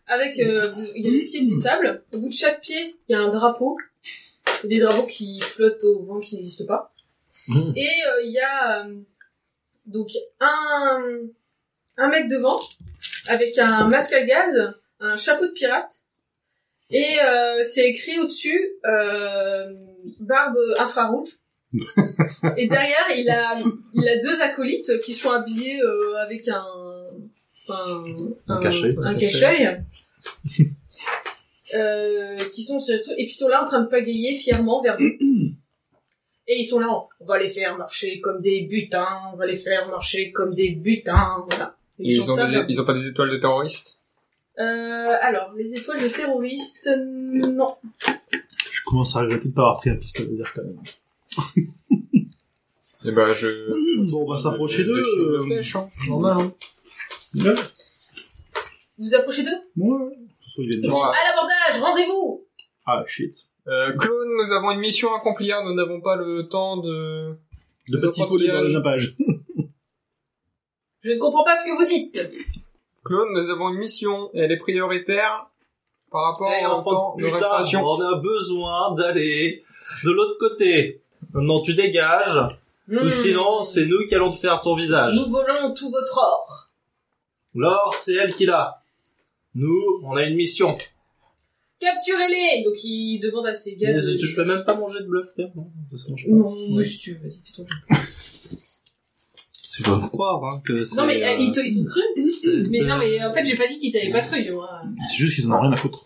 [SPEAKER 2] Avec, euh, vous- il y a des pieds d'une table. Au bout de chaque pied, il y a un drapeau. Et Des drapeaux qui flottent au vent qui n'existent pas.
[SPEAKER 3] Mmh.
[SPEAKER 2] Et euh, il y a euh, donc un, un mec devant avec un masque à gaz, un chapeau de pirate et euh, c'est écrit au-dessus euh, barbe infrarouge. et derrière il a il a deux acolytes qui sont habillés euh, avec un enfin,
[SPEAKER 3] Un cachet.
[SPEAKER 2] un
[SPEAKER 5] Un
[SPEAKER 2] cache-œil. Euh, qui sont sur le truc- et puis ils sont là en train de pagayer fièrement vers vous. Et ils sont là, en, on va les faire marcher comme des butins, on va les faire marcher comme des butins, voilà. Et
[SPEAKER 5] Ils,
[SPEAKER 2] chantent
[SPEAKER 5] ont
[SPEAKER 2] ça
[SPEAKER 5] des,
[SPEAKER 2] vers-
[SPEAKER 5] ils ont pas des étoiles de terroristes?
[SPEAKER 2] Euh, alors, les étoiles de terroristes, non.
[SPEAKER 4] Je commence à regretter de ne pas avoir pris un pistolet à dire quand même.
[SPEAKER 5] Eh ben, je...
[SPEAKER 4] Bon, on va
[SPEAKER 3] Oh,
[SPEAKER 4] s'approcher d'eux.
[SPEAKER 5] Dessus,
[SPEAKER 4] euh,
[SPEAKER 5] la flèche, hein. Normal, hein.
[SPEAKER 4] Ouais,
[SPEAKER 2] Vous vous approchez d'eux
[SPEAKER 4] ouais. Ce soir, ils viennent de-
[SPEAKER 5] Bon,
[SPEAKER 2] À l'abordage, rendez-vous
[SPEAKER 4] Ah, shit.
[SPEAKER 5] Euh, Clone, nous avons une mission à accomplir, nous n'avons pas le temps de...
[SPEAKER 4] De
[SPEAKER 5] Ils ont
[SPEAKER 4] petits follets dans
[SPEAKER 5] pensé à-
[SPEAKER 4] le nappage.
[SPEAKER 2] Je ne comprends pas ce que vous dites.
[SPEAKER 5] Clone, nous avons une mission, et elle est prioritaire par rapport
[SPEAKER 3] Eh,
[SPEAKER 5] au
[SPEAKER 3] enfant
[SPEAKER 5] temps
[SPEAKER 3] de
[SPEAKER 5] de
[SPEAKER 3] putain,
[SPEAKER 5] réparation.
[SPEAKER 3] on a besoin d'aller de l'autre côté. Maintenant, tu dégages, ou
[SPEAKER 2] Mmh.
[SPEAKER 3] sinon, c'est nous qui allons te faire ton visage.
[SPEAKER 2] Nous volons tout votre or.
[SPEAKER 3] L'or, c'est elle qui l'a. Nous, on a une mission.
[SPEAKER 2] Capturez-les Donc il demande à ses gars
[SPEAKER 3] Mais
[SPEAKER 2] de...
[SPEAKER 3] tu fais même pas manger de bluff, frère, non Ça marche pas.
[SPEAKER 2] Non,
[SPEAKER 3] Oui.
[SPEAKER 2] si tu veux, vas-y, fais ton jeu.
[SPEAKER 3] Tu dois me croire, hein, que c'est...
[SPEAKER 2] Non mais
[SPEAKER 3] euh,
[SPEAKER 2] euh, ils te- ils t'ont cru
[SPEAKER 3] c'est-
[SPEAKER 2] Mais non mais en fait j'ai pas dit qu'ils t'avaient pas cru, il y aura-
[SPEAKER 6] C'est juste qu'ils en ont rien à foutre.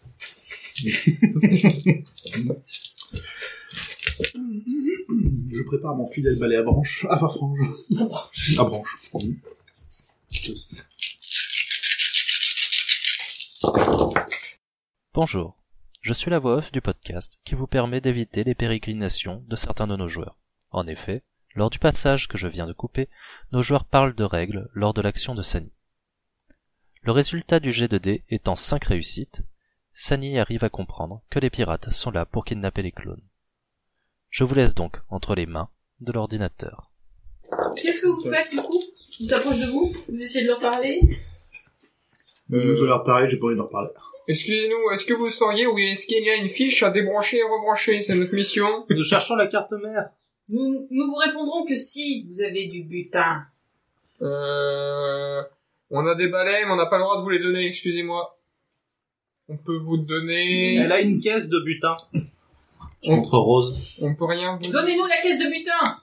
[SPEAKER 4] Je prépare mon fidèle balai à branche. À farfrange. à branche. pardon.
[SPEAKER 7] Bonjour, je suis la voix off du podcast qui vous permet d'éviter les pérégrinations de certains de nos joueurs. En effet, lors du passage que je viens de couper, nos joueurs parlent de règles lors de l'action de Sani. Le résultat du G2D étant 5 réussites, Sani arrive à comprendre que les pirates sont là pour kidnapper les clones. Je vous laisse donc entre les mains de l'ordinateur.
[SPEAKER 2] Qu'est-ce que vous faites du coup Ils s'approchent de vous Vous essayez de leur parler
[SPEAKER 4] Ils ont
[SPEAKER 5] Euh,
[SPEAKER 4] l'air tarés, j'ai pas envie de leur parler.
[SPEAKER 5] Excusez-nous, est-ce que vous sauriez où est-ce qu'il y a une fiche à débrancher et rebrancher C'est notre mission.
[SPEAKER 3] euh, Nous cherchons la carte mère.
[SPEAKER 2] nous, nous vous répondrons que si vous avez du butin.
[SPEAKER 5] Euh... On a des balais, mais on n'a pas le droit de vous les donner, excusez-moi. On peut vous donner...
[SPEAKER 3] Elle a une caisse de butin. Je
[SPEAKER 5] On-
[SPEAKER 3] montre Rose.
[SPEAKER 5] On peut rien vous...
[SPEAKER 2] Donnez-nous la caisse de butin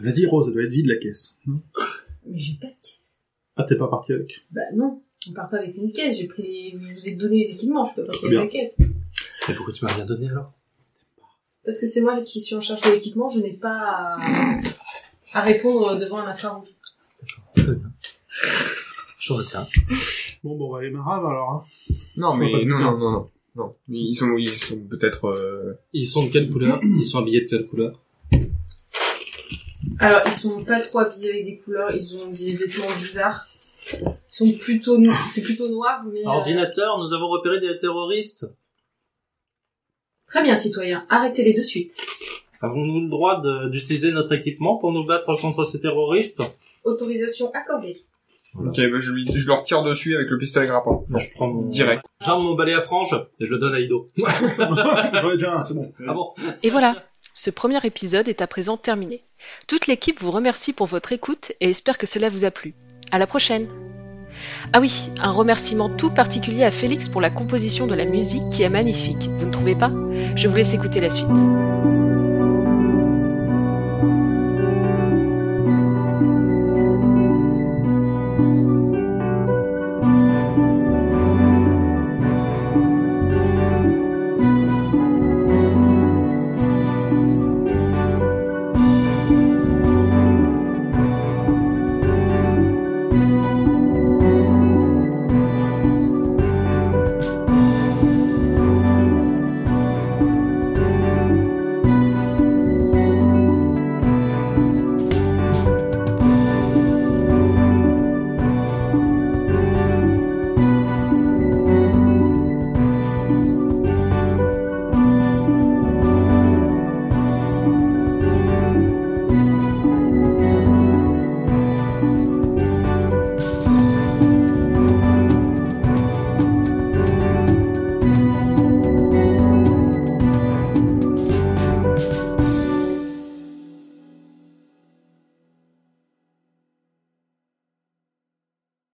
[SPEAKER 4] Vas-y, Rose, elle doit être vide, la caisse.
[SPEAKER 2] Mais j'ai pas de caisse.
[SPEAKER 4] Ah, t'es pas parti avec.
[SPEAKER 2] Bah non, on part pas avec une caisse, j'ai pris les... je vous ai donné les équipements, je peux pas partir
[SPEAKER 4] bien.
[SPEAKER 2] avec la caisse.
[SPEAKER 3] Mais pourquoi tu m'as rien donné, alors
[SPEAKER 2] Parce que c'est moi qui suis en charge de l'équipement, je n'ai pas à... à répondre devant un infrarouge.
[SPEAKER 3] Je retiens.
[SPEAKER 4] Bon, bon, on va aller marave, alors, hein.
[SPEAKER 5] Non,
[SPEAKER 4] Faut pas-
[SPEAKER 5] mais non, non, non, non. Non, Mais ils sont, ils sont peut-être... euh,
[SPEAKER 3] Ils sont de quelle couleur Ils sont habillés de quelle couleur
[SPEAKER 2] Alors, ils sont pas trop habillés avec des couleurs, ils ont des vêtements bizarres. Ils sont plutôt no- c'est plutôt noir, mais euh,
[SPEAKER 3] Ordinateur, nous avons repéré des terroristes.
[SPEAKER 2] euh, très bien, citoyens, arrêtez-les de suite.
[SPEAKER 3] Avons-nous le droit de- d'utiliser notre équipement pour nous battre contre ces terroristes
[SPEAKER 2] Autorisation accordée.
[SPEAKER 5] Ok, bah je, lui- je leur tire dessus avec le pistolet grappant.
[SPEAKER 3] Non, je prends mon...
[SPEAKER 5] Direct.
[SPEAKER 3] J'arme mon balai à franges et je le donne à Ido.
[SPEAKER 4] J'en ai déjà un, c'est bon.
[SPEAKER 3] ah bon
[SPEAKER 1] Et voilà, ce premier épisode est à présent terminé. Toute l'équipe vous remercie pour votre écoute et espère que cela vous a plu. À la prochaine. Ah oui, un remerciement tout particulier à Félix pour la composition de la musique qui est magnifique, vous ne trouvez pas Je vous laisse écouter la suite.